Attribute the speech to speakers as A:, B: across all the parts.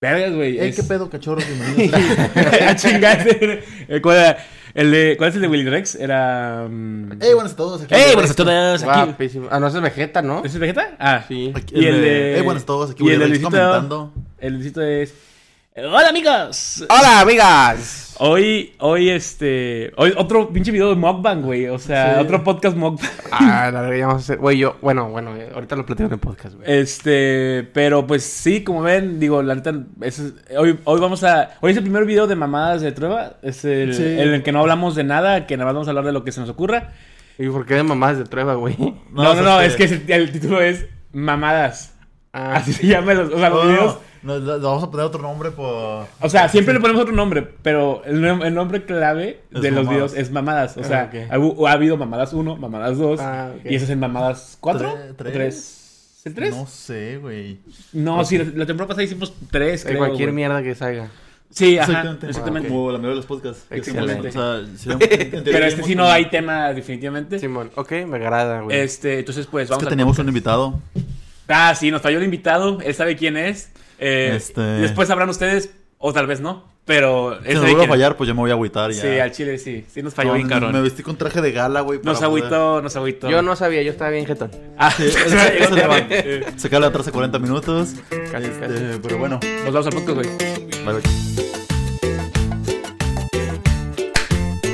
A: Vergas, güey.
B: Ey,
A: es-
B: Eh, qué pedo, cachorros, bienvenidos.
A: a chingarse. Eh, ¿Cuál, era? el de, ¿Cuál es el de Willy Rex? Era. mm,
B: Ey, buenas a todos. aquí-
A: ¡Ey, buenas a todas! Aquí.
C: Guapísimo. Ah, no, ese es Vegeta, ¿no?
A: ¿Ese ¿Es Vegeta? Ah,
C: Sí.
B: Aquí- eh,
A: Y el de-
B: Ey, buenas a todos. Aquí
A: y el
B: voy
A: de
B: a
A: Luisito-
B: comentando.
A: El sitio es. ¡Hola, amigos!
C: ¡Hola, amigas!
A: Oh. Hoy, hoy, este. Hoy otro pinche video de Mukbang, güey. O sea, otro podcast Mukbang.
C: Ah, la verdad, ya vamos a hacer... Güey, yo... Bueno, bueno, eh, ahorita lo platico en el podcast, güey.
A: Este, pero pues sí, como ven, digo, la neta, es- hoy, hoy vamos a. Hoy es el primer video de mamadas de Trueba. Es el,
B: Sí.
A: el en el que no hablamos de nada, que nada más vamos a hablar de lo que se nos ocurra.
C: ¿Y por qué de mamás de trueba, güey?
A: No, no, no,
B: este-
A: es que el, el título es Mamadas.
C: Ah,
A: Así se llaman los, o sea, los
B: No, no,
A: videos.
B: no, no, le Oh, vamos a poner otro nombre por.
A: O sea, siempre le ponemos otro nombre, pero el, nom- el nombre clave
B: Es
A: de los
B: mamadas.
A: videos es Mamadas. O sea,
C: Ah, ok.
A: ha, hu- ha habido Mamadas 1, Mamadas 2,
C: Ah, ok.
A: y eso es en Mamadas 4.
B: Tre-
A: 3.
B: tres.
A: ¿El 3?
B: No sé, güey.
A: No, sí, la, la temporada pasada hicimos 3.
C: de cualquier mierda que salga.
A: Sí, ajá,
B: Exactamente. Ah,
A: exactamente.
B: Como la mayoría de los podcasts.
C: Excelente.
B: O sea, si-
A: Pero este sí no hay tema, definitivamente.
C: Simón, ok, me agrada, güey.
A: Este, entonces, pues
B: Es
A: vamos
B: que
A: a.
B: teníamos un invitado.
A: Ah, sí, nos falló el invitado. Él sabe quién es. Eh,
B: Este-
A: Después sabrán ustedes, o tal vez no. Pero él
B: Si nos
A: sabe
B: vuelve a
A: quién es.
B: fallar, pues yo me voy a agüitar ya.
A: Sí, al chile sí. Sí, nos falló
B: No,
A: bien,
B: Me
A: cabrón.
B: vestí con traje de gala, güey.
A: Nos
B: para poder-
A: agüitó, nos agüitó.
C: Yo no sabía, yo estaba bien jetón.
A: Ah,
B: Sí, eso-
A: se me llegó
B: eso
A: el
B: le va.
A: tema. Eh,
B: Se queda atrás de 40 minutos.
C: Casi,
B: Este,
C: casi.
B: Pero bueno,
A: Nos vamos al podcast, güey.
B: vale.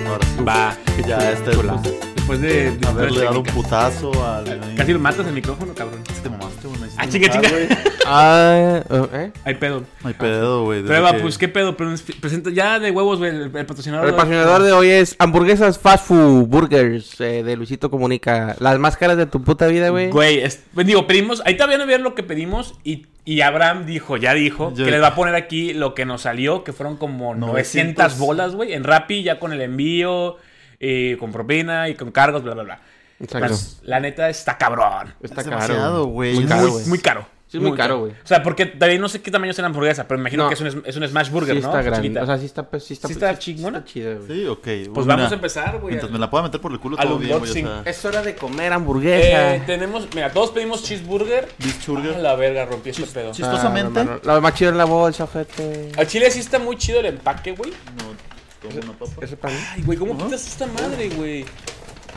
B: Ahora sí.
A: Va.
B: Que ya este
C: Chula.
B: pues,
A: Después de. de
B: haberle dado un
A: técnicas.
B: putazo al.
A: Casi lo matas el micrófono, cabrón.
B: Te mamaste, güey. me hiciste
A: Ah, chinga,
B: enojar,
A: chinga.
B: güey.
C: Ah,
A: oh,
C: ¿eh?
A: Hay pedo.
B: No hay pedo, güey. desde
A: Prueba,
B: que-
A: pues qué pedo. Pero nos presenta ya de huevos, güey. El, el patrocinador.
C: El patrocinador de hoy es hamburguesas fast food burgers eh, de Luisito Comunica. Las máscaras de tu puta vida, güey.
A: Güey, es- pues, digo, pedimos, ahí todavía no vieron lo que pedimos y, y Abraham dijo, ya dijo,
B: Yo-
A: que les va a poner aquí lo que nos salió, que fueron como 900,
B: 900
A: bolas, güey, en Rappi, ya con el envío, y con propina y con cargos, bla, bla, bla.
C: Exacto.
A: Pues, la neta está cabrón.
C: Está
B: Es demasiado, güey.
C: Muy
B: Es
C: caro,
B: muy-
C: güey.
A: Muy caro.
C: Sí, es muy caro, güey.
A: O sea, porque también no sé qué tamaño es la hamburguesa, pero me imagino
C: No.
A: que es un, es- es un smash burger,
C: Sí
A: ¿no?
C: está grande.
A: Chiquita.
C: O sea, sí está... pues, Sí está,
A: ¿Sí está chingona?
C: chida, güey.
B: Sí, ok.
A: pues
B: mira,
A: vamos a empezar, güey.
B: Mientras me la pueda meter por el culo,
A: Al
B: todo bien, güey. O
A: unboxing.
B: sea,
C: Es hora de comer hamburguesa.
A: Eh, tenemos, mira, todos pedimos cheeseburger.
B: Beachburger.
A: Ah, la verga, rompí este pedo.
B: chis- chistosamente-
C: Ah, no, no, no. Lo más chido es la bolsa, ojete.
A: Al chile sí está muy chido el empaque, güey.
B: No, como una papa.
C: Eso para mí.
A: Ay, güey, ¿cómo
B: Ajá.
A: quitas esta madre, güey?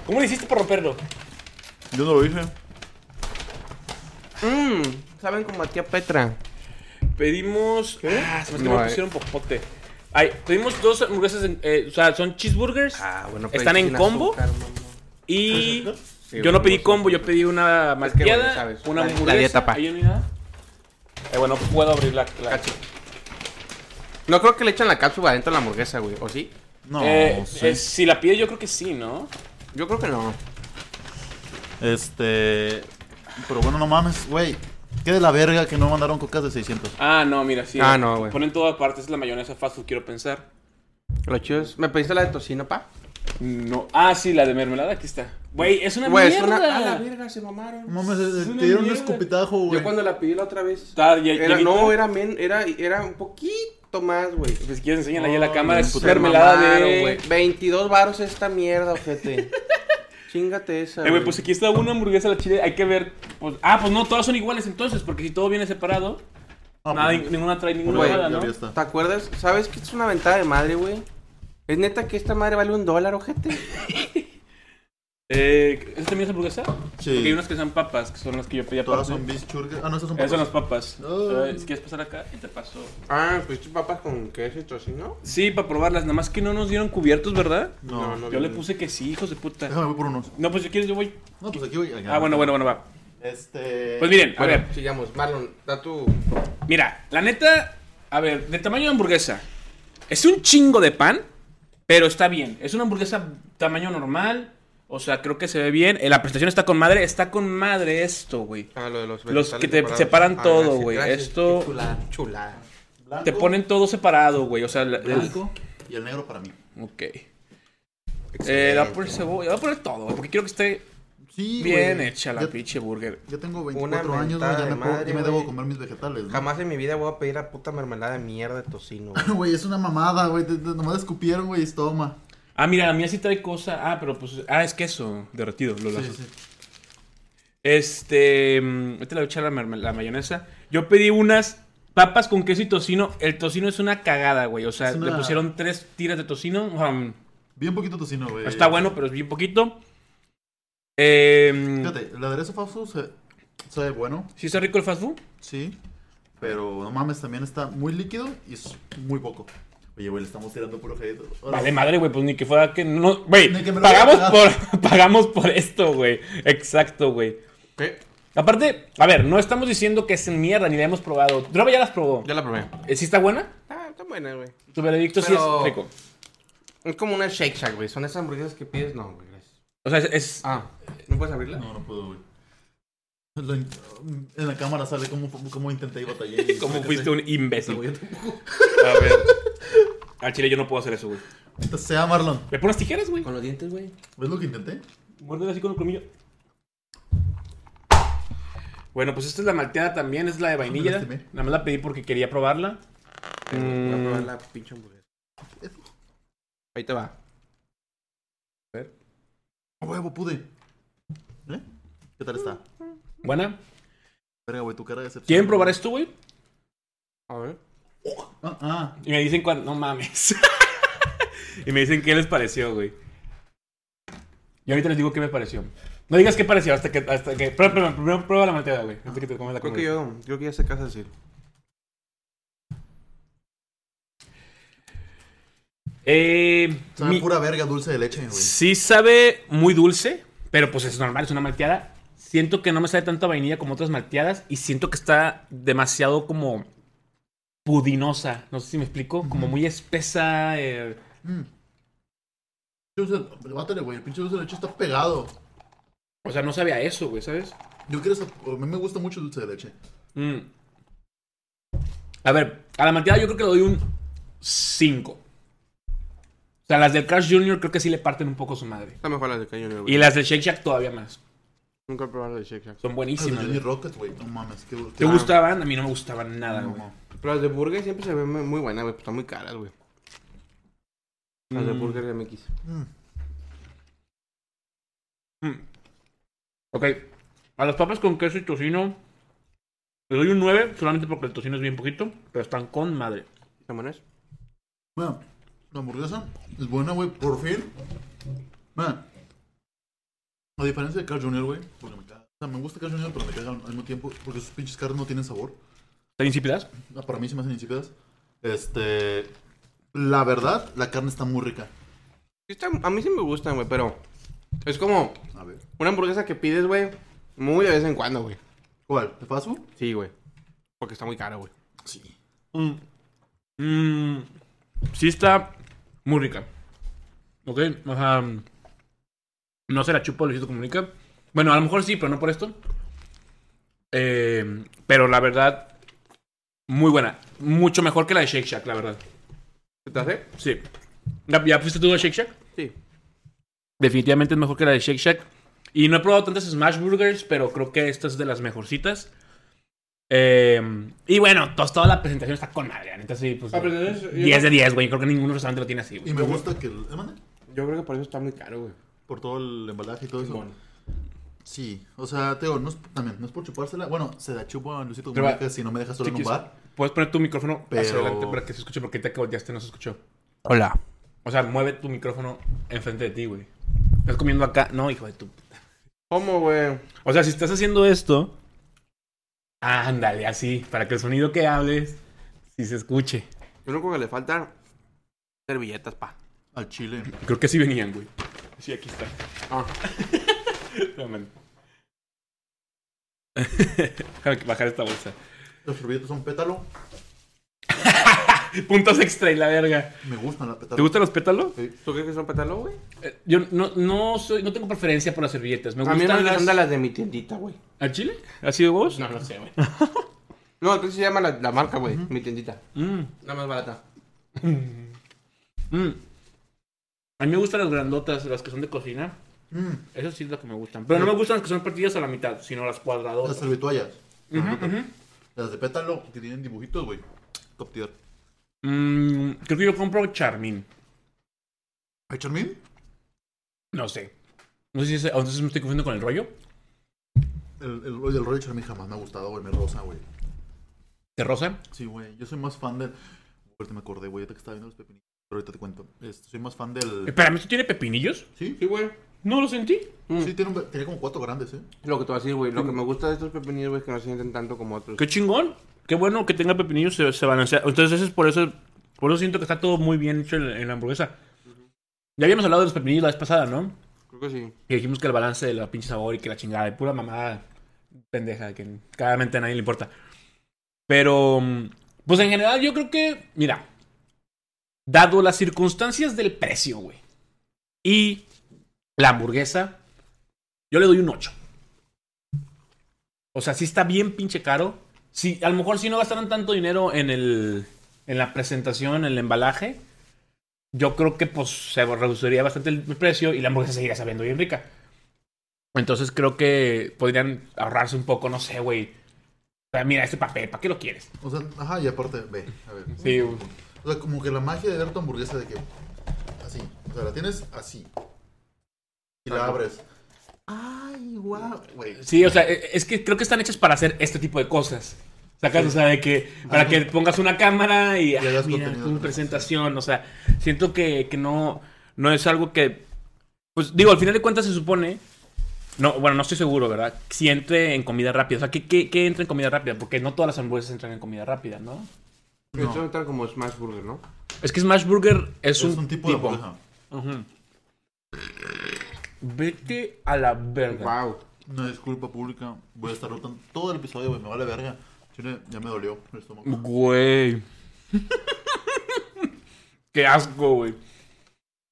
A: ¿Cómo le hiciste para romperlo?
B: Yo no lo dije.
C: Mmm, saben como a tía Petra.
A: Pedimos. Ah, se me hace que
C: No
A: me
C: hay.
A: pusieron popote. Ay, pedimos dos hamburguesas, en- eh, o sea, son cheeseburgers.
C: Ah,
A: ¿Están en combo? y yo no
C: bueno,
A: pedí
C: sí.
A: combo, yo pedí una
C: Es que,
A: malteada,
C: bueno, sabes,
A: una
C: la- la
A: hamburguesa.
C: dieta, pa.
A: ¿Hay unidad? Eh, bueno, puedo abrir la... la-
C: Cacho. No creo que le echan la cápsula adentro de la hamburguesa, güey. ¿O sí?
B: No,
A: Eh,
C: pues
B: sí.
A: eh, si la pides yo creo que sí, ¿no?
C: Yo creo que no.
B: Este. Pero bueno, no mames, güey. Qué de la verga que no mandaron cocas de 600.
A: Ah, no, mira, sí.
C: Ah, no, güey.
A: Ponen todas partes la mayonesa fast food, quiero pensar.
C: Lo chido es. ¿Me pediste la de tocino, pa?
A: No. Ah, sí, la de mermelada, aquí está. Güey, es una
C: Güey, es
A: mierda.
C: una. A la verga, se mamaron.
B: No mames, eh,
A: una
B: te dieron un
A: mierda.
B: escupitajo, güey.
C: Yo cuando la pedí la otra vez.
A: Está, ya-
C: era-
A: ya vi-
C: no, era, men, era, era un poquito más, güey.
A: Pues si quieres enseñarla ahí a la
B: Ay,
A: cámara, es
B: puta
A: mermelada
C: mamaron,
A: de... Eh,
C: güey. 22 varos esta mierda, ojete. Chingate esa.
A: Eh, güey, pues aquí está una hamburguesa a la chile, hay que ver... pues- ah, pues no, todas son iguales entonces, porque si todo viene separado,
B: Ah,
A: nada,
B: pues,
A: ninguna trae ninguna
C: Güey,
A: nada,
B: ya
A: ¿no?
B: había estado.
C: ¿Te acuerdas? ¿Sabes que es una ventana de madre, güey? Es neta que esta madre vale un dólar, ojete.
A: Eh, ¿Esta también es hamburguesa?
B: Sí.
A: Porque hay unas que son papas, que son las que yo pedí
B: Todas
A: aparte.
B: son Beachburger. Ah, no, esas son
A: Esas son las
B: papas.
A: papas.
B: Oh.
A: Eh, si ¿Quieres pasar acá? Y te paso.
C: Ah, pues tus papas con queso y tocino.
A: Sí, para probarlas, nada más que no nos dieron cubiertos, ¿verdad?
B: No,
C: No, no.
A: Yo le puse que sí, hijos de puta.
B: Déjame voy por unos.
A: No, pues si quieres yo voy...
B: No, pues aquí voy.
A: Ah, bueno, bueno, bueno, va.
B: Este.
A: Pues miren, a
C: Bueno,
A: ver,
C: sigamos. Marlon, da tu.
A: Mira, la neta, a ver, de tamaño de hamburguesa. Es un chingo de pan, pero está bien. Es una hamburguesa tamaño normal. O sea, creo que se ve bien. Eh, La presentación está con madre. Está con madre esto, güey.
C: Ah, lo de los
A: Los que
C: vegetales
A: te
C: separados.
A: separan todo, güey.
C: gracias.
A: Esto- Eh,
C: Qué Chulada, chulada.
B: Blanco,
A: Te ponen todo separado, güey. O sea, la- el-
B: Blanco y el negro para mí.
A: Ok. Eh, le voy a poner cebolla, le voy a poner todo, güey, porque quiero que esté
B: Sí,
A: bien
B: güey.
A: hecha la
B: Ya-
A: pinche burger.
B: Ya tengo
C: Una
B: 24 años, güey. Ya
C: mentada
B: me,
C: de
B: puedo-
C: madre,
B: ya me
C: güey.
B: debo comer mis vegetales. ¿no?
C: Jamás en mi vida voy a pedir la puta mermelada de mierda de tocino, güey.
B: Güey, es una mamada, güey. te- te- Nomás escupieron, güey, y toma.
A: Ah, mira, a mí así trae cosa. Ah, pero pues. Ah, es queso derretido, lo
B: Sí,
A: lazo.
B: sí.
A: Este. mm, Ahorita le voy a echar la, merme- la mayonesa. Yo pedí unas Papas con queso y tocino. El tocino es una cagada, güey. O sea,
B: Es
A: le
B: una-
A: pusieron tres tiras de tocino. Ujú.
B: Bien poquito tocino, güey.
A: Está bueno, pero es bien poquito. Eh,
B: Fíjate, el aderezo fast food se, se ve bueno,
A: ¿Sí está rico el fast food?
B: sí. Pero no mames, también está muy líquido y es muy poco. Oye, güey, le estamos tirando puro hate. Ahora-
A: Vale, madre, güey, pues ni que fuera que no. Güey,
B: Ni que me lo
A: pagamos
B: hubieran
A: por, pagamos por esto, güey. Exacto, güey.
C: ¿Qué?
A: Aparte, a ver, no estamos diciendo que es mierda ni la hemos probado. Droga ya las probó.
C: Yo la probé.
A: Eh, ¿Sí está buena?
C: Está, Ah, está buena, güey.
A: Tu veredicto sí
C: Pero-
A: es rico.
C: Es como una Shake Shack, güey. Son esas hamburguesas que pides. No, güey, gracias.
A: O sea, es. es-
C: Ah, ¿no puedes abrirla?
B: No, no puedo, güey. Lo in- En la cámara sale cómo, cómo intenté y batallé. y-
A: como fuiste un
B: Sí,
A: imbécil.
B: güey, tampoco.
A: A ver. Al chile yo no puedo hacer eso, güey.
B: Maldita sea, Marlon.
A: ¿Le pones tijeras, güey?
C: Con los dientes, güey.
B: ¿Ves lo que intenté?
A: Muérdela así con el colmillo. Bueno, pues esta es la malteada también, es la de vainilla.
B: Me lastimé.
A: Nada más la pedí porque quería probarla.
C: Voy a
A: Mm.
C: probar la pinche hamburguesa.
D: Ahí te va.
B: A huevo, pude. ¿Eh? ¿Qué tal está?
A: Buena.
B: Verga, güey, tu cara de decepción.
A: ¿Quieren probar esto, güey?
C: A ver.
B: Ah, ah.
A: Y me dicen cuando. No mames. y me dicen qué les pareció, güey. Y ahorita les digo qué me pareció. No digas qué pareció hasta que. Hasta que prueba, prueba- primero prueba la malteada, güey. Antes que te comas la
C: Creo
A: comida.
C: que yo, creo que ya sé qué vas a decir.
A: Eh,
B: Sabe
A: mi-
B: pura verga dulce de leche, güey.
A: Sí sabe muy dulce, pero pues es normal, es una malteada. Siento que no me sabe tanto a vainilla como otras malteadas y siento que está demasiado como pudinosa, no sé si me explico, como muy espesa. eh,
B: Mm. Pinche dulce- Bátale, güey. El pinche dulce de leche está pegado.
A: o sea, no sabe a eso, güey, ¿sabes?
B: Yo quiero esa- A mí me gusta mucho el dulce de leche.
A: Mm. A ver, a la malteada yo creo que le doy un 5. O sea, las del Crash Jr. creo que sí le parten un poco su madre.
C: Está mejor la de Cañón, güey.
A: Y las del Shake Shack todavía más.
C: Nunca he probado la de Shake Shack.
A: Son
B: Ah, de
A: buenísimas.
B: Johnny
A: güey.
B: Rockets, güey. No mames. Qué,
A: ¿Te
B: qué-
A: gustaban? A mí no me gustaban nada,
B: No,
A: güey.
B: no.
C: Pero las de burger siempre se ven muy, muy buenas, güey. pero Están muy caras, güey. Las de
A: Mm.
C: burger de MX.
B: Mm.
A: Mm. Ok. A las papas con queso y tocino. Le doy un 9, solamente porque el tocino es bien poquito, pero están con madre.
C: ¿Están buenas?
B: Bueno, la hamburguesa es buena, güey, por fin. Man, a diferencia de Carl Jr., güey, porque me caga. O sea, me gusta Carl Jr., pero me caga al mismo tiempo porque sus pinches carnes no tienen sabor.
A: ¿Están insípidas?
B: Ah, Para mí se me hacen insípidas. Este. La verdad, la carne está muy rica.
C: Sí están- a mí sí me gustan, güey, pero... Es como
B: A ver.
C: una hamburguesa que pides, güey, muy de vez en cuando, güey.
B: ¿Cuál? ¿Te paso?
C: Sí, güey. Porque está muy cara, güey.
B: Sí.
A: Mm. Mm. Sí está muy rica. Ok, o sea... mm, No se la chupo Luisito Comunica. Bueno, a lo mejor sí, pero no por esto. Eh, pero la verdad, muy buena. Mucho mejor que la de Shake Shack, la verdad.
C: ¿Se te hace?
A: Sí. ¿Ya, ya fuiste tú a Shake Shack?
C: Sí.
A: Definitivamente es mejor que la de Shake Shack. Y no he probado tantas Smash Burgers, pero creo que esta es de las mejorcitas. Eh, y bueno, tos- toda la presentación está con madre, la neta, sí. Pues,
C: La presentación es-
A: 10 de 10, güey. Creo que ningún restaurante lo tiene así,
B: Y
A: güey.
B: me gusta que. el- ¿eh, mande?
C: Yo creo que por eso está muy caro, güey.
B: Por todo el embalaje y todo eso.
C: Simón.
B: Sí. O sea, Teo, no es, también, no es por chupársela. Bueno, se la chupo a Luisito
A: Pero va-
B: Comunica si no me dejas solo en un
A: Chiquis,
B: bar.
A: Puedes poner tu micrófono
B: Pero-
A: hacia adelante para que se escuche, porque ahorita que volteaste no se escuchó.
D: Hola.
A: O sea, mueve tu micrófono enfrente de ti, güey. Estás comiendo acá. No, hijo de tu
C: ¿Cómo, güey?
A: O sea, si estás haciendo esto, ándale así, para que el sonido que hables sí se escuche.
C: Yo único que le faltan servilletas, pa.
B: Al chile.
A: Creo que sí venían, güey. Sí, aquí está.
C: Ah.
A: No, man. Déjame bajar esta bolsa.
B: Los servilletas son pétalo.
A: Puntos extra y la verga.
B: Me gustan las pétalos.
A: ¿Te gustan los pétalos?
C: ¿Tú crees que son pétalo, güey?
A: Eh, yo no, no soy, no tengo preferencia por las servilletas. Me
C: A mí me
A: gustan
C: gustan
A: las...
C: las de mi tiendita, güey.
A: ¿A Chile? ¿Ha sido vos?
C: Pues No, no sé, güey. No, entonces se llama la, la marca, güey. Mi tiendita.
A: Mm,
C: La más barata.
A: mm. A mí me gustan las grandotas, las que son de cocina.
B: Mm,
A: Esas sí es las que me gustan. Pero no me gustan las que son partidas a la mitad, sino las
B: las
A: cuadradotas.
B: servituallas.
A: Ujú, ujú.
B: Las de pétalo que tienen dibujitos, güey. Top tier.
A: Mm, creo que yo compro Charmin.
B: ¿Ay, Charmin?
A: No sé. No sé si es, o entonces me estoy confundiendo con el rollo.
B: El, el, el rollo de Charmin jamás me ha gustado, güey. Me rosa, güey.
E: ¿Te rozan?
B: Sí, güey. Yo soy más fan del. Ahorita me acordé, güey. Ahorita que estaba viendo los pepinillos. Pero ahorita te cuento. Este, soy más fan del.
A: Espérame, Eh, ¿esto tiene pepinillos?
B: Sí,
C: Sí, güey.
A: No lo sentí.
B: sí, tiene un- tenía como cuatro grandes, ¿eh?
C: Lo que te voy a decir, güey. Lo que me gusta de estos pepinillos, güey, es que no se sienten tanto como otros.
A: Qué chingón. Qué bueno que tenga pepinillos, se, se balancea. Entonces, eso es por eso. Por eso siento que está todo muy bien hecho en, en la hamburguesa. Ya habíamos hablado de los pepinillos la vez pasada, ¿no?
C: Creo que sí.
A: Y dijimos que el balance de la pinche sabor y que la chingada de pura mamada pendeja, que claramente a nadie le importa. Pero, mm, pues en general yo creo que, mira, dado las circunstancias del precio, güey, y la hamburguesa, yo le doy un 8. O sea, sí está bien pinche caro. Sí, a lo mejor si no gastaran tanto dinero en el en la presentación, en el embalaje, yo creo que pues se reduciría bastante el precio y la hamburguesa seguiría sabiendo bien rica. Entonces creo que podrían ahorrarse un poco, no sé, güey. O sea, mira, este papel, ¿para qué lo quieres?
B: O sea, ajá, y aparte, ve, a ver.
A: Sí, güey.
B: O sea, como que la magia de ver tu hamburguesa de que. Así. O sea, la tienes así. Y la abres. Ay, guau. Güey.
A: Sí, o sea, e- es que creo que están hechas para hacer este tipo de cosas. Sacas, o sea, de que para que pongas una cámara y, ah,
B: hagas
A: mira
B: contenido.
A: tu presentación, o sea, siento que, que no, no es algo que, pues digo, al final de cuentas se supone, no, bueno, no estoy seguro, ¿verdad? Si entre en comida rápida, o sea, ¿qué, qué, qué entra en comida rápida? Porque no todas las hamburguesas entran en comida rápida, ¿no?
C: Pero
B: No.
C: Esto entra como Smash Burger, ¿no?
A: Es que Smash Burger es,
B: Es un tipo de hamburguesa.
A: Ujú. Vete a la verga.
C: Wow.
B: Una disculpa pública. Voy a estar rotando todo el episodio, güey. Me vale verga. Chile, ya me dolió el estómago.
A: Güey. Qué asco, güey.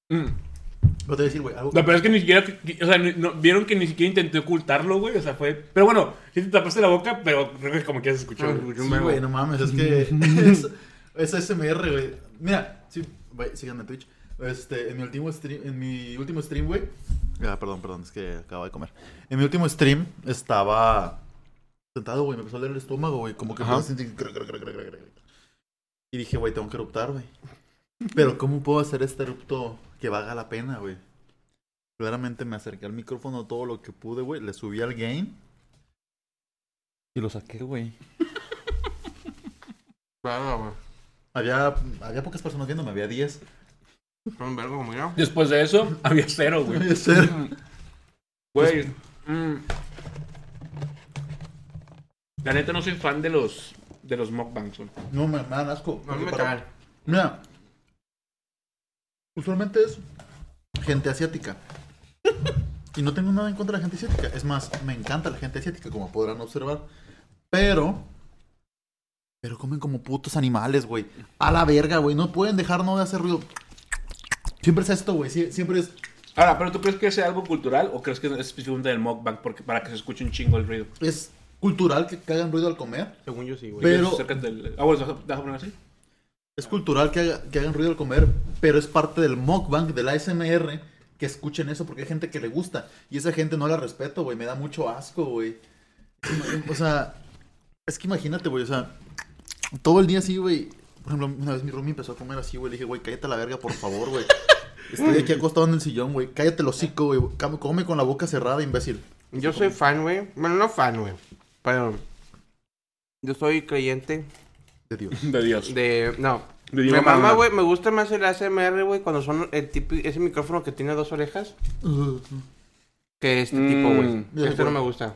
A: Mm.
B: Pero te voy a decir, güey, algo
A: No, pero es que ni siquiera. O sea, ni- no- vieron que ni siquiera intenté ocultarlo, güey. O sea, fue. Pero bueno, sí te tapaste la boca, pero creo que como que ya se escuchó. güey.
B: Sí, güey, no mames, es que es, es ASMR, güey. Mira, sí, güey, síganme en Twitch. Este, en mi último stream, en mi último stream, güey. Ah, perdón, perdón, es que acabo de comer. En mi último stream estaba sentado, güey, me empezó a doler el estómago, güey, como que empecé a sentir crac, crac, crac, crac, crac, crac. Y dije, güey, tengo que eruptar, güey. Pero ¿cómo puedo hacer este erupto que valga la pena, güey? Claramente me acerqué al micrófono todo lo que pude, güey, le subí al gain y lo saqué, güey.
C: Verga, güey.
B: Había, había pocas personas viéndome, había 10.
C: Son verga como yo.
A: Después de eso, había cero, güey.
B: Puede ser.
A: Güey. mm. La neta no soy fan de los. De los mukbangs, güey.
B: No, me, me dan asco.
C: No
B: porque
C: me
B: para-
C: cagan.
B: Mira. Usualmente es gente asiática. Y no tengo nada en contra de la gente asiática. Es más, me encanta la gente asiática, como podrán observar. Pero. Pero comen como putos animales, güey. A la verga, güey. No pueden dejar no de hacer ruido. Siempre es esto, güey. sie- Siempre es.
A: Ahora, ¿pero tú crees que sea algo cultural o crees que es específicamente del mukbang porque, para que se escuche un chingo el ruido?
B: Es cultural que hagan ruido al comer.
C: Según yo sí, güey.
B: Pero-
A: Acércate al- Ah, bueno, deja- deja poner así.
B: Es cultural que, haga- que hagan ruido al comer, pero es parte del mukbang, del ASMR, que escuchen eso porque hay gente que le gusta. Y esa gente no la respeto, güey. Me da mucho asco, güey. Ima- O sea, es que imagínate, güey. O sea, todo el día así, güey. Por ejemplo, una vez mi roomie empezó a comer así, güey. Le dije, güey, cállate a la verga, por favor, güey. Estoy aquí acostado en el sillón, güey. Cállate el hocico, güey. Cam- Come con la boca cerrada, imbécil.
C: Yo soy fan, güey. Bueno, no fan, güey. Pero yo soy creyente
B: De Dios.
A: De Dios.
C: de... No.
A: De
C: Mi
A: Diego
C: mamá,
A: Maradona.
C: güey, me gusta más el ASMR, güey, cuando son el tipo, ese micrófono que tiene dos orejas que este
A: Mm.
C: tipo,
B: Ya
C: güey.
B: sé
C: Este no
B: cuál.
C: me gusta.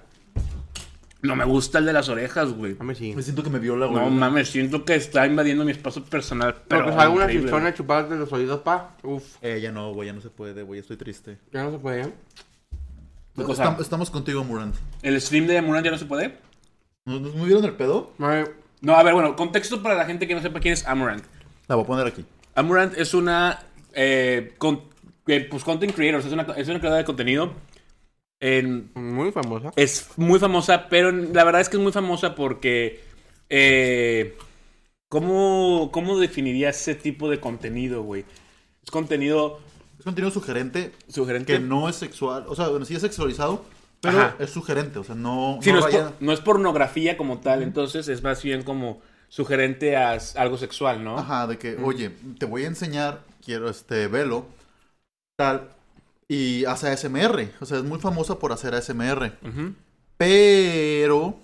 A: No me gusta el de las orejas, güey.
C: A mí sí.
B: Me siento que me viola, güey. pues,
A: No mames, siento que está invadiendo mi espacio personal. Pero
C: Pero pues, que salga una
A: increíble,
C: chichona chupada de los oídos, pa. Uf,
B: Eh, ya no, güey. Ya no se puede, güey. Estoy triste.
C: ya no se puede, ¿eh?
A: ¿Qué cosa?
B: Estam- Estamos contigo, Murant.
A: güey. ¿El stream de Murant ya no se puede?
B: ¿Nos, nos movieron el pedo?
C: Güey,
A: No, a ver, bueno, contexto para la gente que no sepa quién es Amurant.
B: La voy a poner aquí.
A: Amurant es una. eh, con- eh, pues content creator, o sea, es, una, es una creadora de contenido. En,
C: Muy famosa.
A: es muy famosa, pero la verdad es que es muy famosa porque. eh, ¿cómo, ¿Cómo definiría ese tipo de contenido, güey? Es contenido
B: Es contenido sugerente
A: sugerente.
B: que no es sexual. O sea, bueno, sí es sexualizado, pero
A: Ajá.
B: es sugerente. O sea, no,
A: Sí, no,
B: no
A: es,
B: raya-
A: por- no es pornografía como tal, entonces es más bien como sugerente a s- algo sexual, ¿no?
B: Ajá, de que, oye, te voy a enseñar, quiero este velo, tal, y hace ASMR. O sea, es muy famosa por hacer ASMR.
A: Ujú.
B: Pero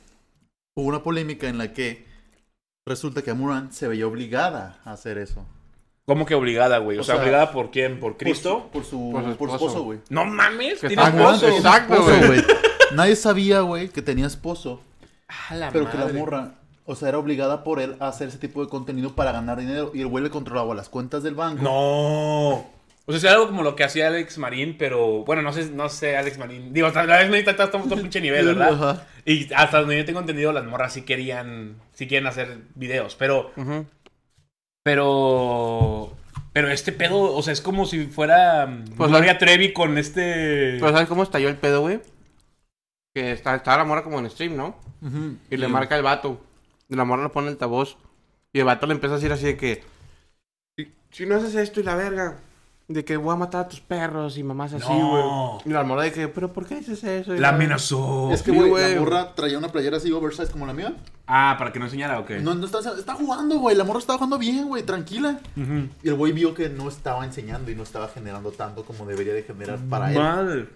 B: hubo una polémica en la que Resulta que Amurant se veía obligada a hacer eso.
A: ¿Cómo que obligada, güey? O,
B: O
A: sea, pues
B: sea,
A: obligada por quién? ¿Por Cristo?
B: Por su,
C: Por su
B: por su
C: esposo.
B: esposo, güey.
A: No mames,
C: Que
A: tiene
C: está
B: Amurant
A: esposo.
C: guapo.
B: tenía
C: exacto,
B: esposo,
C: güey.
B: Ah, güey. Nadie sabía, güey, que tenía esposo.
A: A la
B: Pero que la
A: madre.
B: morra, o sea, era obligada por él a hacer ese tipo de contenido para ganar dinero. Y el güey le controlaba las cuentas del banco.
A: No. O sea, es algo como lo que hacía Alex Marín, pero bueno, no sé, no sé, Alex Marín. Digo, hasta- la vez no está hasta otro pinche nivel, ¿verdad?
B: Ajá.
A: Y hasta donde yo tengo entendido, las morras sí querían, sí quieren hacer videos, pero,
C: Ujú.
A: pero, pero este pedo, o sea, es como si fuera mm,
C: Pues la-
A: Gloria Trevi con este.
B: Pues
C: Pero ¿sabes cómo estalló el pedo, güey? Que está, estaba la mora como en stream, ¿no?
B: Ujú.
C: Y le marca el vato. Y la morra le pone el altavoz. Y el vato le empieza a decir así de que... "Si- Si no haces esto y la verga... De que voy a matar a tus perros y mamás así, güey.
A: No.
C: Y la morra de que... ¿Pero por qué dices eso? Y
A: la amenazó.
B: Es que,
C: Sí,
B: güey,
C: güey.
B: la morra traía una playera así oversize como la mía.
A: Ah, para que no enseñara o qué.
B: No, no está, está jugando, güey. La morra estaba jugando bien, güey, tranquila.
A: Ujú.
B: Y el güey vio que no estaba enseñando y no estaba generando tanto como debería de generar para él.
A: Madre.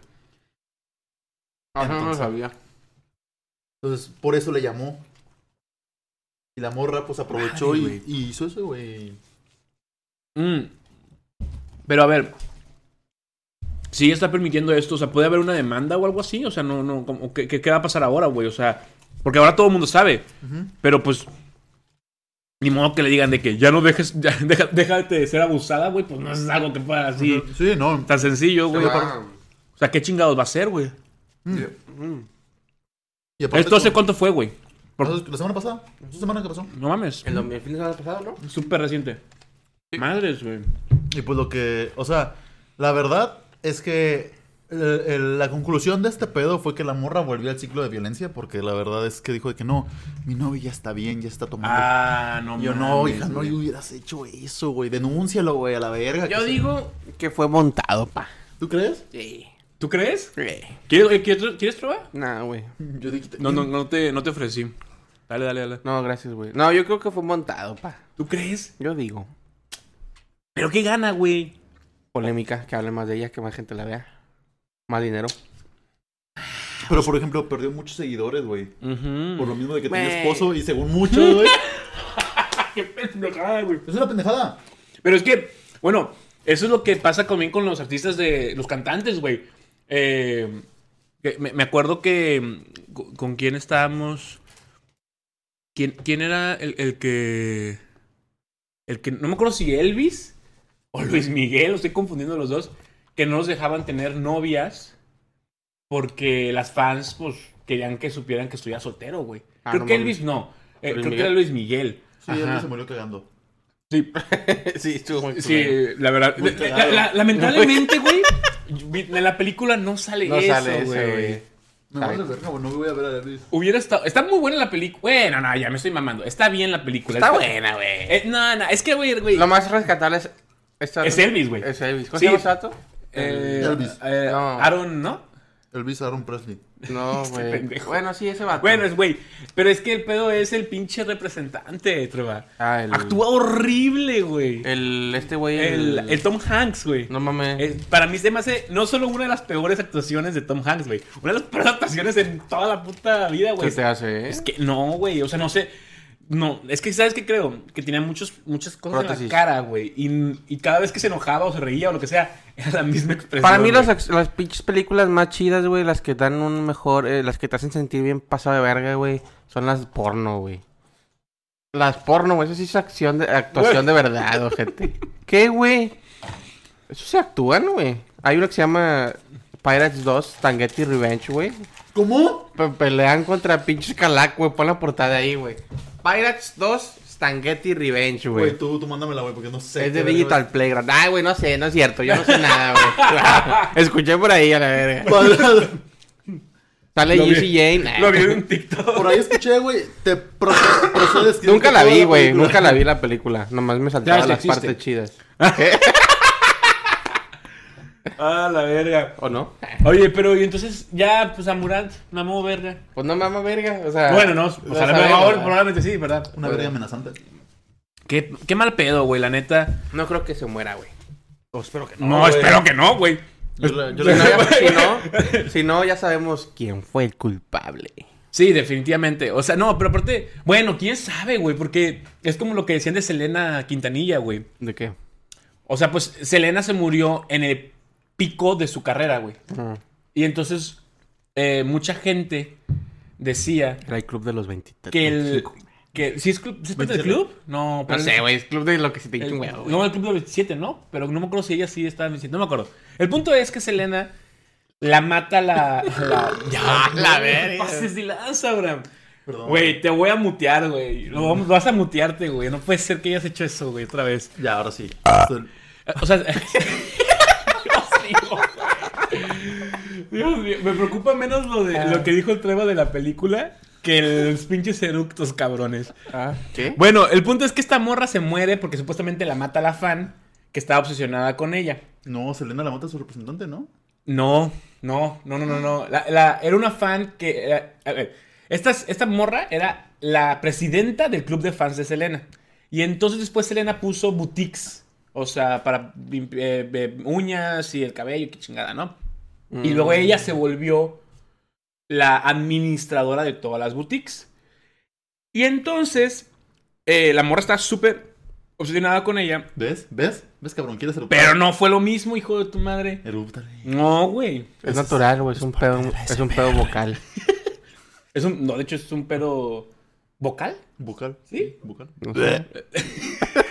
C: Ajá, no lo
B: Entonces.
C: sabía.
B: Entonces, por eso le llamó. Y la morra, pues, aprovechó
C: Madre,
B: y-
C: güey.
B: y, hizo eso, güey.
A: Mm. Pero a ver. Si está permitiendo esto, o sea, ¿puede haber una demanda o algo así? O sea, no, no, como- ¿qué, qué- qué va a pasar ahora, güey? O sea, porque ahora todo el mundo sabe.
B: Ujú.
A: Pero pues. Ni modo que le digan de que ya no dejes. ya deja, déjate de ser abusada, güey. Pues no es algo que pueda así.
B: Sí, no.
A: Tan sencillo, güey.
C: Ah,
A: O sea, ¿qué chingados va a ser, güey?
C: mm.
B: Y aparte,
A: ¿Esto hace
B: como-
A: cuánto fue, güey?
B: ¿La la semana pasada? ¿Esta semana que pasó?
A: No mames.
C: El, dom- el fin de semana pasado, ¿no?
A: Súper reciente. Madres, güey.
B: Y pues lo que, o sea, la verdad es que el- el- la conclusión de este pedo fue que la morra volvió al ciclo de violencia porque la verdad es que dijo de que no, mi novio ya está bien, ya está tomando.
A: Ah, no
B: Y yo no,
A: mames,
B: hija, no
A: güey.
B: le hubieras hecho eso, güey. Denúncialo, güey, a la verga. que
C: Yo
B: se-
C: digo que fue montado, pa.
B: ¿Tú crees?
C: Sí.
A: ¿Tú crees? ¿Quieres, eh, quieres, quieres probar?
C: Nah, güey.
B: Yo dije,
A: No, no, no te, no te ofrecí. Dale, dale, dale.
C: No, gracias, güey. No, yo creo que fue montado, pa.
A: ¿Tú crees?
C: Yo digo.
A: ¿Pero qué gana, güey?
C: Polémica, que hable más de ella, que más gente la vea. Más dinero.
B: Pero por ejemplo, perdió muchos seguidores, güey. Por lo mismo de que tenía
C: Güey.
B: esposo y según muchos, güey.
A: Qué pendejada, güey.
B: Es una pendejada.
A: Pero es que, bueno, eso es lo que pasa también con los artistas de. los cantantes, güey. Eh, que me, me acuerdo que. mm, co- ¿Con, quién estábamos? ¿Quién, quién era el, el que. El que. No me acuerdo si Elvis o Luis Miguel, lo estoy confundiendo los dos. Que no los dejaban tener novias. Porque las fans, pues, querían que supieran que estuviera soltero, güey.
C: Ah,
A: creo
C: no
A: que
C: mames.
A: Elvis no. Eh,
C: Luis
A: creo que
C: Miguel.
A: era Luis Miguel.
B: Sí, él
A: Ajá.
B: se murió cagando.
A: Sí,
C: sí, estuvo muy culero.
A: Sí, la verdad.
B: Muy
A: la-
B: cagado.
A: la- lamentablemente, güey, en la película no sale
C: No
A: eso,
C: sale eso,
A: güey.
C: güey.
B: Me
C: Ay.
B: vale verga, güey. No voy a ver a Elvis.
A: Hubiera estado. Está muy buena la película. Bueno, no, ya me estoy mamando. Está bien la película.
C: Está buena, güey.
A: Eh, no, no, es que, güey, güey.
C: Lo más rescatable es. esta-
A: Es Elvis, güey.
C: Es Elvis. ¿Cómo
A: Sí.
C: se llama ese vato?
A: Eh,
B: Elvis.
A: eh,
C: No.
A: Aaron, ¿no?
B: Elvis Aaron Presley.
C: No, güey.
A: Este pendejo.
C: bueno, sí, ese vato.
A: Bueno, es güey. Pero es que el pedo es el pinche representante, Trova.
C: Ah, el-
A: Actúa horrible, güey.
C: El, este güey.
A: El, el Tom Hanks, güey.
C: No mames.
A: Eh, para mí se me hace no solo una de las peores actuaciones de Tom Hanks, güey. Una de las peores actuaciones en toda la puta vida, güey.
C: ¿Qué te hace, eh?
A: Es que no, güey. O sea, no sé. No, es que ¿sabes qué creo? Que tenía muchos, muchas cosas en
C: Prótesis.
A: la cara, güey. Y, y cada vez que se enojaba o se reía o lo que sea, era la misma expresión.
C: Para mí,
A: güey.
C: las, ac- las pinches películas más chidas, güey, las que dan un mejor. eh, las que te hacen sentir bien pasado de verga, güey, son las porno, güey. Las porno, güey, eso sí es acción de, actuación de verdad, gente. ¿Qué, güey? Eso se actúan, güey. Hay uno que se llama Pirates 2, Tangetti Revenge, güey.
B: ¿Cómo?
C: Pe- pelean contra pinches calac, güey. Pon la portada ahí, güey. Pirates 2, Tangetti Revenge, güey.
B: Güey, tú, tú mándamela, güey, porque no sé.
C: Es de
B: qué verga,
C: Digital Playground. Ay, güey, no sé, no es cierto. Yo no sé nada, güey. Escuché por ahí a la verga.
B: Cuadrado.
C: Sale
A: Lo vi-
C: Yeezy Jane.
A: Lo vi en un TikTok.
B: Por ahí escuché, güey. Te pro- procedes. que
C: Nunca
B: te
C: la
B: toda
C: vi, güey.
B: película.
C: Nunca la vi la película. Nomás me saltaba
A: Ya, sí
C: las
A: existe.
C: partes chidas.
A: Ah, la verga.
C: ¿O no?
A: Oye, pero y entonces ya, pues a Murat, mamó verga.
C: Pues no mames, verga. O sea.
A: Bueno, no, o sea, a lo
C: sabemos,
A: mejor,
C: ¿verdad?
A: probablemente sí, ¿verdad?
B: Una verga amenazante.
C: Pues,
A: Qué, qué mal pedo, güey, la neta.
C: No creo que se muera, güey. O espero que
A: No, espero que no, güey.
B: Yo la, yo
C: Si no,
B: la-
C: ya, si, no, si no, ya sabemos quién fue el culpable.
A: Sí, definitivamente. O sea, no, pero aparte, bueno, quién sabe, güey, porque es como lo que decían de Selena Quintanilla, güey.
C: ¿De qué?
A: O sea, pues Selena se murió en el pico de su carrera, güey.
C: Ah,
A: Y entonces, eh, mucha gente decía
C: era el club de los 23.
A: que el. Que, ¿Sí es, club, ¿sí es parte del club? No,
C: No
A: pero-
C: sé, güey, es club de lo que se te
A: el-
C: hincha un huevo, güey.
A: no, el club de 27, ¿no? Pero no me acuerdo si ella sí estaba en 27, no me acuerdo. El punto es que Selena la mata la. la ya,
C: la
A: no
C: verga.
A: Pases de lanza, Abraham.
B: Perdón.
A: Güey, te voy a mutear, güey. Lo vamos- vas a mutearte, güey. No puede ser que hayas hecho eso, güey, otra vez.
B: Ya, ahora sí. Estoy-
A: Eh, O sea. Dios mío, güey. Dios mío. Me preocupa menos lo, de, lo que dijo el Treva de la película que los pinches eructos cabrones.
C: Ah, ¿Qué?
A: Bueno, el punto es que esta morra se muere porque supuestamente la mata la fan que estaba obsesionada con ella.
B: No, Selena la mata a su representante, ¿no?
A: No, no, no, no, no, no. La, la- era una fan que. era- a ver, esta, esta morra era la presidenta del club de fans de Selena. Y entonces después Selena puso boutiques. O sea, para lim- eh, eh, uñas y el cabello, qué chingada, ¿no? Y luego ella se volvió la administradora de todas las boutiques. Y entonces, eh, la morra está súper obsesionada con ella.
B: ¿Ves? ¿Ves? ¿Ves, cabrón? ¿Quieres eruptar?
A: Pero no fue lo mismo, hijo de tu madre.
B: Erúptale.
A: No, güey.
C: Es natural, güey, es un pedo, es un pedo vocal.
A: Es un, no, de hecho es un pedo vocal.
B: Bucal.
A: ¿Sí?
B: Bucal.
C: No sé.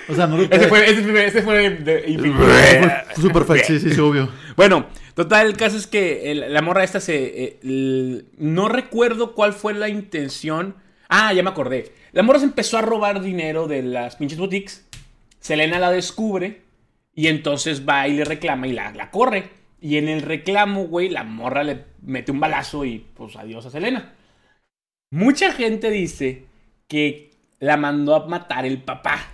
B: O sea, no lo
A: Ese fue, ese fue, ese fue de-
B: Fue- fue Super fake, sí, sí, sí, obvio.
A: Bueno, total, el caso es que el- la morra esta se... eh, el- no recuerdo cuál fue la intención. Ah, ya me acordé. La morra se empezó a robar dinero de las pinches boutiques. Selena la descubre y entonces va y le reclama y la, la corre. Y en el reclamo, güey, la morra le mete un balazo y pues adiós a Selena. Mucha gente dice que la mandó a matar el papá.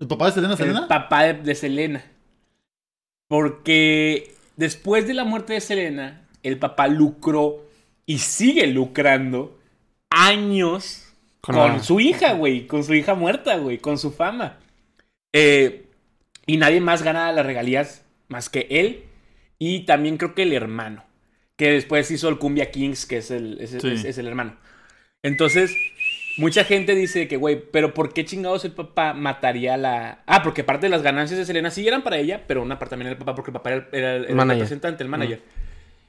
B: ¿El papá de Selena, Selena?
A: El papá de, de Selena. Porque después de la muerte de Selena, el papá lucró y sigue lucrando años con,
C: Con la-
A: su hija, güey. Con su hija muerta, güey. Con su fama. Eh, y nadie más gana las regalías más que él. Y también creo que el hermano. Que después hizo el Cumbia Kings, que es el, es-
B: Sí.
A: es- es el hermano. Entonces, mucha gente dice que, güey, pero ¿por qué chingados el papá mataría a la. Ah, porque parte de las ganancias de Selena sí eran para ella, pero una parte también era el papá, porque el papá era el, era el- el
C: Manager. Mm,
A: representante, el manager.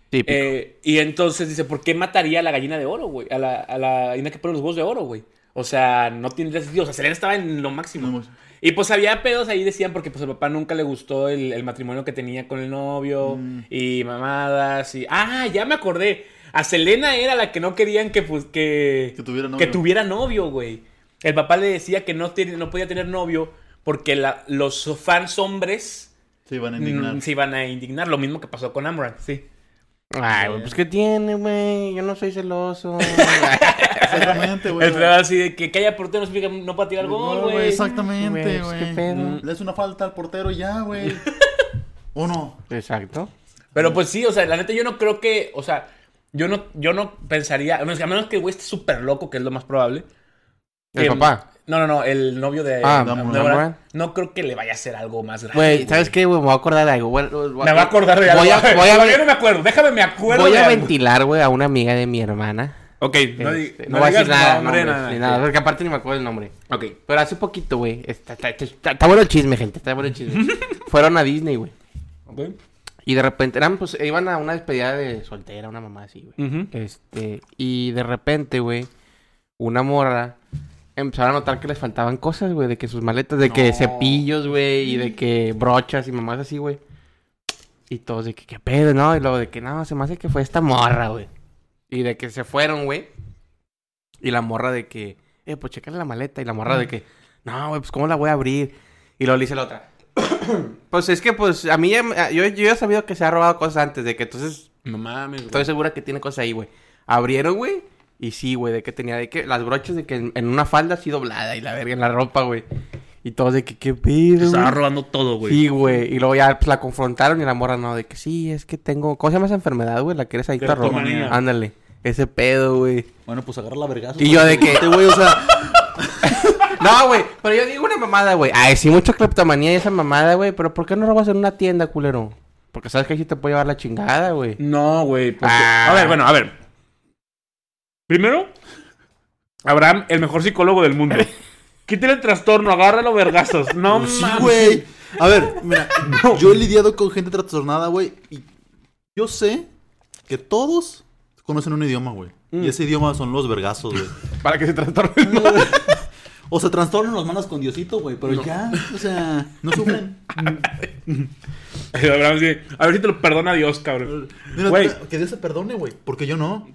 C: Típico.
A: Eh, y entonces dice, ¿por qué mataría a la gallina de oro, güey? A la, a la gallina que pone los huevos de oro, güey. O sea, no tiene sentido. O sea, Selena estaba en lo máximo.
B: No,
A: Y pues había pedos ahí, decían, porque pues el papá nunca le gustó el, el matrimonio que tenía con el novio
B: Mm.
A: y mamadas y... Ah, ya me acordé. A Selena era la que no querían que, pues, que,
B: Que tuviera novio.
A: que tuviera novio, güey. El papá le decía que no, tiene- no podía tener novio porque la- los fans hombres
B: Se iban a
A: mm,
B: indignar.
A: se iban a indignar. Lo mismo que pasó con Amran, sí.
C: Ay,
A: eh.
C: güey, pues ¿qué tiene, güey? Yo no soy celoso.
B: Exactamente, güey.
A: el trabajo así de que calla portero, no explica, no puede tirar gol, güey.
B: Exactamente,
C: Güey, pues, qué
B: güey.
C: pedo.
A: Mm.
B: Le hace una falta al portero y ya, güey. ¿O no?
C: Exacto.
A: Pero pues sí, o sea, la neta yo no creo que, o sea, yo no, yo no pensaría, a menos, a menos que el güey esté súper loco, que es lo más probable.
C: El
A: que-
C: papá.
A: No, no, no, el novio de...
C: Ah,
A: de
B: Damon.
A: Deborah,
C: Damon.
A: No creo que le vaya a hacer algo más grave.
C: Güey, ¿sabes qué, güey? Me voy a acordar de algo. Bueno,
A: Me va a acordar de algo.
C: voy a- voy a-
A: Todavía no me acuerdo, déjame, me acuerdo
C: Voy
A: de
C: a
A: algo.
C: ventilar, güey, a una amiga de mi hermana.
A: Ok, no, di-
C: Este,
A: no
C: voy a
A: digas
C: decir nada,
A: nombre,
C: nombres,
A: nada.
C: ni nada, porque aparte ni me acuerdo el nombre.
A: Ok.
C: Pero hace poquito, güey. Está, está- está- está bueno el chisme, gente. Está bueno el chisme. Fueron a Disney, güey.
A: Ok.
C: Y de repente eran, pues, iban a una despedida de soltera, una mamá así, güey.
A: Ujú.
C: Este, y de repente, güey, una morra empezaron a notar que les faltaban cosas, güey, de que sus maletas, de que
A: No.
C: cepillos, güey, y de que brochas y mamás así, güey. Y todos de que qué pedo, ¿no? Y luego de que no, se me hace que fue esta morra, güey. Y de que se fueron, güey. Y la morra de que, eh, pues chécale la maleta. Y la morra de que, no, güey, pues cómo la voy a abrir. Y luego le dice la otra. pues es que, pues, a mí ya, me- yo, yo ya he sabido que se ha robado cosas antes, de que entonces
A: No mames, güey.
C: Estoy segura que tiene cosas ahí, güey. Abrieron, güey. Y sí, güey, de que tenía de que las brochas de que en, en una falda así doblada y la verga en la ropa, güey. Y todos de que qué pedo.
A: Estaba
C: güey?
A: robando todo, güey.
C: Sí, güey. Y luego ya pues, la confrontaron y la morra no, de que sí, es que tengo. ¿Cómo se llama esa enfermedad, güey? La que eres adicto a ropa.
A: Cleptomanía.
C: Ándale. Ese pedo, güey.
B: Bueno, pues agarra la vergazo.
C: Y yo de que-
B: Este güey, o sea.
C: No, güey. Pero yo digo una mamada, güey. Ay, sí, mucha kleptomanía y esa mamada, güey. Pero ¿por qué no robas en una tienda, culero? Porque
A: pues,
C: sabes que ahí sí te puede llevar la chingada, güey.
A: No, güey. porque-
C: Ah.
A: A ver, bueno, a ver. Primero, Abraham, el mejor psicólogo del mundo. Quítale el trastorno, agárralo, vergazos. No
B: Pues sí,
A: mames.
B: güey. A ver, mira, yo he lidiado con gente trastornada, güey, y yo sé que todos conocen un idioma, güey.
A: Mm.
B: Y ese idioma son los vergazos, güey.
C: Para que se trastorne.
B: O se trastornan los manos con Diosito, güey, pero ya, o sea, no sufren.
A: Abraham, sí. A ver si te lo perdona Dios, cabrón.
B: Mira,
A: Güey.
B: que Dios se perdone, güey, porque yo no.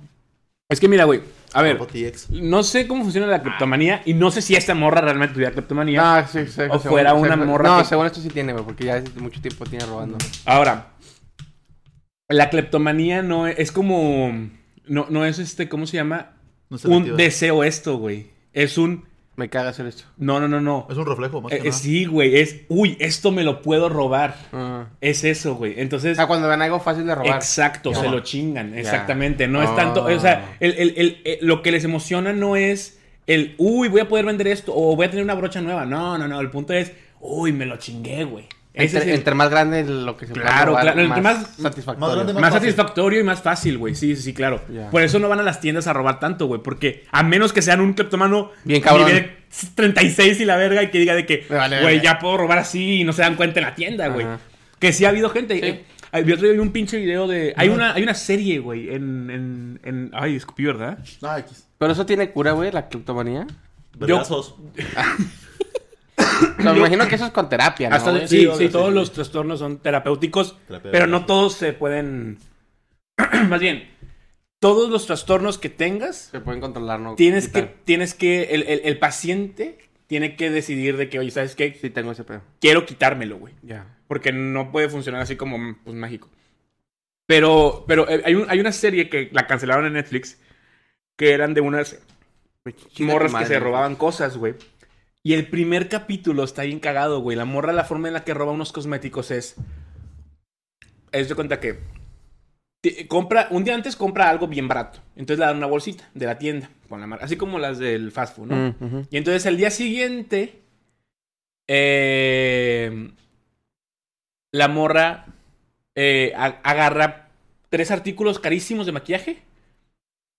A: Es que mira, güey. A ver,
B: Papá TX.
A: no sé cómo funciona la criptomanía y no sé si esta morra realmente tuviera criptomanía.
C: Ah, sí, sí.
A: O fuera una morra
C: No,
A: que-
C: según esto sí tiene, güey, porque ya hace mucho tiempo tiene robando.
A: Ahora, la cleptomanía no e, es, es como. No, no es este, ¿cómo se llama?
B: No es
A: un
B: selectiva.
A: deseo esto, güey. Es un.
C: Me caga hacer esto.
A: No, no, no, no.
B: Es un reflejo, más que
A: Eh, eh, sí, güey. Es. Uy, esto me lo puedo robar.
C: Ah.
A: Es eso, güey.
C: O
A: Entonces.
C: sea, cuando ven algo fácil de Ah, robar.
A: Exacto, se lo chingan, exactamente. No es
C: Ah.
A: tanto, o sea, el- el- el- el- lo que les emociona no es el, uy, voy a poder vender esto o voy a tener una brocha nueva. No, no, no, el punto es, uy, me lo chingué, güey. Ese
C: entre,
A: es el-
C: entre más grande lo que se pueda
A: Claro,
C: robar,
A: claro, entre más-
C: satisfactorio.
B: más grande,
A: más,
B: fácil.
A: satisfactorio y más fácil, güey. Sí, sí, sí, claro.
C: Ya.
A: Por eso no van a las tiendas a robar tanto, güey. Porque a menos que sean un kleptomano
C: Bien cabrón.
A: nivel 36 y la verga y que diga de que,
C: Me vale,
A: güey,
C: verga.
A: ya puedo robar así y no se dan cuenta en la tienda, güey.
C: Ajá.
A: Que sí ha habido gente.
C: Sí.
A: eh, hay- yo otro día vi un pinche video de. Hay una, hay una serie, güey, en, en, en- Ay, escupí, ¿verdad?
B: Ah, X.
C: Pero eso tiene cura, güey, la criptomanía.
B: Vergazos.
C: O sea, me imagino que eso es con terapia, ¿no?
A: Hasta
C: güey?
A: de- sí, sí,
B: obvio, sí,
A: todos
B: sí.
A: los trastornos son terapéuticos,
B: Terapéuticos.
A: pero no todos se pueden. Más bien, todos los trastornos que tengas
C: Se pueden controlar, ¿no?
A: tienes que,
C: Quitar.
A: tienes que, el, el- el paciente tiene que decidir de que, oye, ¿sabes qué?
C: Sí, tengo ese pedo.
A: Quiero quitármelo, güey.
C: Ya.
A: Porque no puede funcionar así como, pues, mágico. Pero, pero eh, hay, un- hay una serie que la cancelaron en Netflix que eran de unas morras que se robaban cosas, güey. Y el primer capítulo está bien cagado, güey. La morra, la forma en la que roba unos cosméticos es. Es de cuenta que. ti- Compra, un día antes compra algo bien barato. Entonces le dan una bolsita de la tienda con la marca. Así como las del fast food, ¿no?
C: Mm, ujú.
A: Y entonces el día siguiente. eh, la morra eh, a- agarra tres artículos carísimos de maquillaje.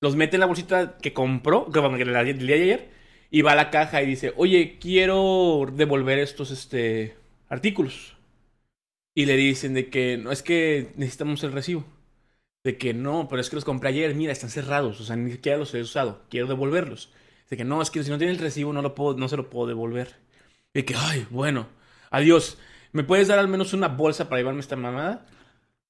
A: Los mete en la bolsita que compró, que bueno, que la- el día de ayer. Y va a la caja y dice: Oye, quiero devolver estos este, artículos. Y le dicen de que no, es que necesitamos el recibo. De que no, pero es que los compré ayer, mira, están cerrados, o sea, ni siquiera los he usado, quiero devolverlos. De que no, es que si no tiene el recibo no, lo puedo, no se lo puedo devolver. De que, ay, bueno, adiós. ¿Me puedes dar al menos una bolsa para llevarme esta mamada?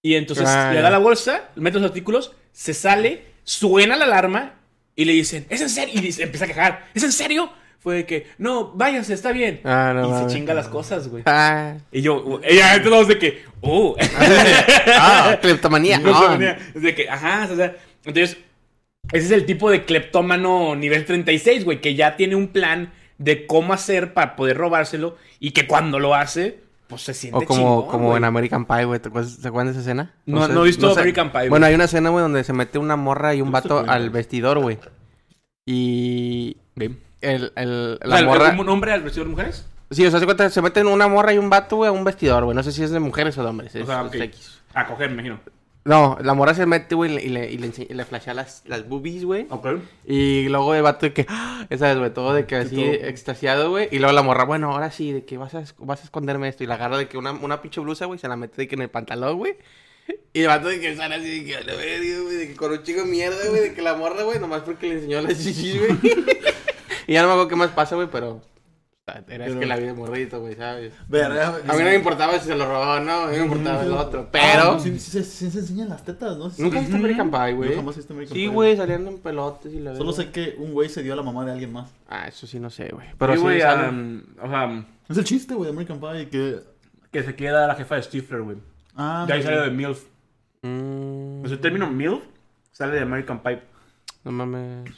A: Y entonces
C: Ah,
A: le
C: ya.
A: da la bolsa, mete los artículos, se sale, suena la alarma y le dicen, ¿es en serio? Y dice, empieza a quejar, ¿es en serio? Fue de que, no, váyanse, está bien.
C: Ah, no
A: y se
C: mames.
A: chinga las cosas, güey.
C: Ah,
A: Y yo, ella, entonces de que, oh,
C: ah, criptomanía.
A: No
C: ah.
A: se ponía. De que, ajá, o sea, entonces, ese es el tipo de cleptómano nivel 36, güey, que ya tiene un plan de cómo hacer para poder robárselo y que cuando lo hace, pues se siente
C: O como,
A: chingón,
C: como
A: güey.
C: en American Pie, güey. ¿Te acuerdas, ¿se acuerdan de esa escena?
A: No, no he visto American Pie, güey.
C: Bueno, hay una escena, güey, donde se mete una morra y un
B: No estoy
C: vato
B: cuenta.
C: al vestidor, güey. Y.
A: Bien.
C: El, el,
A: O
C: la
A: sea,
C: morra.
A: ¿Un hombre al vestido de mujeres?
C: Sí, o sea, se cuenta, se meten una morra y un vato, güey, a un vestidor, güey. No sé si es de mujeres o de hombres.
A: O
C: es-
A: sea,
C: es
A: ok.
C: X.
A: A coger, me imagino.
C: No, la morra se mete, güey, y le, y le, y le, ense- y le flashea las, las boobies, güey.
A: Ok.
C: Y luego el vato de que, ¡ah! esa vez, güey, todo de que así
A: todo.
C: extasiado, güey. Y luego la morra, bueno, ahora sí, de que vas a, esc- vas a esconderme esto. Y la agarra de que una, una pinche blusa, güey, se la mete de que en el pantalón, güey. Y el vato de que sale así de que, "A la verga, güey, de que con un chico de mierda, güey, de que la morra, güey, nomás porque le enseñó las chichis, güey. y ya no me acuerdo qué más pasa, güey, pero. o sea, Era es
B: Pero-
C: que la vida de morrito, güey, ¿sabes?
B: Verga,
C: A mí no me importaba si se lo robaba o no, a mí me importaba el otro. Pero.
B: Ah, sí, sí, sí, sí se enseñan las tetas, ¿no? Sí,
C: Nunca
B: sí.
C: viste American Pie, güey.
B: Yo jamás he visto American
C: Sí,
B: Pie.
C: güey, salían en pelotes y la
B: Solo
C: verga.
B: sé que un güey se dio a la mamá de alguien más.
C: Ah, eso sí no sé, güey.
A: Pero
C: Pero sí,
A: güey,
C: salen.
A: um, o sea,
B: Es el chiste, güey, de American Pie que.
A: que se queda la jefa de Stifler, güey.
B: Ah,
A: De ahí sale de MILF.
C: Mm,
A: O sea, el término MILF sale de American Pipe.
C: no mames.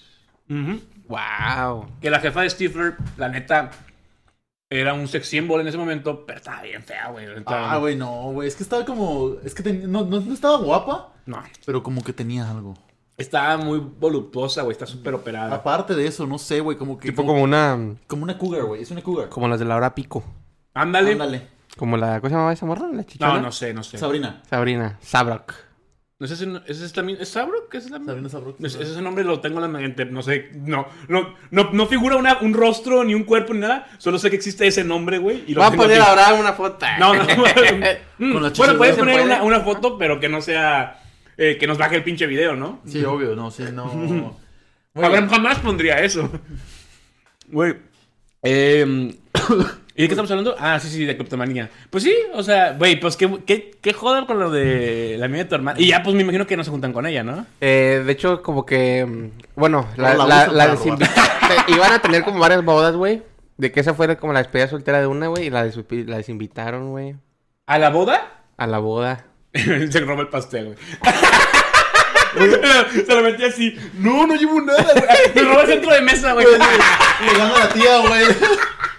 A: Ujú.
C: Wow.
A: Que la jefa de Stifler, la neta, era un sex symbol en ese momento, pero estaba bien fea, güey.
B: Ah, güey, no, güey. Es que estaba como. Es que ten- no, no, no estaba guapa,
A: No.
B: pero como que tenía algo.
A: Estaba muy voluptuosa, güey. Está súper operada.
B: Aparte de eso, no sé, güey, como que.
C: Tipo como una.
B: como una cougar, güey. Es una cougar.
C: Como las de la hora pico.
A: Ah, Ándale.
B: Ándale.
C: Como la. ¿Cómo se llamaba esa morra? La chichona.
A: No, no sé, no sé.
B: Sabrina.
C: Sabrina. Sabrok.
A: ¿No es ese, es ese también? ¿Es Sabro? ¿Qué es la
B: Sabina Sabrok.
A: Es- ese nombre lo tengo en la mente, no sé, no, no, no, no figura una- un rostro, ni un cuerpo, ni nada, solo sé que existe ese nombre, güey. y lo
C: Voy a
A: tengo
C: poner
A: aquí.
C: ahora una foto.
A: No, no. Mm,
B: Con la chicha
A: bueno, puedes
B: de-
A: poner
C: ¿Se puede?
A: una, una foto, pero que no sea, eh, que nos baje el pinche video, ¿no?
B: Sí, obvio, no, sí, no.
A: A ver, jamás pondría eso. Güey.
C: Em,
A: eh, ¿Y de qué estamos hablando? Ah, sí, sí, de criptomanía. Pues sí, o sea, güey, pues qué, qué, qué joda con lo de la amiga de tu hermana. Y ya, pues me imagino que no se juntan con ella, ¿no?
C: Eh, de hecho, como que. mm, Bueno, la,
B: No, la
C: la,
B: usan
C: la
B: para
C: desinvi- te- Iban a tener como varias bodas, güey. De que esa fuera como la despedida soltera de una, güey. Y la, desupi- la desinvitaron, güey.
A: ¿A la boda?
C: A la boda.
A: se roba el pastel, güey. se lo metí así. No, no llevo nada, güey. Me robó el centro de mesa, güey.
B: Llegando a la tía, güey.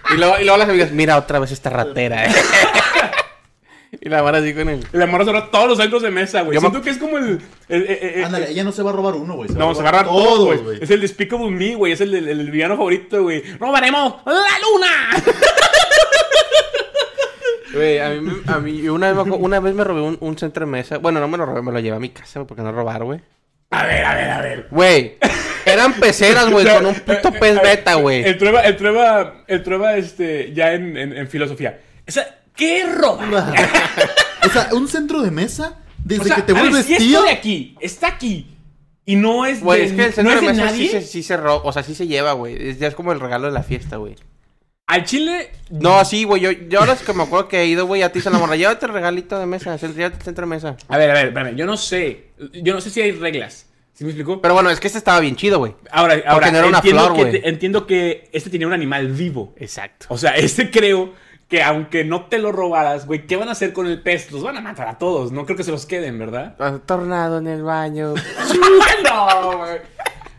C: Y luego, y luego las amigas, mira otra vez esta ratera, eh. y la vara así con él.
A: El amor se roba todos los centros de mesa, güey.
C: Yo me-
A: Siento que es como el. el- el- el-
B: Ándale, ella no se va a robar uno, güey.
A: No, se va a agarrar todos,
B: todos,
A: güey. Es el Despicable Me, güey. Es el, el, el villano favorito, güey. ¡Robaremos la luna!
C: Güey, a mí, me- a mí yo una, vez me, acu- una vez me robé un, un centro de mesa. Bueno, no me lo robé, me lo llevé a mi casa, güey, porque no robar, güey.
A: A ver, a ver, a ver.
C: Güey, eran peceras, güey, con un puto pez
A: Eh, eh,
C: beta, güey.
A: El trueba, el trueba, el trueba, este, ya en, en, en filosofía. Esa, ¿qué roba?
B: O sea, un centro de mesa, desde
A: O sea,
B: que te
A: a ver,
B: vuelves
A: si
B: tío.
A: esto de aquí, está aquí, y no es
C: Güey,
A: de,
C: es que el
A: no
C: centro
A: es
C: de
A: de
C: mesa sí
A: nadie,
C: se, sí se roba, o sea, sí se lleva, güey. Es, ya es como el regalo de la fiesta, güey.
A: al chile,
C: No, sí, güey, yo, yo ahora es que me acuerdo que he ido, güey, a ti se la morra. Llévate el regalito de mesa, el- llévate el centro de mesa.
A: a ver, a ver, espérame, yo no sé, yo no sé si hay reglas, ¿sí me explico?
C: Pero bueno, es que este estaba bien chido, güey.
A: ahora, ahora,
C: no era una
A: entiendo,
C: flor,
A: que
C: güey.
A: te- entiendo que este tenía un animal vivo.
C: Exacto.
A: O sea, este creo que aunque no te lo robaras, güey, ¿qué van a hacer con el pez? Los van a matar a todos, no creo que se los queden, ¿verdad?
C: Tornado en el baño.
A: no, güey.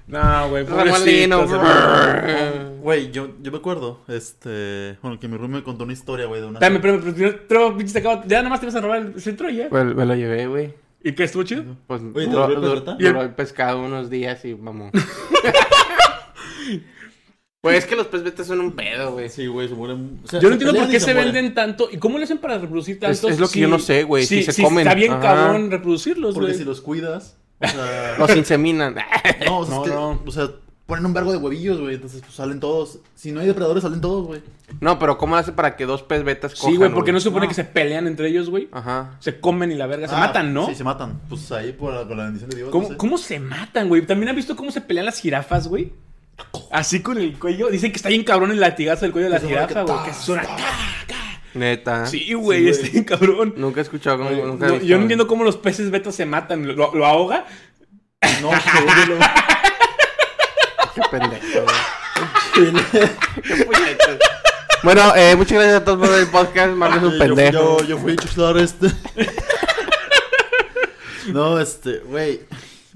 A: No, güey,
C: Remolino.
A: pobrecitos, hermano.
B: Güey, yo, yo me acuerdo, este. Bueno, que mi roomie me contó una historia, güey, de una.
A: Dame, pero, pero, pero, pero, pinche, te acabo- ya nada más te vas a robar el centro y ya.
C: Pues me lo llevé, güey.
A: ¿Y qué estuvo chido?
C: Pues
B: Oye, ¿te
C: duró-
B: lo llevé,
C: duró-
B: Pedrota?
C: duró el pescado unos días y vamos. pues es que los pez betas son un pedo, güey.
B: Sí, güey, se mueren. o sea,
A: Yo no
B: se
A: entiendo
B: pelean
A: por
B: y
A: qué se
B: mueren.
A: venden tanto y cómo le hacen para reproducir tantos.
C: es lo que yo no sé, güey, si se comen.
A: Está bien
C: Ajá.
A: cabrón reproducirlos,
B: Porque
A: güey.
B: si los cuidas. O sea.
C: Los inseminan.
B: no, o sea,
A: No,
B: es que-
A: no.
B: o sea, ponen un vergo de huevillos, güey. Entonces, pues salen todos. Si no hay depredadores, salen todos, güey.
C: no, pero ¿cómo hace para que dos pez betas cojan?
A: Sí, güey, porque no se supone
B: No.
A: que se pelean entre ellos, güey.
C: Ajá.
A: Se comen y la verga. Se
B: Ah,
A: matan, ¿no?
B: Sí, se matan. Pues ahí por la, por la bendición de Dios.
A: ¿Cómo,
B: no sé.
A: cómo se matan, güey? ¿También han visto cómo se pelean las jirafas, güey? Así con el cuello. Dicen que está bien cabrón el latigazo del cuello de la
B: Que se mueve
A: jirafa,
B: que
A: güey. Que
B: ta,
A: suena.
B: ta.
C: Neta.
A: Sí, güey, está bien cabrón.
C: Nunca he escuchado.
A: Güey,
C: nunca he
A: no,
C: visto,
A: yo no
C: güey.
A: entiendo cómo los peces betas se matan. ¿Lo, lo ahoga?
B: No, seguro lo-
C: Qué pendejo, güey. Qué puñetas. Bueno, eh, muchas gracias a todos por ver el podcast. Marco es un
B: Yo- Yo,
C: pendejo.
B: yo fui chuchador este. no, este, güey.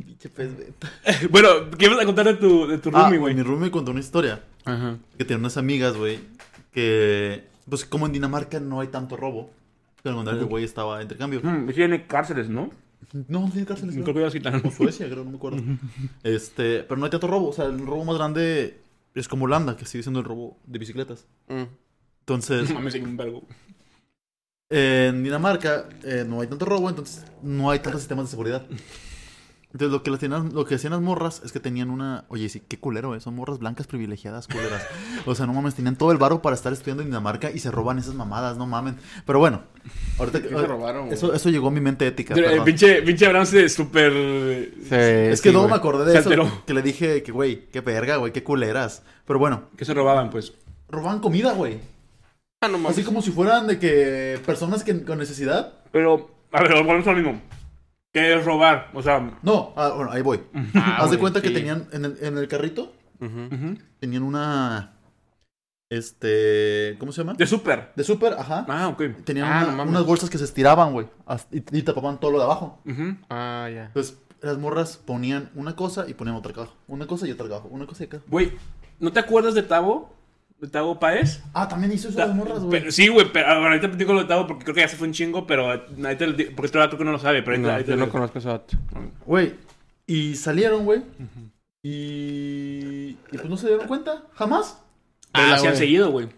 B: Pinche pez beta.
A: bueno, ¿qué vas a contar de tu, de tu
B: Ah,
A: roomie, güey?
B: mi roomie contó una historia.
A: Ajá.
B: que tenía unas amigas, güey, que, pues como en Dinamarca no hay tanto robo, pero al contrario, el güey estaba de intercambio.
A: Tiene Mm, cárceles, ¿no?
B: No, no tiene cárceles.
A: Creo
B: ¿no?
A: que ya citan.
B: O Suecia, creo, no me acuerdo. Este, pero no hay tanto robo, o sea, el robo más grande es como Holanda, que sigue siendo el robo de bicicletas.
C: Mm.
B: Entonces,
A: Mames, hay un vergo.
B: Ah, en Dinamarca eh, no hay tanto robo, entonces no hay tantos sistemas de seguridad. Entonces, lo que, las tenían- lo que hacían las morras es que tenían una... Oye, sí, qué culero, eh. Son morras blancas privilegiadas, culeras. O sea, no mames, tenían todo el varo para estar estudiando en Dinamarca y se roban esas mamadas, no mamen. Pero bueno, ahorita que... ah,
C: se robaron, güey?
B: eso, eso llegó a mi mente ética,
A: Pero, eh,
B: perdón.
A: pinche, pinche Abraham se eh, súper.
C: Se-
B: Es que
C: sí,
B: no
C: güey.
B: me acordé
A: Se
B: de eso.
A: alteró.
B: Que le dije que, güey, qué verga, güey, qué culeras. Pero bueno,
A: Que se robaban, pues.
B: robaban comida, güey.
C: Ah, no mames.
B: Así como si fueran de que personas que, con necesidad...
A: Pero, a ver, volvemos a lo mismo. ¿Qué es robar? O sea,
B: No, ah, bueno, ahí voy.
C: Ah,
B: Haz de
C: güey,
B: cuenta que
C: sí.
B: tenían en el, en el carrito,
C: Ujú.
A: ujú,
B: tenían una. Este. ¿Cómo se llama?
A: de súper.
B: De súper, ajá.
A: Ah, ok.
B: Tenían
C: Ah,
B: una-
C: no mames.
B: unas bolsas que se estiraban, güey. as- Y, y tapaban todo lo de abajo.
A: Ujú.
C: Ah, ya.
B: Entonces, las morras ponían una cosa y ponían otra caja. Una cosa y otra caja. Una cosa y otra caja.
A: Güey, ¿no te acuerdas de Tavo? ¿De Tavo Páez?
B: Ah, también hizo eso las morras, güey.
A: Pero- sí, güey, pero ahorita te digo lo de Tavo porque creo que ya se fue un chingo, pero ahorita lo digo- porque todavía creo que no lo sabe, pero ahorita,
C: No,
A: ahorita
C: yo
A: lo-
C: no conozco ese vato.
B: Güey. Y salieron, güey. Y. Y pues no se dieron cuenta. Jamás.
A: Ah,
C: Hola,
A: se han
C: güey.
A: seguido, güey.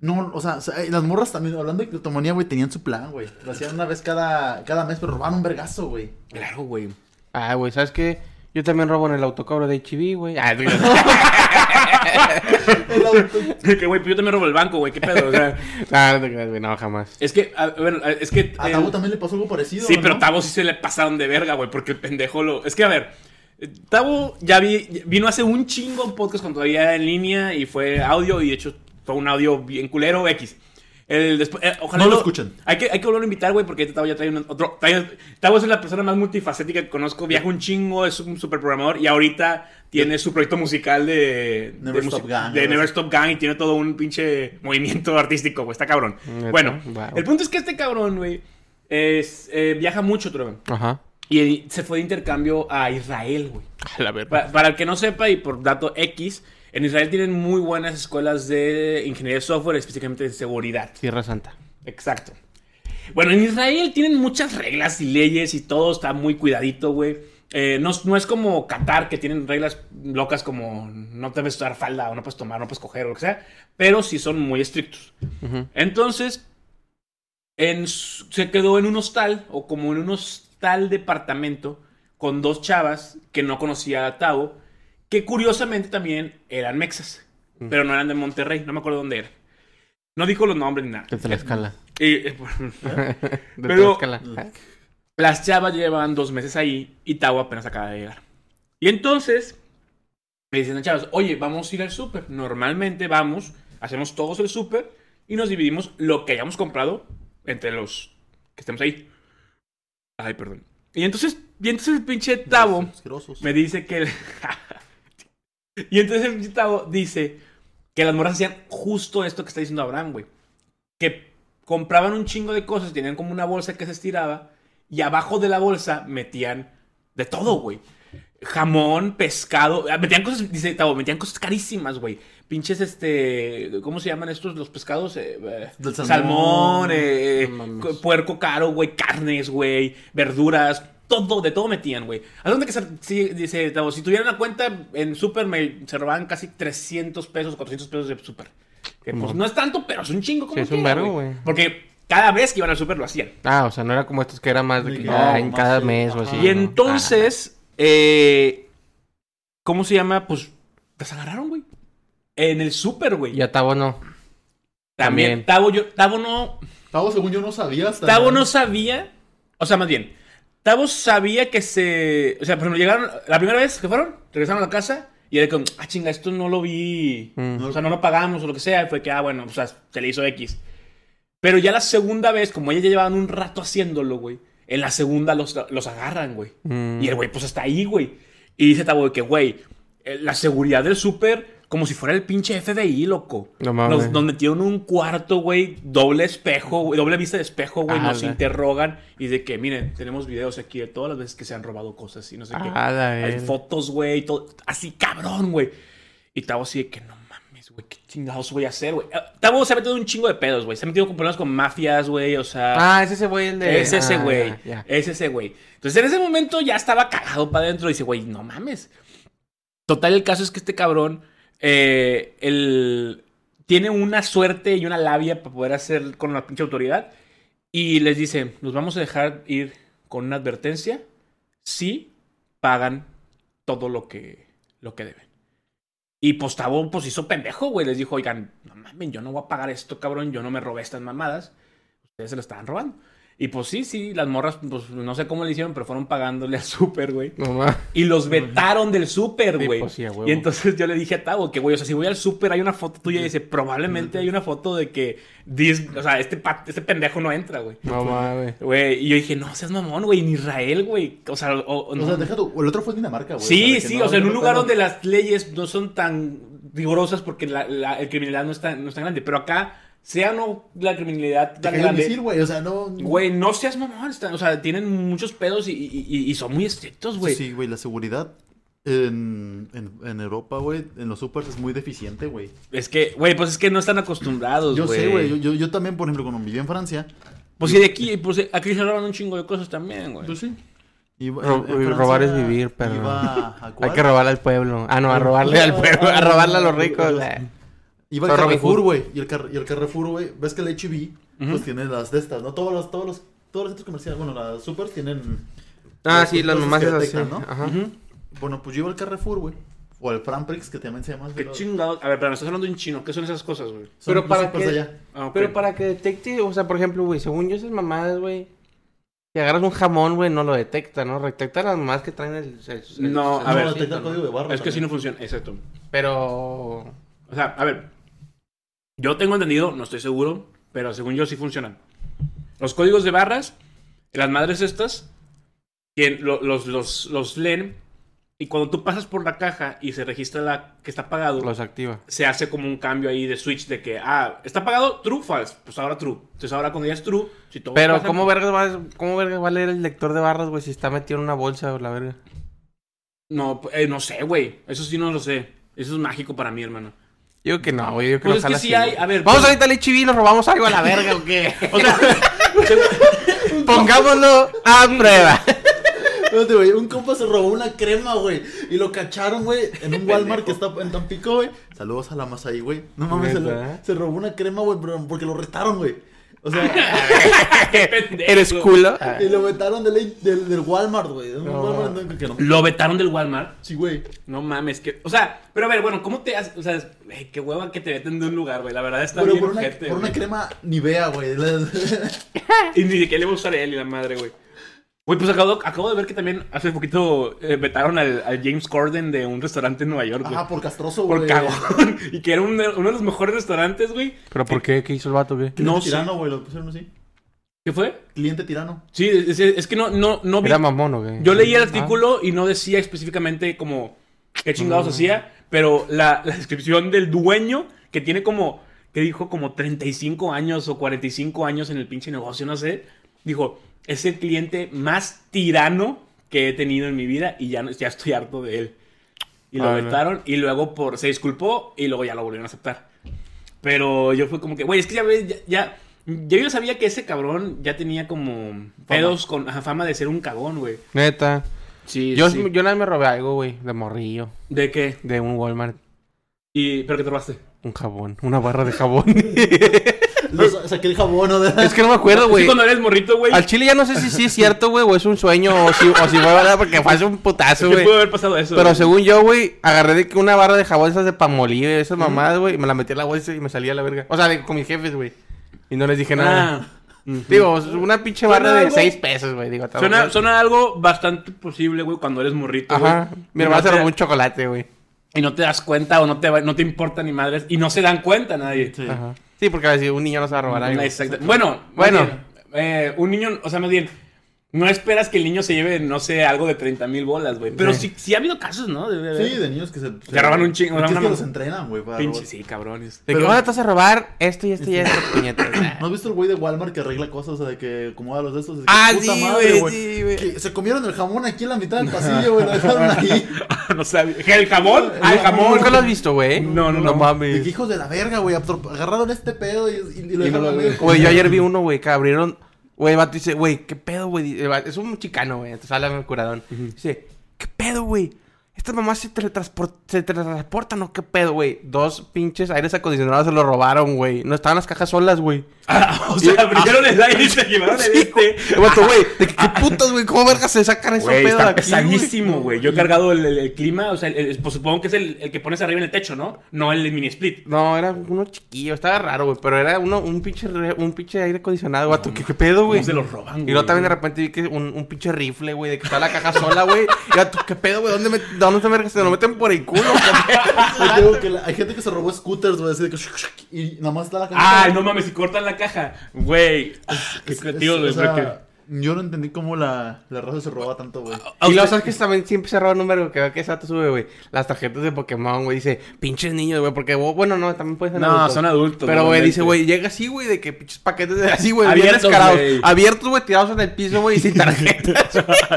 B: No, o sea, o sea, eh, las morras también, hablando de criptomonía, güey, tenían su plan, güey. Lo hacían una vez cada, cada mes, pero robaban un vergazo, güey.
A: Claro, güey.
C: Ah, güey, ¿sabes qué? Yo también robo en el autocobro de HIV, güey. Ah, digo,
A: que, güey, pues yo también robo el banco, güey, qué pedo, o sea.
C: ah, no te creas, güey, no, jamás.
A: Es que, a- bueno, a- es que.
B: A
A: eh,
B: Tabo también le pasó algo parecido.
A: Sí,
B: ¿no?
A: pero Tavo sí se le pasaron de verga, güey, porque el pendejo lo. Es que, a ver, eh, Tavo ya vi, vino hace un chingo un podcast cuando todavía era en línea y fue audio y de hecho fue un audio bien culero X. El despu- eh, ojalá
B: No lo escuchen.
A: Hay que, hay que volverlo a invitar, güey, porque este Tavo ya trae un otro. trae- Tavo es la persona más multifacética que conozco. Viaja un chingo, es un super programador y ahorita tiene su proyecto musical de.
B: Never
A: de
B: Stop
A: musi-
B: Gang,
A: De
B: algo
A: Never
B: así.
A: Stop Gang y tiene todo un pinche movimiento artístico, güey. Está cabrón.
C: Neta,
A: Bueno,
C: wow.
A: el punto es que este cabrón, güey, es, eh, viaja mucho, Trevor.
C: Ajá.
A: Y él se fue de intercambio a Israel, güey.
C: A la verga.
A: Pa- para el que no sepa, y por dato X, en Israel tienen muy buenas escuelas de ingeniería de software, específicamente de seguridad.
C: Tierra Santa.
A: Exacto. Bueno, en Israel tienen muchas reglas y leyes y todo está muy cuidadito, güey. Eh, no, es- no es como Qatar, que tienen reglas locas como no debes usar falda o no puedes tomar, no puedes coger o lo que sea, pero sí son muy estrictos. Entonces, en s- se quedó en un hostal o como en un hostal departamento con dos chavas que no conocía a Tavo, que curiosamente también eran mexas, pero no eran de Monterrey, no me acuerdo dónde era. No dijo los nombres ni nada.
C: De Tlaxcala.
A: Y, eh,
C: De
A: Pero-
C: Tlaxcala.
A: las chavas llevan dos meses ahí y Tavo apenas acaba de llegar. Y entonces me dicen las chavas, oye, vamos a ir al súper. Normalmente vamos, hacemos todos el súper y nos dividimos lo que hayamos comprado entre los que estemos ahí. Ay, perdón. Y entonces, y entonces el pinche Tavo...
B: Asquerosos.
A: Me dice que. el- y entonces el pinche Tavo dice que las morras hacían justo esto que está diciendo Abraham, güey. Que compraban un chingo de cosas, tenían como una bolsa que se estiraba y abajo de la bolsa metían de todo, güey. Jamón, pescado, ah, metían cosas, dice Tavo, metían cosas carísimas, güey. Pinches, este, ¿cómo se llaman estos los pescados? Eh, eh,
B: Del salmón.
A: eh, eh,
C: No mames.
A: cu- puerco caro, güey, carnes, güey, verduras, todo, de todo metían, güey. ¿A dónde que se, sí, dice Tavo, si tuvieran una cuenta en Super me se robaban casi 300 pesos, 400 pesos de Super. Que pues no es tanto, pero es un chingo como
C: Sí, es un
A: quiera,
C: vergo, güey.
A: Porque cada vez que iban al Super lo hacían.
C: Ah, o sea, no era como estos que era más de que
B: No,
C: ah, en
B: más
C: cada
B: de-
C: mes o
B: ajá.
C: así.
A: Y
C: ¿no? ah,
A: entonces, eh, ¿cómo se llama? Pues las agarraron, güey. En el Super,
C: Ah,
A: güey.
C: y a Tabo no.
A: También.
C: también.
A: Tavo, yo, Tavo no,
B: Tavo, según yo, no sabía hasta.
A: Tavo no sabía, o sea, más bien, Tavo sabía que se, o sea, por ejemplo, llegaron, la primera vez que fueron, regresaron a la casa y era como, ah, chinga, esto no lo vi,
C: Mm.
A: o sea, no lo pagamos o lo que sea, y fue que, ah, bueno, o sea, se le hizo X. Pero ya la segunda vez, como ellas ya llevaban un rato haciéndolo, güey, en la segunda los, los agarran, güey.
C: Mm.
A: Y el güey, pues hasta ahí, güey. Y dice Tavo de que, güey, eh, la seguridad del súper, como si fuera el pinche FBI, loco.
C: No mames.
A: Nos, nos metieron en un cuarto, güey, doble espejo, güey, doble vista de espejo, güey.
C: Ah,
A: nos
C: la-
A: interrogan y de que, miren, tenemos videos aquí de todas las veces que se han robado cosas y no sé qué.
C: Ah, la
A: Hay
C: verga.
A: fotos, güey, y todo. Así, cabrón, güey. Y Tavo así de que, no mames, güey, qué chingados voy a hacer, güey. Ah, Tavo se ha metido en un chingo de pedos, güey. Se ha metido con problemas con mafias, güey, o sea...
C: Ah, es ese güey el de.
A: Es ese
C: Ah,
A: güey.
C: ya, ya.
A: Es ese güey. Entonces en ese momento ya estaba cagado para adentro. Dice, güey, no mames. Total, el caso es que este cabrón eh, el- tiene una suerte y una labia para poder hacer con la pinche autoridad. Y les dice, nos vamos a dejar ir con una advertencia si pagan todo lo que, lo que deben. Y pues Tabo, pues hizo pendejo, güey. Les dijo, oigan, no mames, yo no voy a pagar esto, cabrón. Yo no me robé estas mamadas. Ustedes se lo estaban robando. Y pues sí, sí, las morras, pues no sé cómo le hicieron, pero fueron pagándole al súper, güey.
C: No mames.
A: Y los vetaron del súper,
C: Sí,
A: güey.
C: pues sí, a huevo.
A: y entonces yo le dije a Tavo que, güey, o sea, si voy al súper hay una foto tuya y dice, probablemente hay una foto de que, this- o sea, este, pa- este pendejo no entra, güey.
C: No mames.
A: Güey, y yo dije, no, seas mamón, güey, en Israel, güey. O sea, o, o
B: O
A: no.
B: sea, deja tu- o El otro fue en Dinamarca, güey.
A: Sí,
B: de que
A: sí,
B: no,
A: o sea, en
B: no
A: un lugar
B: pedo.
A: donde las leyes no son tan rigurosas porque la, la- el criminalidad no es, tan, no es tan grande. Pero acá, sea o no la criminalidad
B: Te
A: tan
B: cae el
A: grande,
B: misil, güey. O sea, no.
A: Güey, no seas mamón. están- o sea, tienen muchos pedos y, y- y- y son muy estrictos, güey.
B: Sí, güey, la seguridad en, en, en Europa, güey, en los supers es muy deficiente, güey.
A: Es que, güey, pues es que no están acostumbrados,
B: Yo
A: Pues, güey.
B: sé, güey. Yo, yo, yo también, por ejemplo, cuando viví en Francia.
A: Pues sí, de aquí, pues eh, aquí se roban un chingo de cosas también, güey.
B: Pues sí. Iba-
C: Ro- robar es vivir, pero-
B: Iba a
C: Hay que
B: robar.
C: robarle al pueblo. Ah, no, a robarle al pueblo. A robarle a los ricos. eh.
B: Iba al
C: Pero Robin
B: Carrefour,
C: Hood.
B: güey. Y, el Car- y el Carrefour, güey. Ves que el E HB, pues tiene las de estas, ¿no? Todos los, todos los, todos los centros comerciales, bueno, las supers tienen
D: Ah, sí, las mamás
B: es
D: esas así.
B: ¿no?
D: Ajá.
A: Ujú.
B: Bueno, pues yo iba al Carrefour, güey. O al Franprix, que también se llama.
A: Qué chingado. A ver, pero me estás hablando en chino. ¿Qué son esas cosas, güey?
C: Pero para
B: que...
C: qué-
B: allá.
A: Ah, ok.
C: Pero para que detecte, o sea, por ejemplo, güey, según yo esas mamadas, güey, si agarras un jamón, güey, no lo detecta, ¿no? Detecta las mamadas que traen el... el- el-
A: No,
C: el-
A: a ver.
B: no, detecta el código de barra.
A: Es que así
B: también.
A: no funciona. Exacto.
C: Pero...
A: O sea, a ver. Yo tengo entendido, no estoy seguro, pero según yo sí funcionan. Los códigos de barras, las madres estas, quien lo- los, los, los leen y cuando tú pasas por la caja y se registra la que está pagado,
C: Los activa.
A: se hace como un cambio ahí de switch de que, ah, está pagado, true, false, pues ahora true. Entonces ahora cuando ya es true, si todo
C: Pero,
A: pasa- pues,
C: ¿cómo vergas, va, ¿cómo vergas va a leer el lector de barras, güey, si está metido en una bolsa o la verga?
A: No, eh, no sé, güey. Eso sí no lo sé. Eso es mágico para mí, hermano.
C: Yo que no, güey, yo que
A: Pues
C: no
A: es que
C: sale
A: sí
C: así,
A: hay-
C: güey.
A: a ver,
C: Vamos
A: pero-
C: ahorita al HIV y nos robamos algo a la verga, ¿o qué?
A: O sea,
C: Pongámoslo a prueba.
B: Espérate, güey, un compa se robó una crema, güey. Y lo cacharon, güey, en un Walmart que está en Tampico, güey. Saludos a la masa ahí, güey. No mames, se, lo-
C: ¿Neta?
B: se robó una crema, güey, bro, porque lo retaron, güey. O sea,
C: Eh, Eres culo.
A: Ah.
C: Ah.
B: y lo vetaron del, del, del Walmart, güey. De un
C: No.
B: Walmart en Tampico que no.
A: Lo vetaron del Walmart.
B: Sí, güey.
A: No mames, que. O sea, pero a ver, bueno, ¿cómo te haces? O sea, es- güey, qué hueva que te veten de un lugar, güey. La verdad está
B: Pero
A: bien
B: por una,
A: ojete,
B: por una
A: güey.
B: crema Nivea, güey.
A: Y ni siquiera le va a usar él y la madre, güey. Güey, pues acabo, acabo de ver que también hace poquito eh, vetaron al, al James Corden de un restaurante en Nueva York, güey.
B: Ajá, por castroso, güey.
A: por cagón. Y que era un- uno de los mejores restaurantes, güey.
C: ¿Pero por qué? ¿Qué hizo el vato, qué?
A: No
B: No,
A: sé.
B: tirano, güey, lo pusieron así.
A: ¿Qué fue?
B: Cliente tirano.
A: Sí, es, es- es que no, no, no vi.
C: ¿Era mamón o qué?
A: Yo leí el
C: Ah.
A: artículo y no decía específicamente como qué chingados
C: Mm.
A: hacía, pero la, la descripción del dueño que tiene como, que dijo como 35 años o 45 años en el pinche negocio, no sé, dijo, es el cliente más tirano que he tenido en mi vida y ya, no- ya estoy harto de él. Y lo
C: Ah, no.
A: vetaron y luego por, se disculpó y luego ya lo volvieron a aceptar. Pero yo fue como que, güey, es que ya ves, ya, ya, ya yo sabía que ese cabrón ya tenía como pedos con ajá, fama de ser un cagón, güey.
C: Ah, Neta.
A: Sí,
C: Yo,
A: sí.
C: yo una vez me robé algo, güey, de morrillo,
A: ¿De qué?
C: de un Walmart.
A: ¿Y, ¿Pero qué te robaste?
C: Un jabón, una barra de jabón.
B: Lo sa- saqué el jabón, ¿no?
C: es que no me acuerdo,
A: Sí,
C: güey.
A: cuando eres morrito, güey.
C: Al chile ya no sé si sí es cierto, güey, o es un sueño, o si, o si fue verdad, porque fue hace un
A: ¿Qué
C: putazo, güey.
A: pudo haber pasado eso?
C: Pero
A: güey?
C: según yo, güey, agarré de que una barra de jabón esas de pamolí, güey, esas mamadas, güey, y me la metí a la bolsa y me salía a la verga. O sea, de- con mis jefes, güey. Y no les dije nada.
A: Ah, ujú.
C: Digo, una pinche
A: Suena
C: barra de
A: algo-
C: seis pesos, güey. Digo, está
A: suena,
C: bueno.
A: suena algo bastante posible, güey, cuando eres morrito,
C: Ajá.
A: güey.
C: Mi
A: Y no
C: hermano se
A: te-
C: robó un chocolate, güey.
A: Y no te das cuenta o no te, va- no te importa ni madres. Y no se dan cuenta nadie.
B: Sí.
C: Ajá. Sí, porque a veces un niño no se va a robar algo.
A: Una exacta- Bueno,
C: Bueno.
A: bueno. un niño, o sea, más bien, no esperas que el niño se lleve, no sé, algo de 30 mil bolas, güey. Pero sí.
C: Sí.
A: Sí, ha habido casos, ¿no? Debe haber.
B: Sí, de niños que se. Que
A: roban un chingo,
B: Es
A: una
B: que
A: mamá.
B: los entrenan, güey. para
A: Pinche,
B: robar.
A: sí, cabrones.
C: De que
B: Pero-
C: ahora te vas a robar esto y esto y esto, puñetas.
B: ¿No has visto el güey de Walmart que arregla cosas, o sea, de que acomoda los de estos? De que,
C: Ah,
B: puta
C: sí,
B: madre,
C: güey, sí, güey.
B: Que Se comieron el jamón aquí en la mitad del pasillo, güey, lo dejaron ahí.
A: no sabía. ¿El jamón? Ah, el
C: ¿Cómo?
A: jamón.
C: ¿Nunca lo has visto, güey?
A: No, no, no.
B: De que
C: mames.
B: hijos de la verga, güey, atrop- agarraron este pedo y, y- y lo
A: Y no lo-
B: dejaron ahí.
C: Güey, yo ayer vi uno, güey, que abrieron. Güey, el vato dice, güey, ¿qué pedo, güey? El vato- Es un chicano, güey. Entonces habla el curadón. Dice, ¿qué pedo, güey? Estas mamás se teletranspor- se teletransportan o qué pedo, güey. Dos pinches aires acondicionados se lo robaron, güey. No estaban las cajas solas, güey.
A: Ah, o sea, abrieron el aire y se llevaron el este.
C: El vato, güey, ¿de qué, qué putas, güey? ¿Cómo vergas se sacan esos
A: Güey,
C: pedos de
A: está
C: aquí, güey?
A: pesadísimo, güey. Yo he cargado el, el- el clima, o sea, el- el- pues supongo que es el, el que pones arriba en el techo, ¿no? No el mini split.
C: No, era uno chiquillo, estaba raro, güey, pero era uno, un pinche, re- un pinche aire acondicionado, vato, ¿qué, qué pedo, güey?
A: ¿Cómo se los roban,
C: Y
A: güey?
C: luego también de repente vi que un, un pinche rifle, güey, de que está la caja sola, güey. Y vato, ¿qué pedo, güey? ¿Dónde, me, ¿Dónde se me, se lo meten por el culo? ¿Qué pedo?
B: Yo digo que la- hay gente que se robó scooters, güey, así de que. Y nada más está la camioneta.
A: Ay, no mames, si cortan la caja. Güey. Qué
B: Es-
A: creativos,
B: es-
A: güey.
B: o sea,
A: porque-
B: Yo no entendí cómo la, la raza se roba tanto, güey.
A: A
C: y luego,
A: usted-
C: ¿sabes que también siempre se roba un número que veo que Sato sube, güey? Las tarjetas de Pokémon, güey, dice, pinches niños, güey, porque, vos- bueno, no, también pueden ser
A: No, son adultos,
C: Pero, güey,
A: normalmente.
C: dice, güey, llega así, güey, de que pinches paquetes de así, güey, bien
A: Abiertos,
C: descarados.
A: güey.
C: Abiertos, güey, tirados en el piso, güey, y sin tarjeta.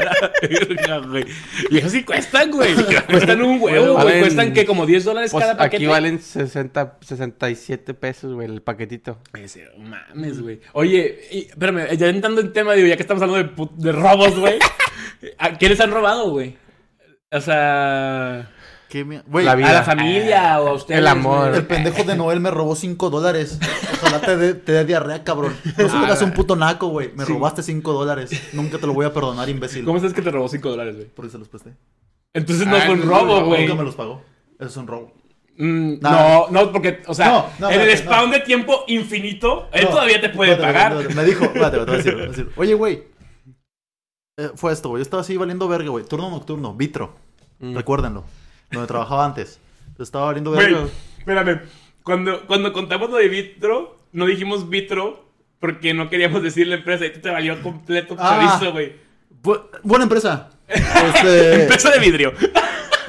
A: Verga, güey. y eso sí cuestan, güey. Cuestan un huevo, güey.
C: Valen-
A: Cuestan que como 10 dólares
C: Pues,
A: cada paquete.
C: aquí valen 60, 67 pesos, güey, el paquetito.
A: Ese, mames, güey. Oye, y, espérame, ya entrando en tema, digo, ya que estamos hablando de, put- de robos, güey. ¿A quiénes han robado, güey? O sea.
B: ¿Qué me... Güey,
C: La vida.
A: A la familia o a ustedes.
C: El amor.
A: güey.
B: el pendejo de Noel me robó 5 dólares. Ojalá te dé te dé diarrea, cabrón. No se lo hagas a un puto naco, güey. Me robaste 5 dólares. Nunca te lo voy a perdonar, imbécil.
A: ¿Cómo sabes que te robó 5 dólares, güey?
B: Porque se los presté.
A: Entonces no
C: Ah,
A: fue un
C: no,
A: robo,
C: no,
A: güey.
B: Nunca me los pagó. Eso es un robo.
A: Mm,
B: Nada.
A: no, no, porque, o sea,
B: No, no,
A: en el
B: espérate,
A: spawn de tiempo infinito, él
B: No,
A: todavía te puede
B: espérate,
A: pagar.
B: espérate, espérate. Me dijo, espérate, espérate, voy a decir, voy a decir, Oye, güey. eh, fue esto, güey. Yo estaba así valiendo verga, güey. Turno nocturno, vitro. Recuérdenlo. Donde trabajaba antes. Estaba valiendo verga.
A: Güey, espérame. Cuando, cuando contamos lo de Vitro, no dijimos Vitro porque no queríamos decir la empresa y tú te valió completo
B: Ah.
A: chorizo, güey.
B: Bu- buena empresa. Este,
A: Empresa de vidrio.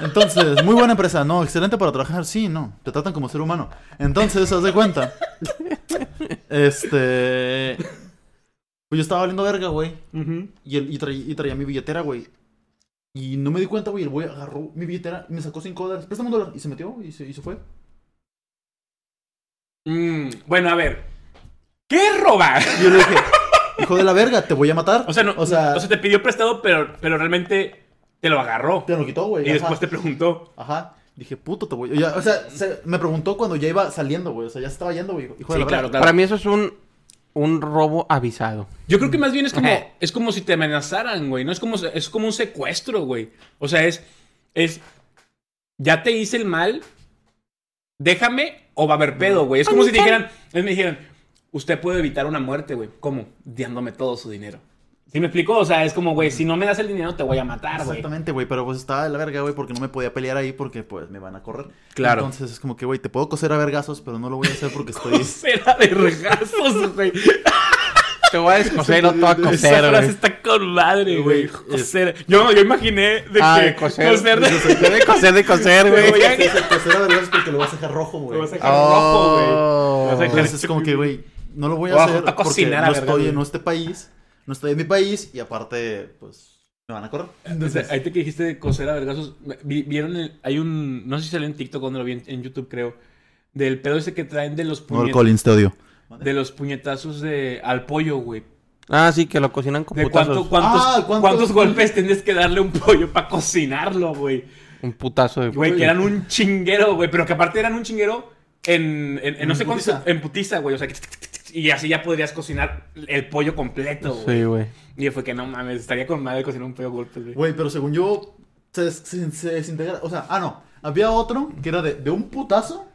B: Entonces, muy buena empresa, ¿no? Excelente para trabajar, sí, no. Te tratan como ser humano. Entonces, haz de cuenta. Este. Pues yo estaba valiendo verga, güey. Y, el- y, traí- y traía mi billetera, güey. Y no me di cuenta, güey. El güey agarró mi billetera y me sacó 5 dólares. Préstame un dólar. Y se metió y se, y se fue.
A: Mm, bueno, a ver. ¿Qué es robar?
B: Y yo le dije, hijo de la verga, te voy a matar.
A: O sea, no, o sea, te pidió prestado, pero, pero realmente te lo agarró.
B: te lo quitó, güey.
A: Y después
B: Ajá.
A: te preguntó.
B: Ajá. Dije, puto, te voy. ya- o sea, se- me preguntó cuando ya iba saliendo, güey. O sea, ya se estaba yendo, güey. Hijo de la verga.
C: Para mí eso es un, un robo avisado.
A: Yo creo que más bien es como, es como si te amenazaran, güey. No es como, es como un secuestro, güey. O sea, es, es, ya te hice el mal, déjame o va a haber pedo, güey. Es como si te dijeran, es me dijeran, usted puede evitar una muerte, güey. ¿Cómo? Dándome todo su dinero. ¿Sí me explico? O sea, es como, güey, si no me das el dinero te voy a matar, güey.
B: Exactamente, güey, pero pues estaba de la verga, güey, porque no me podía pelear ahí porque pues me van a correr.
A: Claro.
B: Entonces es como que, güey, te puedo coser a vergazos, pero no lo voy a hacer porque estoy...
A: Será de regazos, güey.
C: Te voy a descoser, no te voy a
A: Esa
C: coser,
A: frase
C: güey.
A: está con madre,
B: Güey,
A: güey. Coser. Yo, yo imaginé de
C: Ah,
A: que
C: de coser.
A: de-
C: De coser, de coser,
A: Pero,
C: güey.
A: güey,
B: Sí, sí, coser a vergazos porque lo vas a dejar rojo,
A: Lo
B: güey.
A: vas a dejar rojo,
C: Oh.
A: güey. Lo vas a
B: Entonces
A: dejar-
B: es como que, güey, no lo voy a
A: Ojo,
B: hacer
A: está a
B: porque
A: cocinar a
B: no
A: verga,
B: estoy
A: güey.
B: en este país, no estoy en mi país y aparte, pues, me van a correr.
A: Entonces,
B: Entonces,
A: ahorita que dijiste de coser a vergazos, vi- vieron, el- hay un, no sé si salió en TikTok cuando lo vi en, en YouTube, creo, del pedo ese que traen de los,
B: Paul
A: puñet-
B: Collins, te odio.
A: de los puñetazos de, al pollo, güey.
C: Ah, sí, que lo cocinan con
A: De cuánto-
C: putazos.
A: cuántos,
B: Ah, ¿cuántos-
A: cuántos, golpes tienes que darle a un pollo para cocinarlo, güey.
C: Un putazo de
A: Güey, que eran un chinguero, güey, pero que aparte eran un chinguero en, en, en no
B: En
A: sé cuántos,
B: putiza.
A: en putiza, güey, o sea, que tic, tic, tic, tic, y así ya podrías cocinar el pollo completo, güey.
C: Sí, güey.
A: Y fue que no mames, estaría con madre cocinar un pollo a golpes, güey.
B: Güey, pero según yo, se, se- se desintegra, o sea, ah, no, había otro que era de, de un putazo...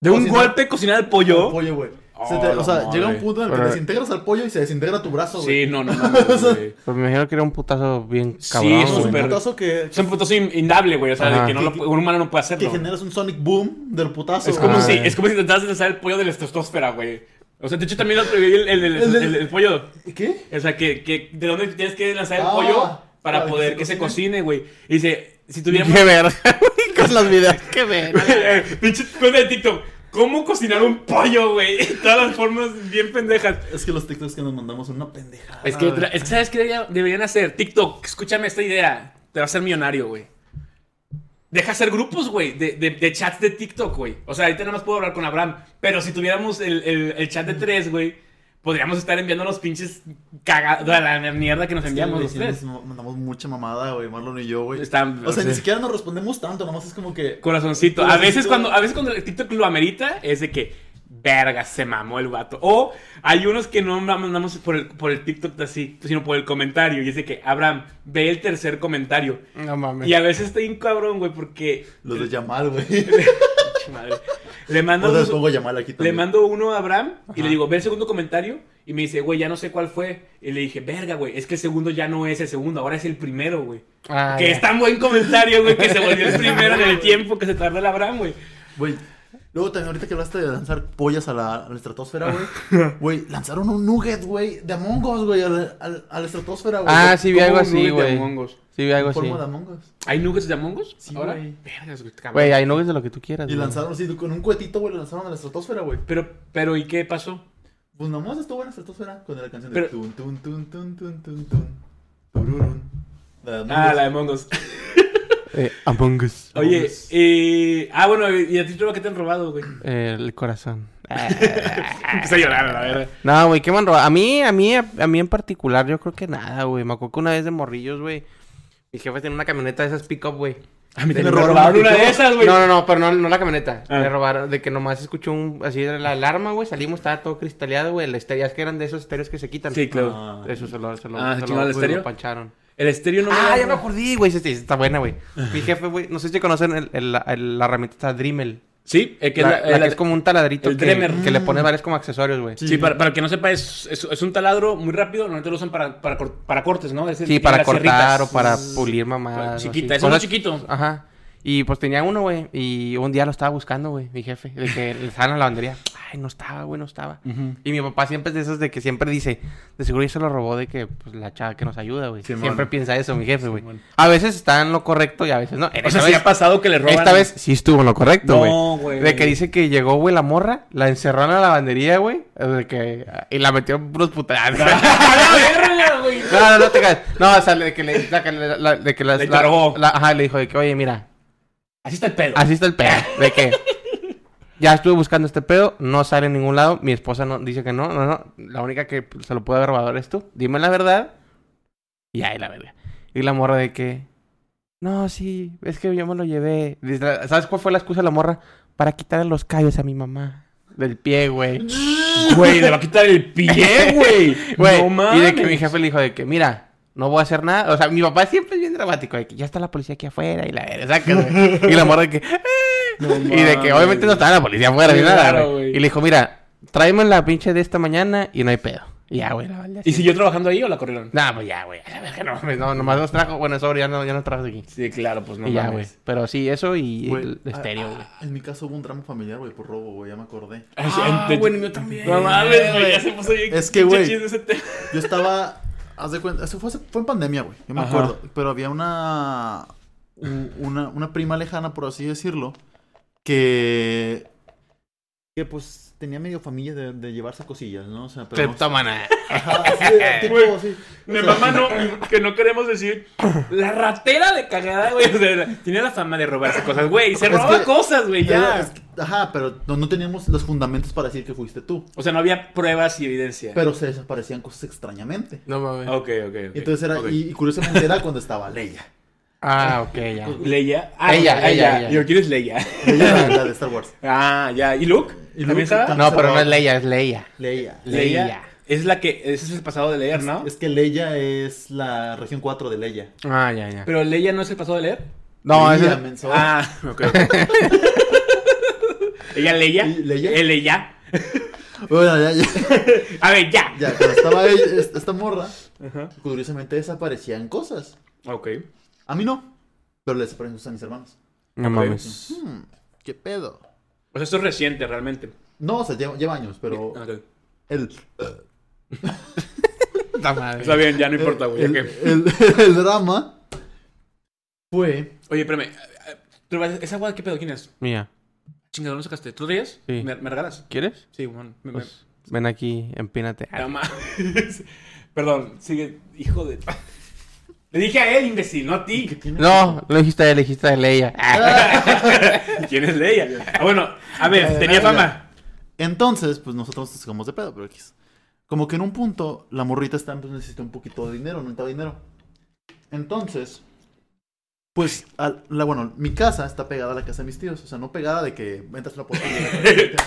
A: De un
B: cocinar-
A: golpe cocinar el pollo.
B: al pollo, güey. Se
A: Oh,
B: te- o
A: la
B: sea,
A: madre.
B: llega un punto en el que
C: Pero-
B: desintegras al pollo y se desintegra tu brazo, güey.
A: Sí, no, no, no, no, güey.
C: Pues me imagino que era un putazo bien
A: Sí,
C: cabrón,
A: eso es
B: Es un
C: güey.
A: súper-
B: putazo que,
A: Es un putazo in- indable, güey. O sea, de
C: Ajá.
A: que no lo, pu- un humano no puede
B: que
A: hacerlo.
B: generas un sonic boom del putazo.
A: Es como,
C: Ah,
A: si,
C: eh.
A: es como si intentaras deshacer el pollo de la estratosfera, güey. O sea, de hecho también lo atreví el, el, el,
B: El del-
A: el- el pollo.
B: si... ¿Qué?
A: O sea, que, que de dónde tienes que lanzar el
B: Ah,
A: pollo para
B: para que
A: poder
B: se
A: que se
B: cocine.
A: cocine, güey. Y dice, si tuviéramos...
C: Qué verga, güey, con los videos. Qué verga.
A: Eh, Pinche cuenta de TikTok. ¿Cómo cocinar un pollo, güey? Todas las formas bien pendejas.
B: Es que los TikToks que nos mandamos son una pendejada.
A: Es que,
B: güey.
A: tra- es que, ¿sabes qué debería- deberían hacer? TikTok, escúchame esta idea. Te vas a ser millonario, güey. Deja hacer grupos, güey, de, de- de chats de TikTok, güey. O sea, ahorita nada más puedo hablar con Abraham. Pero si tuviéramos el, el- el chat de tres, güey, podríamos estar enviando los pinches cagados a la mierda que nos
B: Es que,
A: enviamos
B: güey,
A: los
B: sí
A: tres.
B: Nos mandamos mucha mamada, güey, Marlon y yo, güey.
A: Están-
B: O sea, ni
A: sí.
B: siquiera nos respondemos tanto, nomás es como que...
A: Corazoncito. A veces
B: Corazoncito.
A: cuando, a veces cuando el TikTok lo amerita, es de que, verga, se mamó el vato. O hay unos que no ma- mandamos por el, por el TikTok así, sino por el comentario. Y es de que, Abraham, ve el tercer comentario.
C: No mames.
A: Y a veces está bien cabrón, güey, porque.
B: Los de Yamal, güey.
A: Pinche madre. Le mando,
B: Ahora les
A: un-
B: pongo Yamal aquí
A: le
B: también.
A: mando uno a Abraham y le digo, ve el segundo comentario. Y me dice, güey, ya no sé cuál fue. Y le dije, verga, güey, es que el segundo ya no es el segundo, ahora es el primero, güey.
C: Ah,
A: que
C: ya.
A: es tan buen comentario, güey, que se volvió el primero en el tiempo que se tardó el Abraham, güey.
B: Güey. Luego también ahorita que hablaste de lanzar pollas a la, a la estratosfera, güey. Güey, lanzaron un nugget, güey, de Among Us, güey, al- al- a la estratosfera, güey.
C: Ah, sí vi
A: ¿Cómo
C: algo
A: un nugget
C: así,
A: de
C: güey.
A: Among Us?
C: Sí vi
B: En
C: algo así.
B: forma de Among Us.
A: ¿Hay nuggets de Among Us?
B: Sí,
A: ahora.
B: güey.
A: Vergas, güey, cabrón.
C: Güey, ahí no ves de lo que tú quieras,
B: Y
C: güey.
B: lanzaron así, con un cohetito, güey, lo lanzaron a la estratosfera, güey.
A: Pero, pero, ¿y qué pasó?
B: Pues nomás estuvo en la estratosfera con la canción de
A: Pero-
B: tun tun tun tun tun tun tun tururun. La de
A: Ah, la
B: Among
A: de Among Us.
C: Eh, Among Us.
A: Oye,
B: Us.
A: eh, ah, bueno, ¿y a ti Trova, qué te han robado, güey?
C: Eh, el corazón.
A: Empecé a llorar, la verdad.
C: No, güey, qué man A mí, a mí, a mí en particular, yo creo que nada, güey. Me acuerdo que una vez de morrillos, güey. Mis jefes tenían una camioneta de esas pick-up, güey.
A: A mí
D: Le
A: también me
D: robaron una
A: robaron una de
D: pistola.
A: esas, güey.
C: No, no, no, pero no, no la camioneta.
A: Ah.
C: Le robaron, de que nomás escuchó un, así de la alarma, güey. Salimos, estaba todo cristaleado, güey. El estéreo, es que eran de esos estéreos que se quitan.
A: Sí, claro.
B: Ah,
C: Eso se lo, se lo,
A: Ah, ¿se
C: se
A: chingó
C: lo,
A: el
C: lo
A: estéreo?
C: pancharon.
A: El estéreo no me
C: ah,
A: da-
C: ya me acordé, güey. Esta- Está buena, güey. Mi jefe, güey. No sé si conocen el- el- el- la herramienta Dremel.
A: Sí, es que la-
C: la, la
A: la-
C: que es como un taladrito
A: el
C: que,
A: Dremer.
C: que le pones varios como accesorios, güey.
A: Sí, para, para el que no sepa, es, es, es un taladro muy rápido. Normalmente lo usan para, para, cor- para cortes, ¿no? Es decir,
C: Sí,
A: tiene
C: para
A: las
C: cortar
A: sierritas.
C: o para pulir mamadas. o
A: Chiquita,
C: así.
A: es uno
C: Cosas-
A: chiquito.
C: Ajá. Y pues tenía uno, güey. Y un día lo estaba buscando, güey, mi jefe. De que le estaban en la lavandería. Ay, no estaba, güey, no estaba.
A: Ujú.
C: Y mi papá siempre es de esos de que siempre dice, de seguro ya se lo robó de que pues, la chava que nos ayuda, güey.
A: Simón.
C: siempre piensa eso, mi jefe, güey.
A: Simón.
C: A veces está en lo correcto y a veces no. En
A: O sea,
C: esa
A: sí
C: vez-
A: ha pasado que le roban.
C: Esta vez sí estuvo en lo correcto, güey.
A: No, güey.
C: De que dice que llegó, güey, la morra, la encerró en la lavandería, güey. De que... Y la metió en unos putadas.
A: ¡A la verga, güey!
C: No, no, no te caes. No, o sea, de que le... la- que la- la- de que las-
A: Le
C: la-
A: interrogó.
C: la- ajá, le dijo de que, oye, mira,
A: Así está el pedo.
C: así está el pedo. De que... Ya estuve buscando este pedo, no sale en ningún lado. Mi esposa no dice que no, no, no. La única que se lo puede haber robado eres tú. Dime la verdad. Y ahí la verga. Y la morra de que... No, sí, es que yo me lo llevé. Dice la- ¿Sabes cuál fue la excusa de la morra? Para quitarle los callos a mi mamá. Del pie, güey.
A: Güey, le va a quitar el pie, güey.
C: Güey,
A: No
C: y
A: mames.
C: de que mi jefe le dijo de que, mira, no voy a hacer nada. O sea, mi papá siempre es bien dramático, de que ya está la policía aquí afuera y la verga, saca, güey. Y la morra de que, "Ah". y de que
A: mames.
C: obviamente no estaba la policía afuera ni
A: Sí,
C: nada,
A: claro,
C: güey.
A: güey.
C: Y le dijo, mira, tráeme la pinche de esta mañana y no hay pedo. Y ya, güey, la vale.
A: ¿Y siguió trabajando ahí o la corrieron?
C: Nah, pues ya, güey, a la verga, no mames, no, nomás nos trajo, bueno, sobre, ya no, ya nos trajo aquí.
A: Sí, claro, pues no
C: y ya, güey.
A: mames.
C: Pero sí, eso y
B: güey.
C: el estéreo, güey.
B: Ah, En mi caso hubo un drama familiar, güey, por robo, güey, ya me acordé.
A: Ah, bueno, yo también. No mames, güey. Ya se puso bien.
B: Es que,
A: pinche
B: güey.
A: chiste ese tema.
B: Yo estaba. Haz de cuenta. Eso fue, hace- fue en pandemia, güey. Yo me
A: Ajá.
B: acuerdo. Pero había una, u- una. Una prima lejana, por así decirlo. Que. Que pues tenía medio familia de, de llevarse cosillas, ¿no? O sea, pero. no-
C: Cleptómana.
B: Ajá, sí, tipo,
A: Güey,
B: sí. O
A: Mi
B: sea,
A: mamá no, que no queremos decir. La ratera de cagada, güey. O sea, la- tiene la fama de robarse cosas, güey. Se
B: Es
A: roba
B: que-
A: cosas, güey,
B: era-
A: ya.
B: es que- Ajá, pero no, no teníamos los fundamentos para decir que fuiste tú.
A: O sea, no había pruebas y evidencia.
B: Pero se desaparecían cosas extrañamente.
C: No mames.
A: Ok, ok, ok.
B: Y entonces era.
A: Ok.
B: Y, y curiosamente era cuando estaba Leia.
C: Ah, ok, ya.
A: Leia. Ah,
C: Ella,
A: no,
C: ella, ella.
A: Digo, ¿quién es Leia?
B: Leia era la de Star Wars.
A: ah, ya. ¿Y Luke?
B: ¿Y
A: ¿También
B: Luke?
A: estaba?
C: No, pero no es Leia, es Leia.
B: Leia.
A: Leia.
C: Leia.
A: Es la que. Ese es el pasado de Leia, ¿no?
B: Es que Leia es la región 4 de Leia.
C: Ah, ya, ya.
A: Pero Leia no es el pasado de Leia.
C: No,
B: Leia,
C: ese-
B: menso.
A: Ah, ok. ok. ella Leia.
B: ¿Y Leia?
A: Eh, Leia.
B: Bueno, ya, ya,
A: A ver, ya.
B: ya, cuando estaba ella- esta esta morra,
A: Ajá.
B: curiosamente desaparecían cosas.
A: Ok.
B: A mí no, pero le desaparecen cosas a mis hermanos.
C: No mames.
B: Hmm, ¿Qué pedo?
A: O sea, esto es reciente realmente.
B: No, o sea, lleva, lleva años, pero
A: Ok.
B: el,
C: Puta madre.
A: Está bien, ya no importa, güey.
B: el,
A: ya que-
B: el, el drama fue...
A: Oye, espérame. eh, pero ¿Esa agua qué pedo? ¿Quién es?
C: Mía,
A: Chingado, ¿no sacaste? ¿Tú ríes?
C: Sí.
A: ¿Me, me regalas?
C: ¿quieres?
A: Sí, bueno. me- me-
C: Pues, ven aquí, empínate.
A: No mames. Perdón, sigue. Hijo de. Le dije a él, imbécil, no a ti.
B: tiene?
C: No, lo dijiste de dijiste de Leia.
A: ¿Quién es Leia? Ah, bueno, a ver,
B: Ya,
A: tenía
B: ya, ya.
A: fama.
B: Entonces, pues nosotros nos sacamos de pedo, pero X. Como que en un punto, la morrita está, pues necesita un poquito de dinero, no necesita dinero. Entonces, pues, al- la, bueno, mi casa está pegada a la casa de mis tíos. O sea, no pegada de que entras a la puerta. y llegas a la puerta.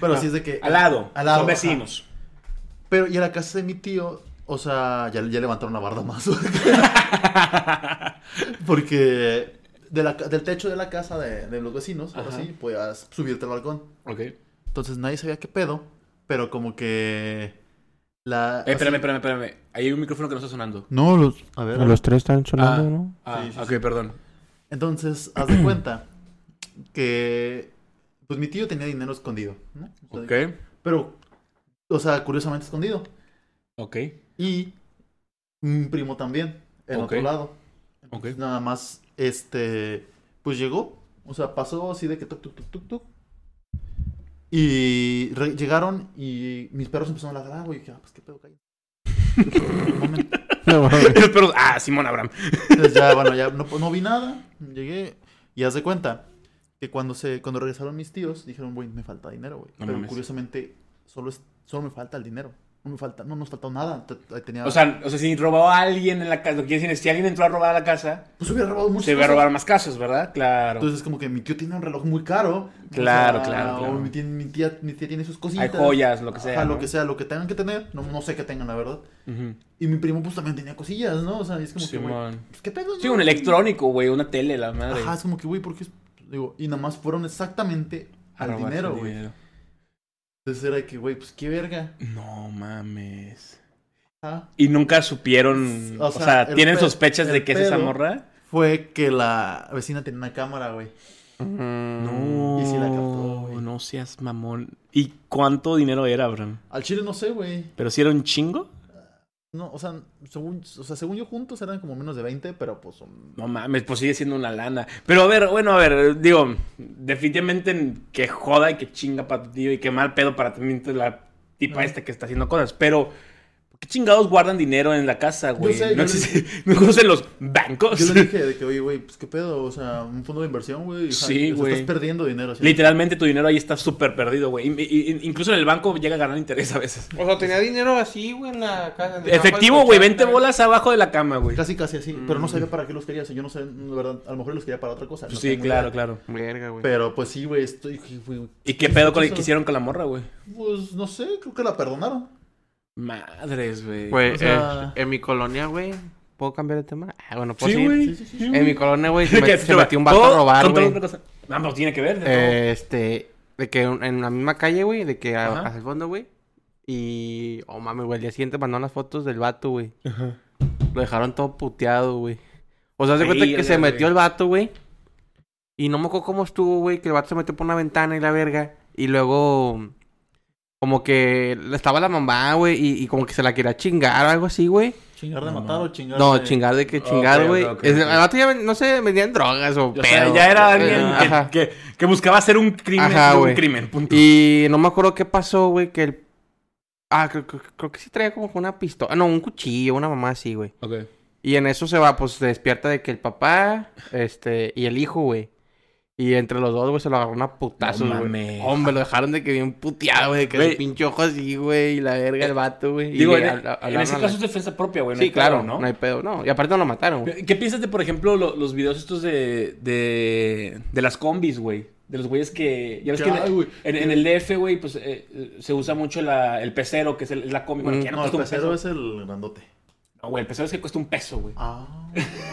B: pero sí es de que.
A: Al lado.
B: Al lado,
A: Son
B: ajá.
A: vecinos.
B: Pero, y a la casa de mi tío, o sea, ya, ya levantaron la barda más. Porque de la ca- del techo de la casa de, de los vecinos, ahora
A: Ajá.
B: sí, podías subirte al balcón.
A: Ok. Eh,
B: Entonces nadie sabía qué pedo, pero como que la...
A: Eh, espérame, espérame, espérame. Ahí hay un micrófono que no está sonando.
B: No, los... A ver.
C: Los tres están sonando,
A: Ah.
C: ¿no?
A: Ah,
B: Sí, sí,
A: ok,
B: sí.
A: perdón.
B: Entonces, haz de cuenta que... Pues mi tío tenía dinero escondido, ¿no? O
A: Ok.
B: sea, Pero, o sea, curiosamente escondido.
A: Ok.
B: Y un primo también, en
A: Ok.
B: otro lado.
A: Ok.
B: Entonces, Nada más, este, pues llegó, o sea, pasó así de que tuc, tuc, tuc, tuc, tuc. Y re- llegaron y mis perros empezaron a ladrar, güey. Y dije, ah, pues qué pedo, calla. Un momento.
C: No mames.
A: Pero- ah, Simón Abraham.
B: Entonces ya, bueno, ya no, no vi nada. Llegué y haz de cuenta que cuando se cuando regresaron mis tíos, dijeron, güey, me falta dinero, güey.
A: No
B: Pero
A: mames.
B: curiosamente, solo, es- solo me falta el dinero. No, me falta, no nos faltó nada. Te- te- Tenía,
A: O sea, o sea, si robó a alguien en la casa, lo que quiere decir es, si alguien entró a robar a la casa,
B: pues hubiera robado mucho.
A: se va a robar más casas, ¿verdad? Claro.
B: Entonces, como que mi tío tiene un reloj muy caro.
A: Claro,
B: O
A: claro, claro.
B: o mi, tía, mi tía- mi tía tiene sus cositas.
A: Hay joyas, lo que sea,
B: Ajá,
A: ¿no?
B: lo que sea, lo que tengan que tener. No, no sé qué tengan, la verdad.
A: Ujú.
B: Y mi primo, pues también tenía cosillas, ¿no? O sea, es como que, güey.
A: Simón.
B: Pues, ¿Qué pedo?
A: Sí,
B: no?
A: un electrónico, güey, una tele, la madre.
B: Ajá, es como que, güey, porque es. Digo, y nada más fueron exactamente
A: A
B: al
A: robarse
B: dinero,
A: el
B: güey.
A: dinero.
B: Entonces era que, güey, pues qué verga.
A: No mames.
B: Ajá.
A: Y nunca supieron,
B: O
A: o sea,
B: sea, el
A: tienen
B: pe-
A: sospechas de
B: el
A: que es esa
B: pedo.
A: morra.
B: Fue que la vecina tenía una cámara, güey.
A: No.
B: Y sí la captó, güey.
A: no seas mamón. ¿Y cuánto dinero era, Abraham?
B: Al chile no sé, güey.
A: ¿Pero si era un chingo?
B: No, o sea, según, o sea, según yo juntos eran como menos de 20, pero pues. um,
A: No mames, pues sigue siendo una lana. Pero a ver, bueno, a ver, digo, definitivamente que joda y que chinga para tu tío y que mal pedo para también la tipa
B: Ah.
A: esta que está haciendo cosas. Pero, ¿por ¿qué chingados guardan dinero en la casa, güey?
B: sé,
A: no
B: yo le-
A: existe, no conocen los bancos.
B: Yo le dije de que, oye, güey, pues qué pedo, o sea, un fondo de inversión, güey. o sea,
A: Sí,
B: o sea,
A: güey.
B: Estás perdiendo dinero. así.
A: Literalmente tu dinero ahí está súper perdido, güey. Y- y- y- Incluso en el banco llega a ganar interés a veces.
C: O sea, tenía dinero así, güey, en la casa.
A: Efectivo, güey, 20 bolas abajo de la cama, güey.
B: Casi, casi así. Pero no sabía para qué los quería. O sea, yo no sé, la verdad, a lo mejor los quería para otra cosa.
A: Mm. Pues
B: no
A: sí,
B: tengo
A: claro,
B: idea.
A: claro.
C: Verga, güey.
B: Pero pues sí, güey, estoy. güey,
A: ¿Y qué pedo con el
B: Eso-
A: que hicieron con la morra, güey?
B: Pues no sé, creo que la perdonaron.
A: Madres, güey.
C: Güey,
B: o sea-
C: eh, en mi colonia, güey. ¿Puedo cambiar de tema? Ah, bueno, pues
A: Sí,
C: sí.
A: güey.
B: sí, sí, sí.
A: Sí,
C: En mi
A: güey.
C: colonia, güey, se,
A: Que
C: met-
A: se
C: se
A: va-
C: metió un vato
A: todo
C: a robar,
A: contra
C: güey.
A: otra cosa. Ah, pero tiene que ver. de todo.
C: Eh, este, de que un- en la misma calle, güey, de que a-
A: Ajá.
C: hacia el fondo, güey. Y, oh mami, güey, al día siguiente mandaron las fotos del vato, güey. Lo dejaron todo puteado, güey. O sea, se cuenta que
A: Verga,
C: se
A: güey.
C: metió el vato, güey. Y no me acuerdo cómo estuvo, güey, que el vato se metió por una ventana y la verga. Y luego, como que estaba la mamá, güey, y, y como que se la quería chingar o algo así, güey.
B: Chingar de
A: No,
B: matar
A: no.
B: o chingar.
C: No,
B: de-
C: chingar de que chingar,
A: ok,
C: güey.
A: ok,
C: Es-
A: ok.
C: El vato ya, ven- no sé, vendían drogas o,
A: O
C: pedo.
A: sea, ya era
C: Eh,
A: alguien
C: ajá.
A: que, que, que buscaba hacer un crimen.
C: Ajá,
A: un
C: güey.
A: crimen, punto.
C: Y no me acuerdo qué pasó, güey, que el... Ah, creo, creo- creo que sí traía como que una pistola. No, un cuchillo, una mamá así, güey.
A: Ok.
C: Y en eso se va, pues se despierta de que el papá, este, y el hijo, güey. Y entre los dos, güey, se lo agarraron a putazos,
A: No
C: güey.
A: mames.
C: Hombre, lo dejaron de que bien puteado, güey. de Que
A: Güey.
C: su pinche ojo así, güey. Y la verga, el vato, güey. y
A: Digo, en, e-
C: le
A: en
C: habla- hablaron
A: ese
C: a la-
A: caso es defensa propia, güey. no hay
C: Sí,
A: pedo,
C: claro, ¿no? No hay pedo, no. Y aparte no lo mataron, güey.
A: ¿Qué piensas de, por ejemplo, lo- los videos estos de, de, de las combis, güey? De los güeyes que... Ya ves que en-
B: Ay, güey.
A: en, en el DF, güey, pues eh, eh, se usa mucho la- el pecero, que es el- la combi. Bueno,
C: Mm,
A: que ya no,
B: No, el
A: cuesta un
B: pecero
A: peso.
B: es el grandote.
A: No, güey, el pecero es que cuesta un peso, güey.
B: Ah.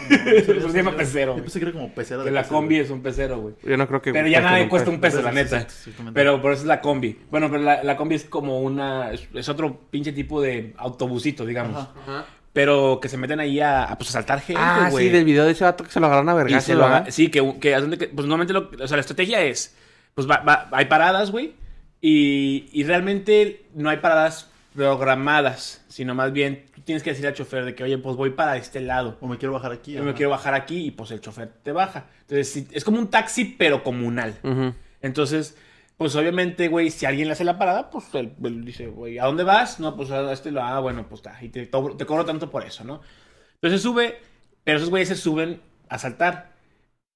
A: Eso se llama pecero, güey.
B: Yo pensé que era como pecera
A: Que la combi es un pecero, güey.
C: Yo no creo que... pues,
A: Pero ya
C: que
A: nadie
C: nunca-
A: cuesta un peso, la
B: Sí, sí,
A: neta.
B: sí, exactamente.
A: Pero por eso es la combi. Bueno, pero la, la combi es como una... Es, es otro pinche tipo de autobusito, digamos.
B: Ajá.
C: Ajá.
A: Pero que se meten ahí a, a, pues, asaltar gente,
C: Ah,
A: güey.
C: sí, del video de ese vato que se lo agarraron a
A: Y
C: vergas.
A: se lo haga- sí, que, que, haz cuenta que, pues normalmente lo- o sea, la estrategia es, pues va- va- hay paradas, güey, y, y realmente no hay paradas programadas, sino más bien tú tienes que decirle al chofer de que, oye, pues voy para este lado,
B: O me quiero bajar aquí.
A: yo
B: ajá.
A: me quiero bajar aquí y pues el chofer te baja. Entonces sí, es como un taxi, pero comunal.
C: Mm.
A: Entonces, pues obviamente, güey, si alguien le hace la parada, pues él, él dice, güey, ¿a dónde vas? No, pues a este lo, ah, bueno, pues está, y te, to- te cobro tanto por eso, ¿no? Entonces sube, pero esos güeyes se suben a saltar.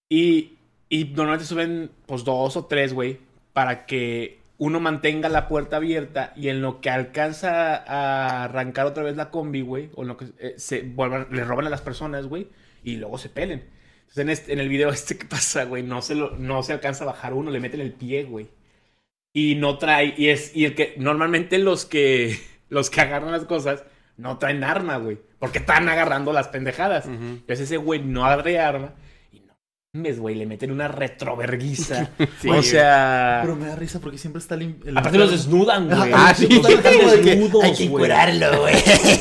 A: Y, y normalmente suben, pues dos o tres, güey, para que uno mantenga la puerta abierta y en lo que alcanza a arrancar otra vez la combi, güey, o en lo que eh, se vuelvan, le roban a las personas, güey, y luego se pelen. Entonces, en, este- en el video este que pasa, güey, no se, lo, no se alcanza a bajar uno, le meten el pie, güey. Y no trae, y es, y el que, normalmente los que, los que agarran las cosas no traen arma, güey, porque están agarrando las pendejadas. Entonces ese güey no agarre arma y no mames, güey, le meten una retroverguiza. o sea,
B: Pero me da risa porque siempre está lim- el.
A: aparte los desnudan, güey.
B: Ah, sí.
A: Los dejan
B: Sí, güey, que
A: desnudos,
B: hay que
A: güey.
B: curarlo, güey.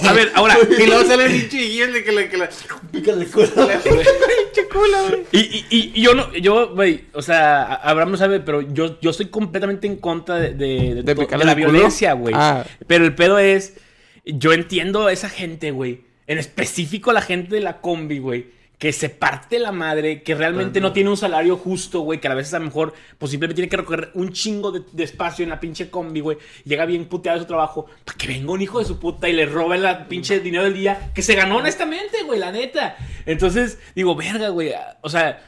A: A ver, ahora,
C: Y luego sale el pinche y el de que le... Que le...
B: Pícale el culo.
C: Pinche culo, güey.
A: Y, y- y- y yo no, yo, güey, o sea, a- Abraham no sabe, pero yo, yo estoy completamente en contra de, de, de
C: ¿De
A: to-
C: picarle
A: de la
C: el culo?
A: violencia, güey.
C: Ah.
A: Pero el pedo es, yo entiendo a esa gente, güey, en específico la gente de la combi, güey, que se parte la madre, que realmente no tiene un salario justo, güey, que a veces a lo mejor pues simplemente tiene que recorrer un chingo de, de espacio en la pinche combi, güey, llega bien puteado a su trabajo, para que venga un hijo de su puta y le robe el pinche dinero del día que se ganó honestamente, güey, la neta. Entonces, digo, verga, güey, o sea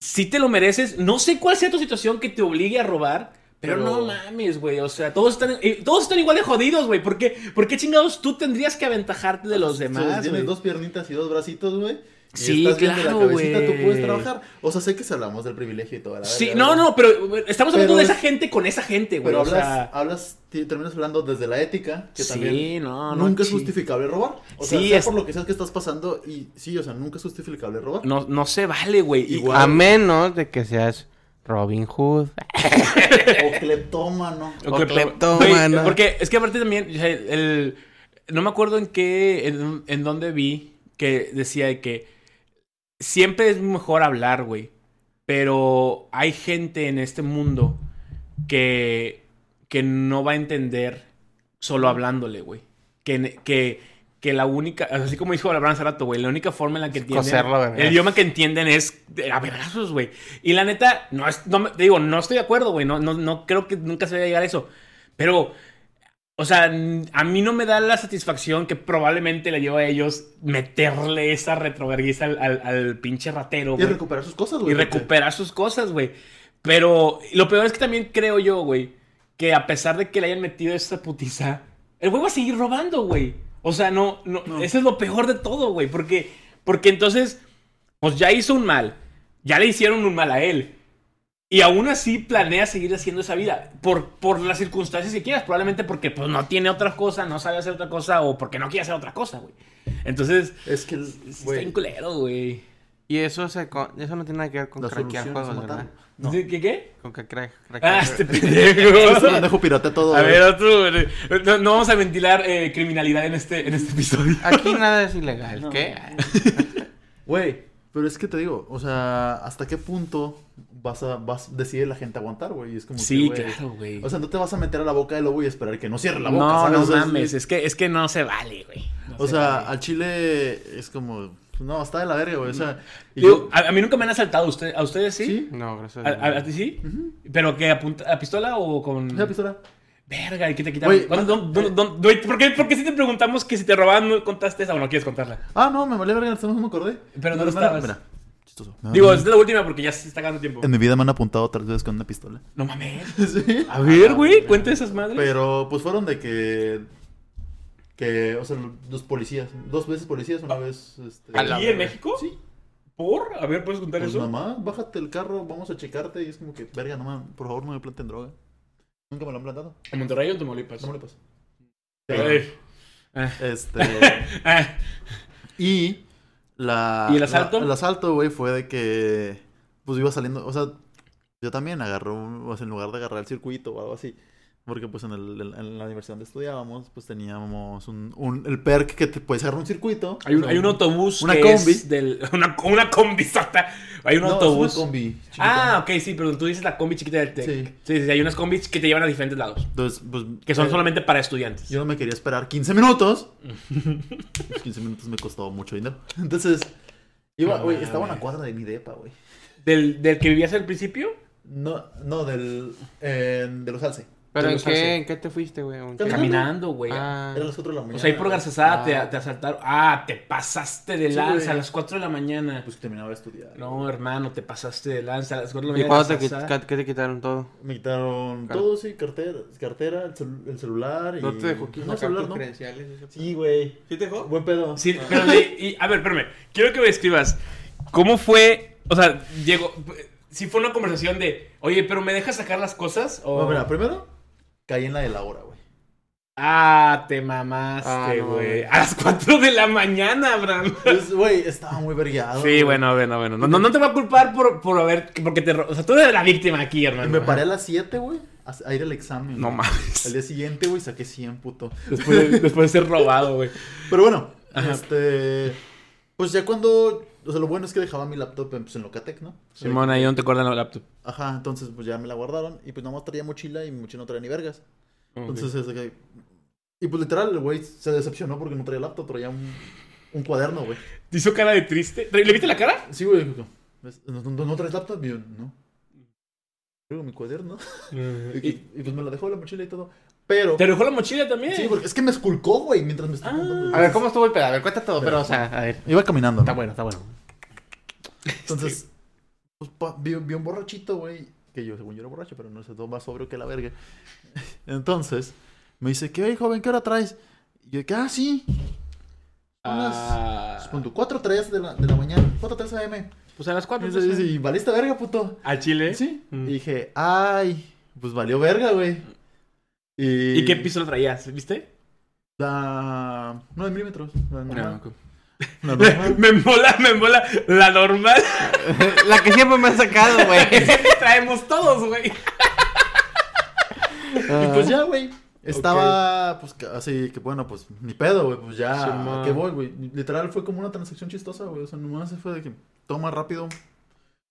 A: si te lo mereces. No sé cuál sea tu situación que te obligue a robar, Pero, no mames, güey. O sea, todos están, eh, todos están igual de jodidos, güey. ¿Por qué, por qué chingados tú tendrías que aventajarte de los demás?
B: Ah, Tienes
A: güey?
B: dos piernitas y dos bracitos, güey. y
A: Sí,
B: estás bien de
A: claro,
B: la cabecita, tú
A: güey.
B: puedes trabajar. O sea, sé que se hablamos del privilegio y toda la
A: Sí,
B: verga,
A: no,
B: ¿verdad?
A: no, pero güey, estamos hablando
B: Pero
A: de
B: es-
A: esa gente con esa gente, güey.
B: Pero
A: o
B: hablas,
A: sea,
B: hablas, ti- terminas hablando desde la ética, que
A: Sí,
B: también
A: no, no,
B: nunca es
A: sí.
B: justificable robar. O sea,
A: Sí,
B: sea
A: es-
B: por lo que sea que estás pasando, y sí, o sea, nunca es justificable robar.
A: no, no se vale, güey.
B: Igual.
C: A menos de que seas Robin Hood.
B: O cleptómano.
A: O
C: O
A: clepto-
C: cleptómano.
A: Güey, Porque es que aparte también, o sea, el, el- no me acuerdo en qué, en, en dónde vi que decía de que siempre es mejor hablar, güey. Pero hay gente en este mundo que, que no va a entender solo hablándole, güey. Que, que, que la única, así como dijo Abraham hace rato, güey, la única forma en la que entienden,
C: coserlo a vergazos.
A: el idioma que entienden es de- a vergazos, güey. Y la neta, no, es, no me- te digo, no estoy de acuerdo, güey, no, no, no creo que nunca se vaya a llegar a eso. Pero, o sea, n- a mí no me da la satisfacción que probablemente le lleva a ellos meterle esa retroverguiza al, al- al pinche ratero,
B: Y
A: güey.
B: recuperar sus cosas, güey.
A: Y
B: porque-
A: recuperar sus cosas, güey. Pero lo peor es que también creo yo, güey, que a pesar de que le hayan metido esa putiza, el güey va a seguir robando, güey. O sea, no, no,
B: No.
A: eso es lo peor de todo, güey. Porque, porque entonces, pues ya hizo un mal. Ya le hicieron un mal a él. Y aún así planea seguir haciendo esa vida. Por, por las circunstancias que quieras. Probablemente porque pues, no tiene otra cosa, no sabe hacer otra cosa o porque no quiere hacer otra cosa, güey. Entonces,
B: Es que, el-
A: sí está
B: güey,
A: bien culero, güey.
C: Y eso, se co- eso no tiene nada que ver con
B: la
C: craquear
B: solución es
C: juegos, ¿verdad?
B: matarlo. No.
A: ¿Sí? ¿Qué qué?
C: Con que cra- craquear.
A: Ah, este pendejo.
B: Ese pendejo piratea todo,
A: A
B: güey.
A: ver, otro. eh, No, no vamos a ventilar eh, criminalidad en este, en este episodio.
C: Aquí nada es ilegal,
B: No.
C: ¿qué?
B: Güey, pero es que te digo, o sea, ¿hasta qué punto vas a, vas, decide la gente aguantar, güey? Y Es como que,
A: Sí,
B: güey,
A: claro, güey.
B: O sea, no te vas a meter a la boca del lobo y esperar que no cierre la boca,
A: No,
B: ¿sabes?
A: no
B: O sea, es-
A: mames. Es que, es que no se vale, güey. No
B: O
A: se
B: sea,
A: vale.
B: al chile es como, pues, no, está de la verga, güey, o sea... y
A: Digo, a, a mí nunca me han asaltado. ¿a usted- ¿A ustedes sí?
B: Sí.
C: No, gracias.
A: ¿A, a- a ti sí? ¿Pero qué? ¿A, punta- a pistola o con.?
B: yo- ¿La pistola?
A: Verga, ¿y qué te quitaron?
B: Güey,
A: ¿Cuándo- dónde- dónde- dónde- güey, ¿por, qué, por qué si te preguntamos que si te robaban no contaste esa o no quieres contarla?
B: Ah, no, me valió verga, no me acordé.
A: Pero no lo
B: mira,
A: estabas.
B: Mira, chistoso. Me
A: Digo,
B: han-
A: esta es la última porque ya se está ganando tiempo.
B: Ah, En mi vida me han apuntado tres veces con una pistola.
A: No mames.
B: Sí.
A: A ver, güey, cuenta esas madres.
B: Pero pues fueron de que. Que, o sea, los policías. Dos veces policías, una vez. Este,
C: A la
A: ¿Aquí en Ah. México?
B: Sí.
A: ¿Por? A ver, ¿puedes contar
B: Pues
A: eso?
B: mamá, bájate el carro, vamos a checarte. Y es como que, verga, no mames, por favor no me planten droga. Nunca me lo han plantado.
A: ¿En Monterrey o en Tamaulipas?
B: No me lo pasa.
A: Ay.
B: Este.
A: Ah,
B: y. La,
A: ¿Y el asalto?
B: la- el asalto, güey, fue de que. Pues iba saliendo. O sea, yo también agarró. un- O sea, en lugar de agarrar el circuito o algo así. Porque pues en, el- en- en la universidad donde estudiábamos, pues teníamos un, un- el perk que te puedes agarrar un circuito.
A: hay, un, hay un autobús
B: Una
A: que
B: combi.
A: es del... Una, una combi sota. Hay un
B: No, es una
A: autobús.
B: combi chiquita.
A: ah, ok, sí, pero tú dices la combi chiquita del TEC. Sí.
B: Sí.
A: sí, sí, hay unas combis que te llevan a diferentes lados.
B: Entonces, pues,
A: Que son
B: eh,
A: solamente para estudiantes.
B: Yo no me quería esperar 15 minutos. Los 15 minutos me costó mucho dinero. Entonces, iba,
A: No
B: güey,
A: mames.
B: estaba en la cuadra de mi depa, güey.
A: ¿Del, del que vivías al principio?
B: No, no, del, eh, de los alce.
C: ¿Pero
A: te
C: en
A: los
C: qué,
A: hace.
C: en qué te fuiste, güey? ¿En qué?
B: Caminando.
A: Caminando, güey.
C: Ah,
B: Era las 4 de la mañana.
A: o sea, ahí por Garzazada
C: Ah.
A: te, te asaltaron. Ah, te pasaste de
B: Sí,
A: lanza
B: güey.
A: a las 4 de la mañana.
B: Pues que terminaba de estudiar.
A: no, hermano, te pasaste de lanza a las 4 de la
C: ¿Y
A: mañana.
C: cuándo te,
A: Garzazada.
C: quit- qué te quitaron todo?
B: Me quitaron
C: Claro.
B: todo, sí, cartera, cartera el, celu- el celular y... No, celular, no.
C: credenciales?
B: Sí, güey.
C: ¿Sí te dejó?
B: Buen pedo.
A: Sí, pero le- y- a ver, espérame. Quiero que me describas. ¿Cómo fue? O sea, llegó. Si fue una conversación de, oye, pero ¿me dejas sacar las cosas? O...
B: No, mira, primero caí en la de la hora, güey.
A: Ah, te
C: Ah,
A: mamaste,
C: no,
A: güey.
C: güey.
A: a las 4 de la mañana, Abraham.
B: Pues, güey, estaba muy vergueado.
A: Sí, bueno, bueno, bueno. No, no, no te voy a culpar por, por haber. Porque te. ro- O sea, tú eres la víctima aquí, hermano.
B: Me paré a las 7, güey, a, a ir al examen.
A: No
B: güey. Al
A: mames.
B: día siguiente, güey, saqué 100, puto.
A: Después de, después de ser robado, güey.
B: Pero bueno,
A: Ajá.
B: este. Pues ya cuando. O sea, lo bueno es que dejaba mi laptop en, pues, en Locatec, ¿no? O sea,
A: Simón, ahí no te acuerdan la laptop.
B: Ajá, entonces pues ya me la guardaron. Y pues nada más traía mochila y mi mochila no traía ni vergas. Entonces, es de que- Y pues literal, el güey se decepcionó porque no traía laptop, traía un, un cuaderno, güey.
A: ¿Te hizo cara de triste? ¿Le viste la cara?
B: Sí, güey. dijo, ¿No, no, no traes laptop? Y yo, no. Traigo mi cuaderno. Y,
A: ¿Y-
B: y, pues me la dejó la mochila y todo. Pero.
A: ¿Te dejó la mochila también?
B: Sí, porque es que me esculcó, güey, mientras me estaba.
A: Ah.
B: contando.
C: A ver, ¿cómo estuvo el pedo? A ver, cuenta todo, pero, o sea, a ver.
B: Iba caminando. ¿no?
C: Está bueno, está bueno.
B: Entonces, pues, pa- vi, vi un borrachito, güey. que yo, según yo era borracho, pero no sé, todo más sobrio que la verga. Entonces, me dice, ¿qué, joven, qué hora traes? Y yo, que, ah, sí. Pues, Unas,
A: Ah,
B: supongo, 4 3 de la, de la mañana, 4 3 a.m.
A: pues a las
B: Y
A: cuatro.
B: dice,
A: entonces.
B: dice, y valiste verga, puto.
A: ¿Al Chile?
B: Sí.
A: Mm.
B: Y dije, ay, pues valió verga, güey. Y...
A: ¿Y qué piso lo traías? ¿Viste?
B: La... 9 milímetros. La normal.
A: No.
B: La normal.
A: me mola, me mola la normal
F: La que siempre me ha sacado, güey.
A: que traemos todos, güey.
B: y pues ya, güey. Estaba, pues, que- así que bueno, pues, ni pedo, güey, pues ya,
A: Sí,
B: ¿a
A: ma.
B: ¿qué voy, güey? Literal, fue como una transacción chistosa, güey, o sea, nomás fue de que toma rápido.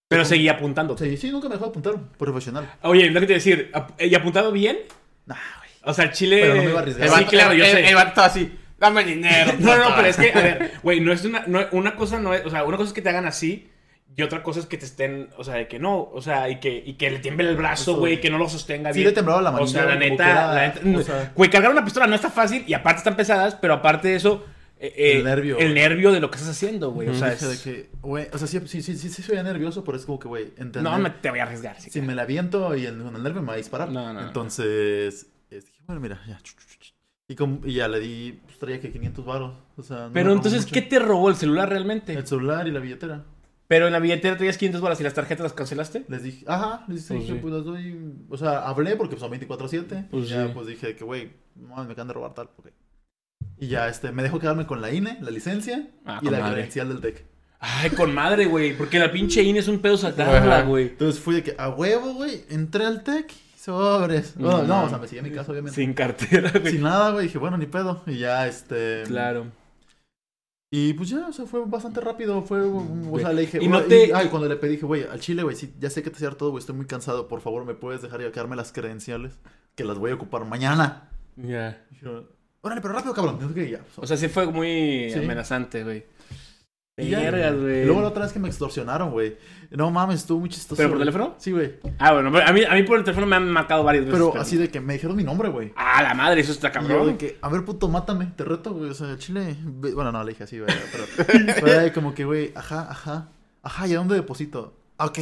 A: Pero seguí apuntando.
B: O sea, y sí, nunca me dejó apuntar, profesional.
A: Oye, lo que te iba a decir, ap- ¿y apuntado bien?
B: Nah, güey. Eh,
A: O sea, el Chile.
B: Pero no me iba a arriesgar.
A: Sí,
B: El vato-
A: claro, yo
C: el,
A: sé.
C: El vato estaba así, dame el dinero.
A: No, no,
C: puto".
A: pero es que, a ver, güey, no es una, no- una cosa no es, o sea, una cosa es que te hagan así y otra cosa es que te estén, o sea, de que no, o sea, y que, y que le tiemble el brazo,
B: Eso.
A: güey, que no lo sostenga
B: Sí
A: bien.
B: le temblaba la
A: O sea,
B: manilla,
A: la
B: como
A: neta,
B: que era-
A: la neta-
B: o sea-
A: güey, cargar una pistola no está fácil y aparte están pesadas, pero aparte de eso, eh, eh,
B: El nervio,
A: el
B: güey.
A: nervio de lo que estás haciendo, güey, o sea,
B: Dije
A: es-
B: de que, güey, o sea, sí, sí, sí, sí, sí, soy nervioso, pero es como que, güey, entender.
A: no me te voy a arriesgar. sí,
B: Si me la aviento y en, con el nervio me va a disparar.
A: No, no, no.
B: Entonces, eh, dije, bueno, mira, ya. chu, chu, chu, chu. Y, como- y ya le di, pues traía que 500 baros. O sea, no me
A: Pero
B: robó
A: entonces,
B: mucho.
A: ¿qué te robó el celular realmente?
B: El celular y la billetera.
A: Pero en la billetera traías 500 balas y las tarjetas las cancelaste.
B: Les dije, ajá, les dije,
A: Pues sí.
B: pues las doy. O sea, hablé porque son 24-7.
A: Pues
B: y ya,
A: sí.
B: pues dije que, güey, no, me acaban de robar tal. ok. Y ya, este, me dejó quedarme con la INE, la licencia
A: Ah,
B: y
A: con
B: la
A: madre.
B: credencial del TEC.
A: Ay, con madre, güey, porque la pinche INE es un pedo sacarla,
C: Ajá.
A: güey.
B: Entonces fui de que, a huevo, güey, entré al TEC, sobres. Bueno, no,
A: mames.
B: o sea, me seguí a mi casa, obviamente.
A: Sin cartera, güey.
B: Sin nada, güey, dije, bueno, ni pedo. Y ya, este.
A: Claro.
B: Y pues ya, o sea, fue bastante rápido. Fue, o sea, le dije,
A: Mm, Y no
B: güey,
A: te-
B: y- ay, cuando le pedí, dije, güey, al chile, güey, sí, ya sé que te hacía todo, güey, estoy muy cansado. Por favor, ¿me puedes dejar y quedarme las credenciales? Que las voy a ocupar mañana.
A: Ya.
B: Y yo, órale, pero rápido, cabrón. Entonces, que ya, pues,
A: O sea, sí fue muy
B: Sí.
A: amenazante, güey.
B: y ya.
A: Vergas, güey.
B: Y Luego la otra vez que me extorsionaron, güey. No mames, estuvo muy chistoso.
A: ¿Pero por
B: güey.
A: teléfono?
B: Sí, güey.
A: Ah, bueno, pero a mí, a mí por el teléfono me han marcado varias veces.
B: Pero así de que me dijeron mi nombre, güey.
A: Ah, la madre, eso está
B: Y yo de
A: cabrón.
B: que, a ver, puto, mátame, te reto, güey. O sea, al Chile. ve- Bueno, no, le dije así, güey. Pero. fue de como que, güey, ajá, ajá. Ajá, ¿y a dónde deposito? Ah, ok.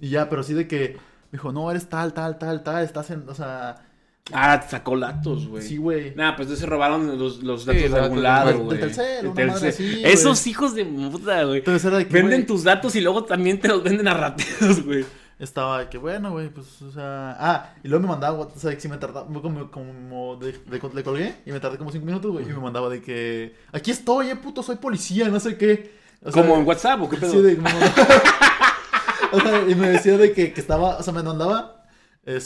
B: Y ya, pero sí de que. me Dijo, no, eres tal, tal, tal, tal. Estás en. O sea.
A: Ah, te sacó datos, güey.
B: Sí, güey.
A: Nah, pues se robaron los, los datos de
C: los
A: algún
C: datos
A: lado,
B: del-
A: güey.
B: del Telcel,
A: De
B: una madre así, güey.
A: Esos hijos de puta, güey.
B: Entonces era de que.
A: Venden
B: güey,
A: tus datos y luego también te los venden a rateros, güey.
B: Estaba de que, bueno, güey, pues, o sea. Ah, y luego me mandaba, o sea, que sí me tardaba. Como, como de, de- le colgué y me tardé como cinco minutos, güey. Y me mandaba de que. Aquí estoy, eh, puto, soy policía, no sé qué. O sea,
A: Como en WhatsApp, ¿o qué pedo?
B: Sí, de- me mandaba- o sea, y me decía de que, que estaba, o sea, me mandaba,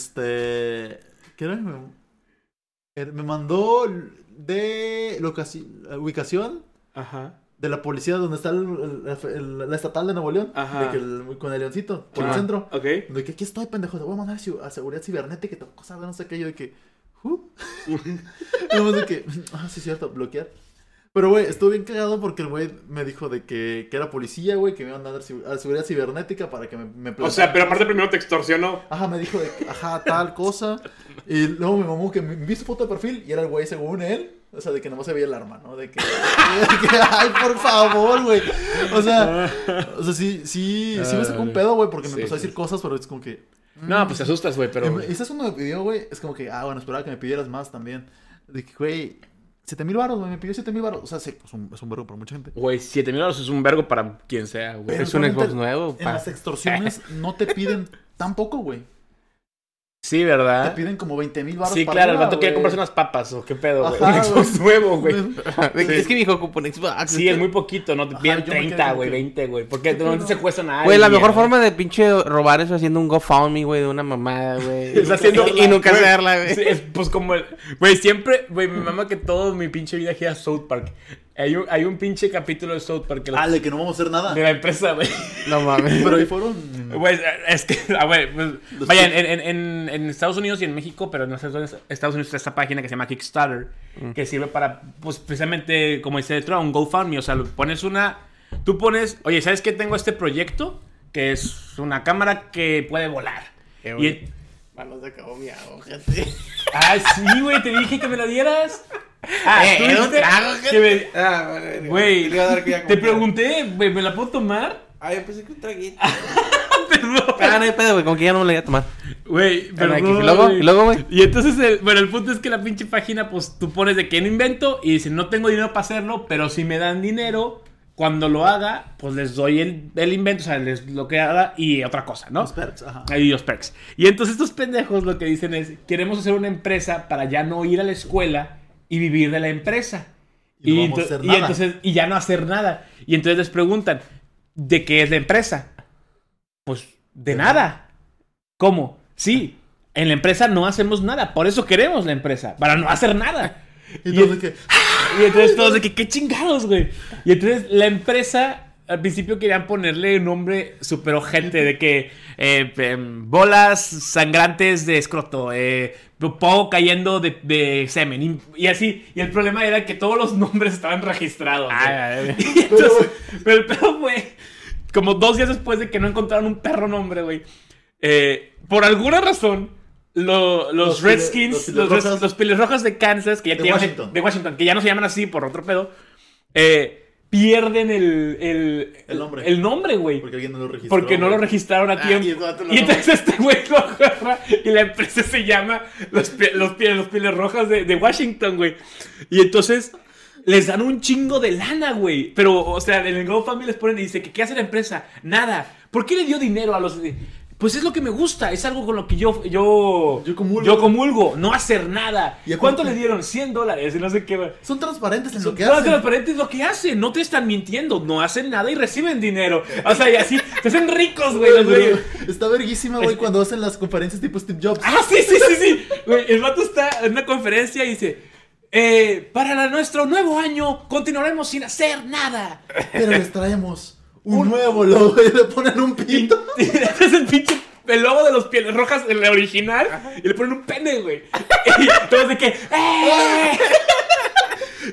B: este, ¿qué era? Me, er- me mandó de locaci- ubicación
A: Ajá.
B: de la policía donde está el- el- el- la estatal de Nuevo León,
A: Ajá.
B: de que el- con el leoncito, por el
A: Ah,
B: centro.
A: Ok.
B: De que aquí estoy, pendejo, te voy a mandar a ciu- a seguridad cibernética y tal cosa, no sé qué, yo de que, ¿who? Nomás de que, ah, sí, cierto, bloquear. Pero, güey, estuve bien cagado porque el güey me dijo de que, que era policía, güey, que me iban a dar ciu- a seguridad cibernética para que me, me
A: O sea,
B: plantara.
A: pero aparte primero te extorsionó.
B: Ajá, me dijo de que, ajá, tal cosa. Y luego me mamó que me vi su foto de perfil y era el güey según él. O sea, de que nomás se veía el arma, ¿no? De que, de que, ay, por favor, güey. O sea, o sea, sí, sí, sí me sacó un pedo, güey, porque me
A: Ah, Sí,
B: empezó a decir
A: sí.
B: cosas, pero es como que,
A: No, pues te asustas, güey,
B: y
A: pero.
B: me- Ese Em, es uno me pidió, güey. Es como que, ah, bueno, esperaba que me pidieras más también. De que, güey, 7 mil baros, güey. Me pidió 7 mil baros. O sea, sí, es un, es un vergo para mucha gente.
A: Güey, 7 mil dólares es un vergo para quien sea, güey.
B: Pero
C: es un Xbox
B: solamente
C: nuevo,
B: En
C: pa.
B: las extorsiones no te piden tampoco, güey.
A: Sí,
B: Te
A: ¿verdad?
B: piden como 20 mil baros.
A: ¿Ah? Sí,
B: para
A: claro, el
B: arriba,
A: vato quiere
B: güey.
A: comprarse unas papas o qué pedo, güey.
B: Ajá,
A: Un Xbox nuevo, güey.
C: De que, Es que mi hijo ocupa un Xbox.
A: Sí, es muy poquito, ¿no? Te
B: Ajá,
A: piden
B: yo me quedé
A: 30,
B: como
A: güey,
B: que-
A: 20, güey. Porque
B: ¿Qué
A: de momento
B: pedo?
A: se cuestan a
C: Güey, la mejor forma de pinche robar eso haciendo un GoFundMe, güey, de una mamada, güey.
A: Es haciendo-
C: Y, y nunca
A: güey,
C: hacerla, güey.
A: es pues como el. Güey, siempre. Güey, mi mamá que todo mi pinche vida gira a South Park. Hay un, hay un pinche capítulo de South Park que los-
B: Ah, de que no vamos a hacer nada.
A: de la empresa, güey.
C: No mames.
B: Pero ahí fueron.
A: Güey, es que, ah, güey, pues,
B: Los
A: vaya, en,
B: clips.
A: en- en- en Estados Unidos y en México, pero en los Estados Unidos- Estados Unidos está esta página que se llama Kickstarter,
C: Mm.
A: que sirve para, pues, precisamente, como dice Trump, un GoFundMe, o sea, lo- pones una, tú pones, oye, ¿sabes qué? Tengo este proyecto, que es una cámara que puede volar.
C: Qué
A: Y-
C: bonito. Mano, se acabó mi aguja, sí.
A: ah, sí, güey, te dije que me la dieras. Ah,
C: Eh,
A: ¿tú
C: era un
A: dijiste
C: trago,
A: que
C: gente.
A: me-
C: Ah, vale,
A: Güey,
C: le iba a dar que ya
A: te
C: como-
A: pregunté, güey, ¿me la puedo tomar?
C: Ay, pensé que un traguito.
A: Pero
G: Ah, no hay pedo, güey. Como que ya no me la voy a tomar.
A: Güey, pero
G: aquí,
A: no,
G: y luego,
A: güey.
G: y luego, güey.
A: Y entonces, el, bueno, el punto es que la pinche página, pues tú pones de que no invento y dicen, no tengo dinero para hacerlo, pero si me dan dinero, cuando lo haga, pues les doy el, el invento, o sea, les lo que haga y otra cosa, ¿no?
G: Pues,
B: Los perks, ajá.
A: Ahí los perks. Y entonces estos pendejos lo que dicen es, queremos hacer una empresa para ya no ir a la escuela y vivir de la empresa.
B: Y no
A: Y,
B: vamos a
A: ento-
B: hacer
A: y
B: nada.
A: entonces y ya no hacer nada. Y entonces les preguntan, ¿de qué es la empresa? Pues de nada. ¿Cómo? Sí, en la empresa no hacemos nada, por eso queremos la empresa, para no hacer nada.
B: Y
A: Y-
B: entonces que.
A: y entonces todos de que qué chingados, güey. Y entonces la empresa al principio querían ponerle un nombre súper ojete de que eh, em, bolas sangrantes de escroto, eh, poco cayendo de, de semen y, y así. Y el problema era que todos los nombres estaban registrados. güey. Y entonces, pero el pedo fue como dos días después de que no encontraron un perro nombre, güey. eh, por alguna razón, lo- los,
B: Los pile-
A: Redskins, los,
B: los pilerrojas.
A: Reds- los Piles Rojas de Kansas, que ya
B: De
A: tienen-
B: Washington.
A: de Washington, que ya no se llaman así por otro pedo, eh, pierden el, el,
B: El nombre.
A: el nombre, güey.
B: Porque alguien no lo registró.
A: Porque no lo
B: güey.
A: registraron a
B: Ah,
A: tiempo.
B: y el vato lo
A: Y entonces este güey lo agarra y la empresa se llama Los, Pie- los, Pie- los Pieles Rojas de, de Washington, güey. Y entonces les dan un chingo de lana, güey. Pero, o sea, en el GoFundMe les ponen y dice que ¿qué hace la empresa? Nada. ¿Por qué le dio dinero a los...? de- Pues es lo que me gusta, es algo con lo que yo... Yo,
B: Yo comulgo.
A: comulgo, no hacer nada.
B: Y aparte-
A: ¿Cuánto le dieron? 100 dólares y no sé qué, güey.
B: Son transparentes en lo que
A: Son
B: hacen.
A: transparentes lo que hacen, no te están mintiendo, no hacen nada y reciben dinero. O sea, y así se hacen ricos, güey, los güeyes.
B: Está verguísima, güey, cuando hacen las conferencias tipo Steve Jobs.
A: Ah, sí, sí, sí, sí. Güey, el vato está en una conferencia y dice, eh, para la- nuestro nuevo año continuaremos sin hacer nada.
B: Pero les traemos un, nuevo logo y le ponen un
A: Y,
B: pito.
A: y le haces el pinche el logo de los pieles rojas, el original, y le ponen un pene, güey. y todos de que, ¡eh!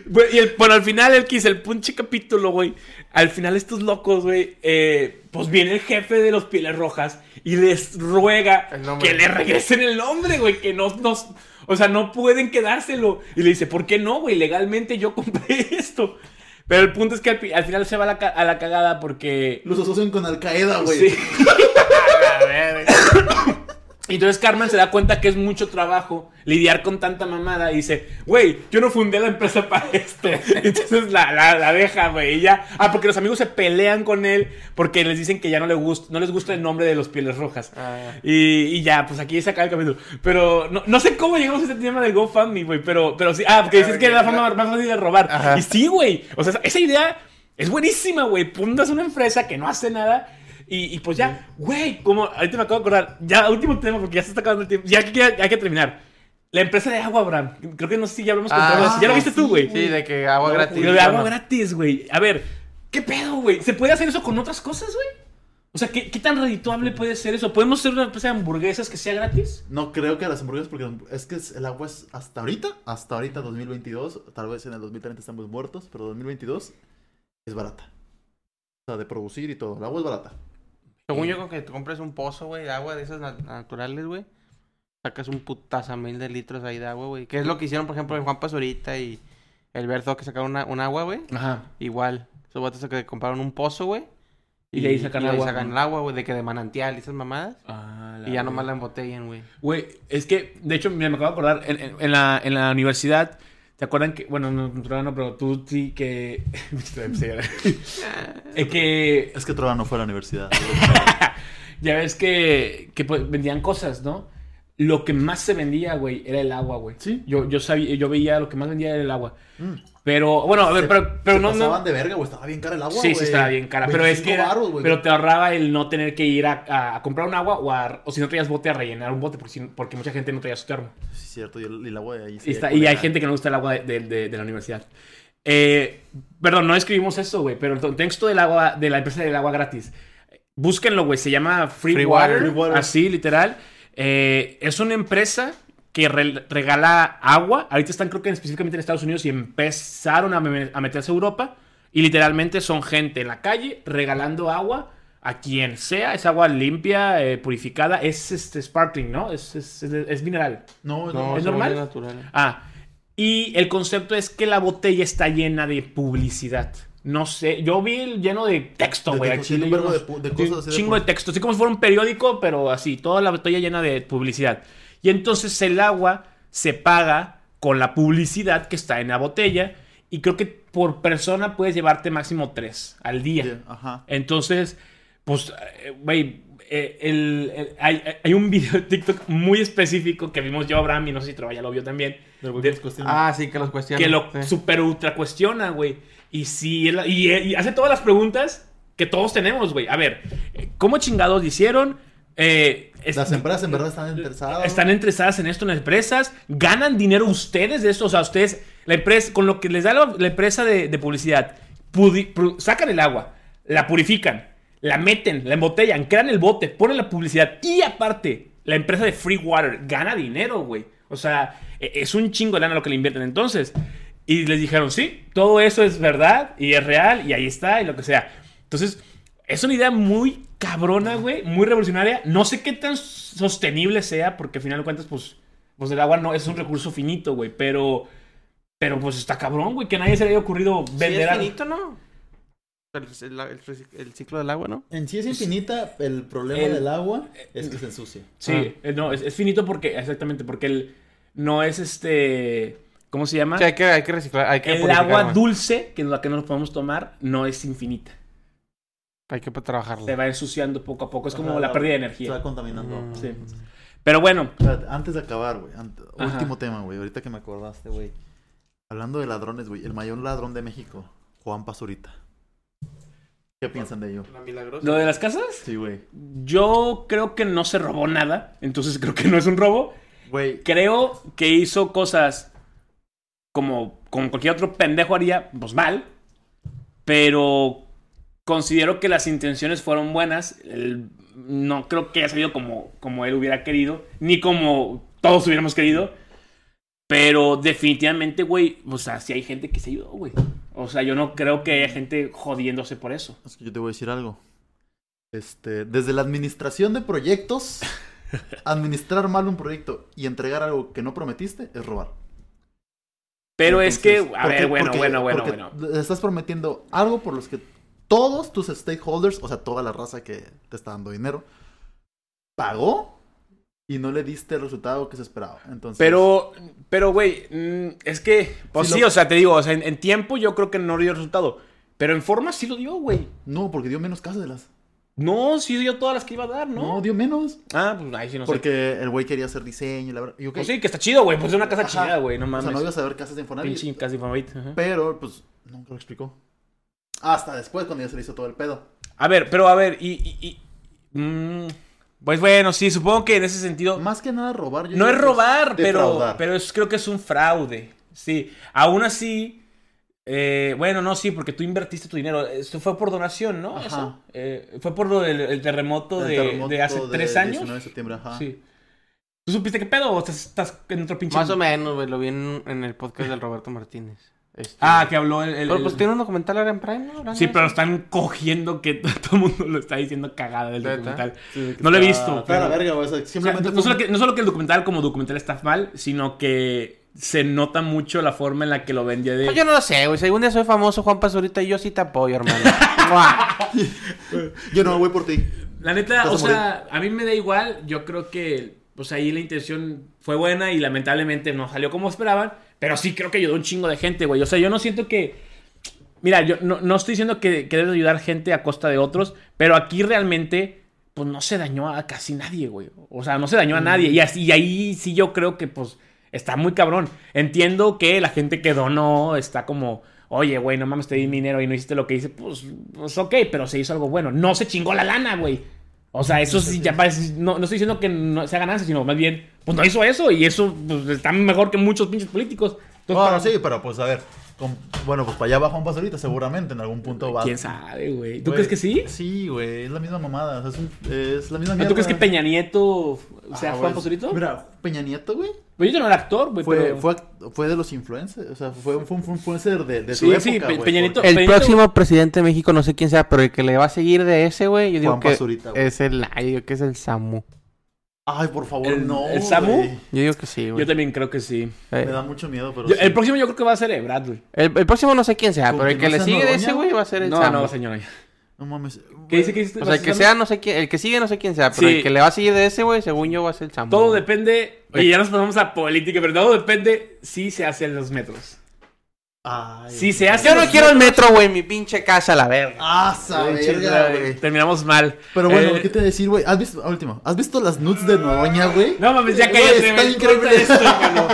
A: Güey, y el, bueno, al final, el que hizo el pinche capítulo, güey. Al final, estos locos, güey. eh, pues viene el jefe de los Pieles Rojas y les ruega
C: El nombre.
A: que le regresen el nombre, güey. Que no nos. O sea, no pueden quedárselo. Y le dice, ¿por qué no, güey? Legalmente yo compré esto. Pero el punto es que al, pi- al final se va a la, ca- a la cagada porque.
B: Los asocian con Al Qaeda, güey.
A: Sí. Y entonces Carmen se da cuenta que es mucho trabajo lidiar con tanta mamada y dice, güey, yo no fundé la empresa para esto. Entonces la, la, la deja, güey. y ya. Ah, porque los amigos se pelean con él porque les dicen que ya no, le gusta, no les gusta el nombre de los pieles rojas. y, y ya, pues aquí se acaba el capítulo. Pero no, no sé cómo llegamos a este tema del GoFundMe, güey. Pero, pero sí, ah, porque dices que era la forma más fácil de robar.
C: Ajá.
A: Y sí, güey. O sea, esa- esa idea es buenísima, güey. Fundas una empresa que no hace nada. Y, y pues ya, güey, como ahorita me acabo de acordar, ya último tema porque ya se está acabando el tiempo, ya, hay que- hay que terminar. La empresa de agua, Abraham, creo que no sé si ya hablamos con
C: Ah,
A: todos. Ya lo viste tú, güey.
C: Sí, de que agua gratis.
A: Lo de agua
C: bueno.
A: gratis, güey. A ver, ¿qué pedo, güey? ¿Se puede hacer eso con otras cosas, güey? O sea, ¿qué, qué tan redituable puede ser eso? ¿Podemos hacer una empresa de hamburguesas que sea gratis?
B: No creo que las hamburguesas, porque es que el agua es hasta ahorita, hasta ahorita 2022, tal vez en el 2030 estamos muertos, pero 2022 es barata. O sea, de producir y todo, el agua es barata.
C: Según yo, con que te compres un pozo, güey, de agua de esas na- naturales, güey. Sacas un putaza mil de litros ahí de agua, güey. Que es lo que hicieron, por ejemplo, en Juan Pazurita y el Berto que sacaron una, un agua, güey.
A: Ajá.
C: Igual. Esos vatos que compraron un pozo, güey.
A: Y de ahí sacan
C: y de
A: agua.
C: sacan el agua, güey, de que de manantial y esas mamadas.
A: Ah,
C: y ya nomás la embotellan, güey.
A: Güey, es que, de hecho, mira, me acabo de acordar, en, en- en la, en la universidad, ¿te acuerdan que, bueno, no, no, no, pero tú sí que... Me estoy empezando a llorar. Eh, que
B: Es que Trova no fue a la universidad.
A: ya ves que, que, pues, vendían cosas, ¿no? Lo que más se vendía, güey, era el agua, güey.
B: Sí.
A: Yo, yo sabía, yo veía lo que más vendía era el agua. Pero, bueno, a ver, pero, pero
B: Mm. Se
A: no, no.
B: pasaban de verga, güey, estaba bien cara el agua,
A: sí,
B: güey.
A: sí, estaba bien cara. Pero es
B: 25
A: que. era-
B: varos, güey.
A: pero te ahorraba el no tener que ir a, a- a comprar un agua o, a- o si no traías bote a rellenar un bote, porque, si- porque mucha gente no traía su termo.
B: Sí, cierto, y el, y el agua de ahí
A: Y,
B: se
A: está- y
B: culera.
A: hay gente que no le gusta el agua de, de- de- de la universidad. Eh, perdón, no escribimos eso, güey, pero el contexto del agua, de la empresa del agua gratis. Búsquenlo, güey, se llama Free,
C: Free
A: water,
C: Water.
B: Free Water.
A: así literal. Eh, es una empresa que re- regala agua. Ahorita están, creo que específicamente en Estados Unidos y empezaron a, me- a meterse a Europa. Y literalmente son gente en la calle regalando agua a quien sea. Es agua limpia, eh, purificada. Es este, sparkling, ¿no? Es, es- es- es mineral.
B: No,
C: No,
B: no,
A: ¿Es
C: según
A: normal?
C: yo, natural.
A: Ah, y el concepto es que la botella está llena de publicidad. No sé, yo vi el lleno de texto,
B: De
A: güey. a
B: texto, tiene
A: Chile,
B: un
A: yo
B: verbo
A: no-
B: de pu- de
A: sí,
B: cosas así de
A: chingo de
B: pu-
A: texto, así como si fuera un periódico, pero así, toda la batalla llena de publicidad. Y entonces el agua se paga con la publicidad que está en la botella. Y creo que por persona puedes llevarte máximo tres al día.
B: Ya, Ajá.
A: Entonces, pues, eh, güey, eh, el- el- hay, hay un video de TikTok muy específico que vimos yo, Abraham, y no sé si Trova ya lo vio también, de-
C: Ah, sí, que los cuestionan.
A: que lo
C: sí.
A: super ultra cuestiona, güey. Y sí, él- y, y hace todas las preguntas que todos tenemos, güey. A ver, eh, ¿cómo chingados hicieron? Eh, es-
B: Las empresas en verdad están interesadas.
A: están interesadas en esto en las empresas, ganan dinero ustedes de esto, o sea, ustedes, la empresa, con lo que les da la, la empresa de, de publicidad, pudi- pru- sacan el agua, la purifican, la meten, la embotellan, crean el bote, ponen la publicidad y aparte, la empresa de Free Water gana dinero, güey. O sea, e- es un chingo de lana lo que le invierten entonces. Y les dijeron, sí, todo eso es verdad y es real y ahí está y lo que sea. Entonces, es una idea muy cabrona, güey, muy revolucionaria. No sé qué tan sostenible sea, porque al final de cuentas, pues, pues el agua no es un recurso finito, güey, pero, pero pues está cabrón, güey, que a nadie se le haya ocurrido
C: Sí,
A: vender
C: es
A: algo.
C: finito, ¿no? El, el- el- el ciclo del agua, ¿no?
H: En sí es infinita, el problema
A: El- eh,
H: del agua es que se ensucia.
A: Sí, eh, no, es, es finito porque, exactamente, porque él no es este, ¿cómo se llama?
C: Sí, hay que, hay que reciclar, hay que
A: el
C: purificar,
A: agua
C: güey.
A: dulce, que es la que no nos podemos tomar, no es infinita.
C: Hay que trabajarlo.
A: Se va ensuciando poco a poco, es como
B: Ajá,
A: la pérdida de
B: Se va
A: energía.
B: contaminando.
C: Mm.
A: Sí. Pero bueno,
B: Espérate, Antes de acabar, güey. ant-
A: Ajá.
B: Último tema, güey. Ahorita que me acordaste, güey. Hablando de ladrones, güey. El mayor ladrón de México, Juan Pazurita. ¿Qué piensan de ello?
A: lo de las casas.
B: Sí, güey.
A: Yo creo que no se robó nada, entonces creo que no es un robo.
B: Güey,
A: Creo que hizo cosas como, como cualquier otro pendejo haría, pues mal, pero considero que las intenciones fueron buenas. El- no creo que haya salido como, como él hubiera querido, ni como todos hubiéramos querido. Pero definitivamente, güey, o sea, sí hay gente que se ayudó, güey. O sea, yo no creo que haya gente jodiéndose por eso.
B: es que yo te voy a decir algo. Este, desde la administración de proyectos, administrar mal un proyecto y entregar algo que no prometiste es robar.
A: Pero es que,
B: Entonces,
A: a
B: ¿por qué?
A: ver, bueno,
B: Porque-
A: bueno, bueno,
B: porque
A: bueno.
B: le Estás prometiendo algo por los que todos tus stakeholders, o sea, toda la raza que te está dando dinero, pagó y no le diste el resultado que se esperaba. Entonces,
I: Pero, pero, güey, mm, es que, pues
B: Sí,
I: sí,
B: lo-
I: o sea, te digo, o sea, en, en tiempo yo creo que no dio resultado. Pero en forma sí lo dio, güey.
B: no, porque dio menos casas de las.
I: No, sí dio todas las que iba a dar, ¿no?
B: No, dio menos.
I: Ah, pues ahí sí no sé.
B: porque el güey quería hacer diseño, y la verdad. y ok,
I: Pues sí, que está chido, güey. Pues es una casa
B: ajá,
I: chida, güey, no
B: O
I: mames.
B: sea, no ibas a ver casas de Infonavit.
A: Pinche casi favorito. ajá.
B: Pero, pues, nunca lo explicó. Hasta después, cuando ya se le hizo todo el pedo.
I: A ver, pero a ver, y. y- y- mm, pues bueno, sí, supongo que en ese sentido.
B: Más que nada robar. yo
I: No es
B: creo que
I: robar, pero,
B: defraudar.
I: pero es, creo que es un fraude. Sí. Aún así. eh, bueno, no, sí, porque tú invertiste tu dinero. Esto fue por donación, ¿no?
B: Ajá.
I: Eso. Eh, fue por lo del el terremoto,
B: El
I: de,
B: terremoto
I: de hace
B: del
I: tres años.
B: 19 de septiembre, ajá.
I: Sí. ¿Tú supiste qué pedo o estás, estás en otro pinche?
C: Más o menos, güey, lo vi en, en el podcast del Roberto Martínez. Este-
A: Ah, que habló el. el-
C: Pero
A: el-
C: pues tiene un documental ahora en Prime, ¿no? Hablando
A: Sí,
C: de
A: pero
C: eso.
A: están cogiendo que todo el mundo lo está diciendo cagada del
C: ¿Neta?
A: documental.
B: Sí, que
A: No lo he
B: está-
A: visto,
B: Está de la verga, güey. o sea,
A: O sea,
B: simplemente
A: no, no
B: fue
A: solo
B: un-
A: que, no solo que el documental como documental está mal, sino que se nota mucho la forma en la que lo vendía
C: Pues
A: de...
C: yo no lo sé, güey. Si algún día soy famoso, Juan Pazurita, yo sí te apoyo, hermano. Buah.
B: Yo no, voy por ti.
A: La neta,
B: Vas a
A: o sea, a mí me da igual. Yo creo que, pues ahí la intención fue buena y lamentablemente no salió como esperaban. Pero sí creo que ayudó un chingo de gente, güey. O sea, yo no siento que... Mira, yo no, no estoy diciendo que, que debes ayudar gente a costa de otros, pero aquí realmente, pues no se dañó a casi nadie, güey. O sea, no se dañó a nadie. Y, así, y ahí sí yo creo que, pues, está muy cabrón. Entiendo que la gente que donó está como, oye, güey, no mames, te di mi dinero y no hiciste lo que hice. Pues, pues ok, pero se hizo algo bueno. No se chingó la lana, güey. O sea, eso sí, ya parece- no, no estoy diciendo que no sea ganancia, sino más bien, pues no hizo eso y eso pues, está mejor que muchos pinches políticos. Entonces,
B: Bueno,
A: para-
B: sí, pero pues a ver. con- Bueno, pues para allá va Juan Pazurita, seguramente en algún punto va.
A: ¿Quién sabe, güey? ¿Tú
B: Güey,
A: crees que sí?
B: Sí, güey, es la misma mamada. o sea, es, un- es la misma
A: ¿No,
B: mierda.
A: ¿Tú crees que Peña Nieto sea
B: Ah,
A: Juan
B: güey,
A: Pozurito?
B: Mira, Peña Nieto, güey,
A: Peña Nieto no era actor, güey.
B: fue,
A: pero-
B: fue, act- fue de los influencers. O sea, fue, fue un fue un influencer de, de su
A: Sí,
B: época.
A: sí, Pe-
B: güey,
A: Peña Nieto-
B: porque-
C: El
A: Pedrito-
C: próximo presidente de México, no sé quién sea, pero el que le va a seguir de ese, güey, yo digo
B: Juan
C: que
B: Pazurita, güey.
C: es el, ay, yo digo que es el Samu.
B: Ay, por favor,
A: ¿El-
B: no.
A: el Samu?
B: güey.
C: Yo digo que sí, güey.
A: Yo también creo que sí.
B: Me
C: Eh,
B: da mucho miedo, pero.
A: Yo-
B: sí.
A: el próximo yo creo que va a ser Ebrad, güey.
C: El, el próximo no sé quién sea,
B: Con
C: pero el
B: que
C: que
B: no
C: le
B: sea
C: sigue de ese,
B: Noroña.
C: güey, va a ser el
A: No,
C: Samu.
A: no, señora.
B: No mames.
A: ¿Qué dice que hiciste?
C: O sea, el que sea, no sé quién, el que sigue no sé quién sea, pero
A: Sí.
C: el que le va a seguir de ese, güey, según yo, va a ser el Samu.
A: Todo
C: güey.
A: depende. Oye, ya nos pasamos a política, pero todo depende si se hacen los metros.
B: Ay.
A: Si se hace.
C: Yo no quiero el metro, güey, mi pinche casa, la verga.
B: Ah, esa verga, güey.
A: Terminamos mal.
B: Pero bueno,
A: Eh,
B: ¿qué te decir, güey? ¿Has visto, ah, último, ¿has visto las nudes de Noroña, güey?
A: No mames, ya
B: Güey,
A: cállate.
B: Está
A: me
B: increíble.
A: encanta esto, hermano.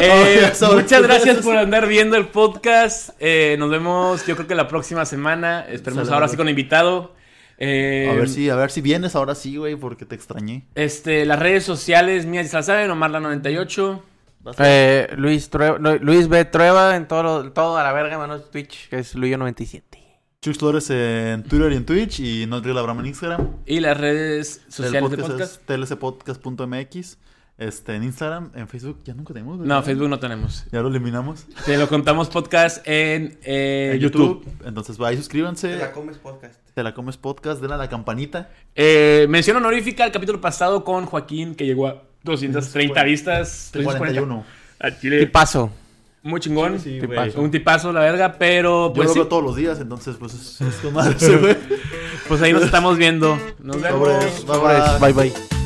A: Eh,
B: Ahora, sobre
A: muchas
B: todo
A: gracias
B: eso.
A: por andar viendo el podcast. Eh, nos vemos, yo creo que la próxima semana. Esperemos
B: Saludos.
A: ahora sí con invitado. Eh,
B: A ver si, a ver si vienes ahora sí, güey, porque te extrañé.
A: Este, las redes sociales mías ya saben, Omar la 98.
C: Eh, Luis, True- no, Luis B. Trueba en todo, lo- todo a la verga, hermano, Twitch, que es Luyo97.
B: Chux Flores en Twitter y en Twitch y Not Real Abraham en Instagram.
A: Y las redes
B: el
A: sociales de
B: podcast,
A: podcast.
B: es tlcpodcast.mx. Este, en Instagram, en Facebook, ya nunca tenemos, güey.
A: No, Facebook no tenemos.
B: Ya lo eliminamos.
A: Te lo contamos podcast en, eh,
B: En
A: YouTube.
B: YouTube. Entonces, va ahí suscríbanse. Te la,
C: comes podcast.
B: comes podcast, denle a la campanita.
A: Eh, mención honorífica al capítulo pasado con Joaquín, que llegó a 230 vistas. 341.
B: 41.
A: Al
C: Y
A: Chile.
C: paso.
A: Muy chingón.
J: Sí,
C: Te
J: güey.
C: paso.
A: Un tipazo, la verga, pero
B: Yo
A: pues,
B: lo
A: sí,
B: veo todos los días, entonces, pues es, es tu madre, güey.
A: pues ahí nos estamos viendo. Nos vemos.
B: Sobres, bye bye.
C: Bye, bye.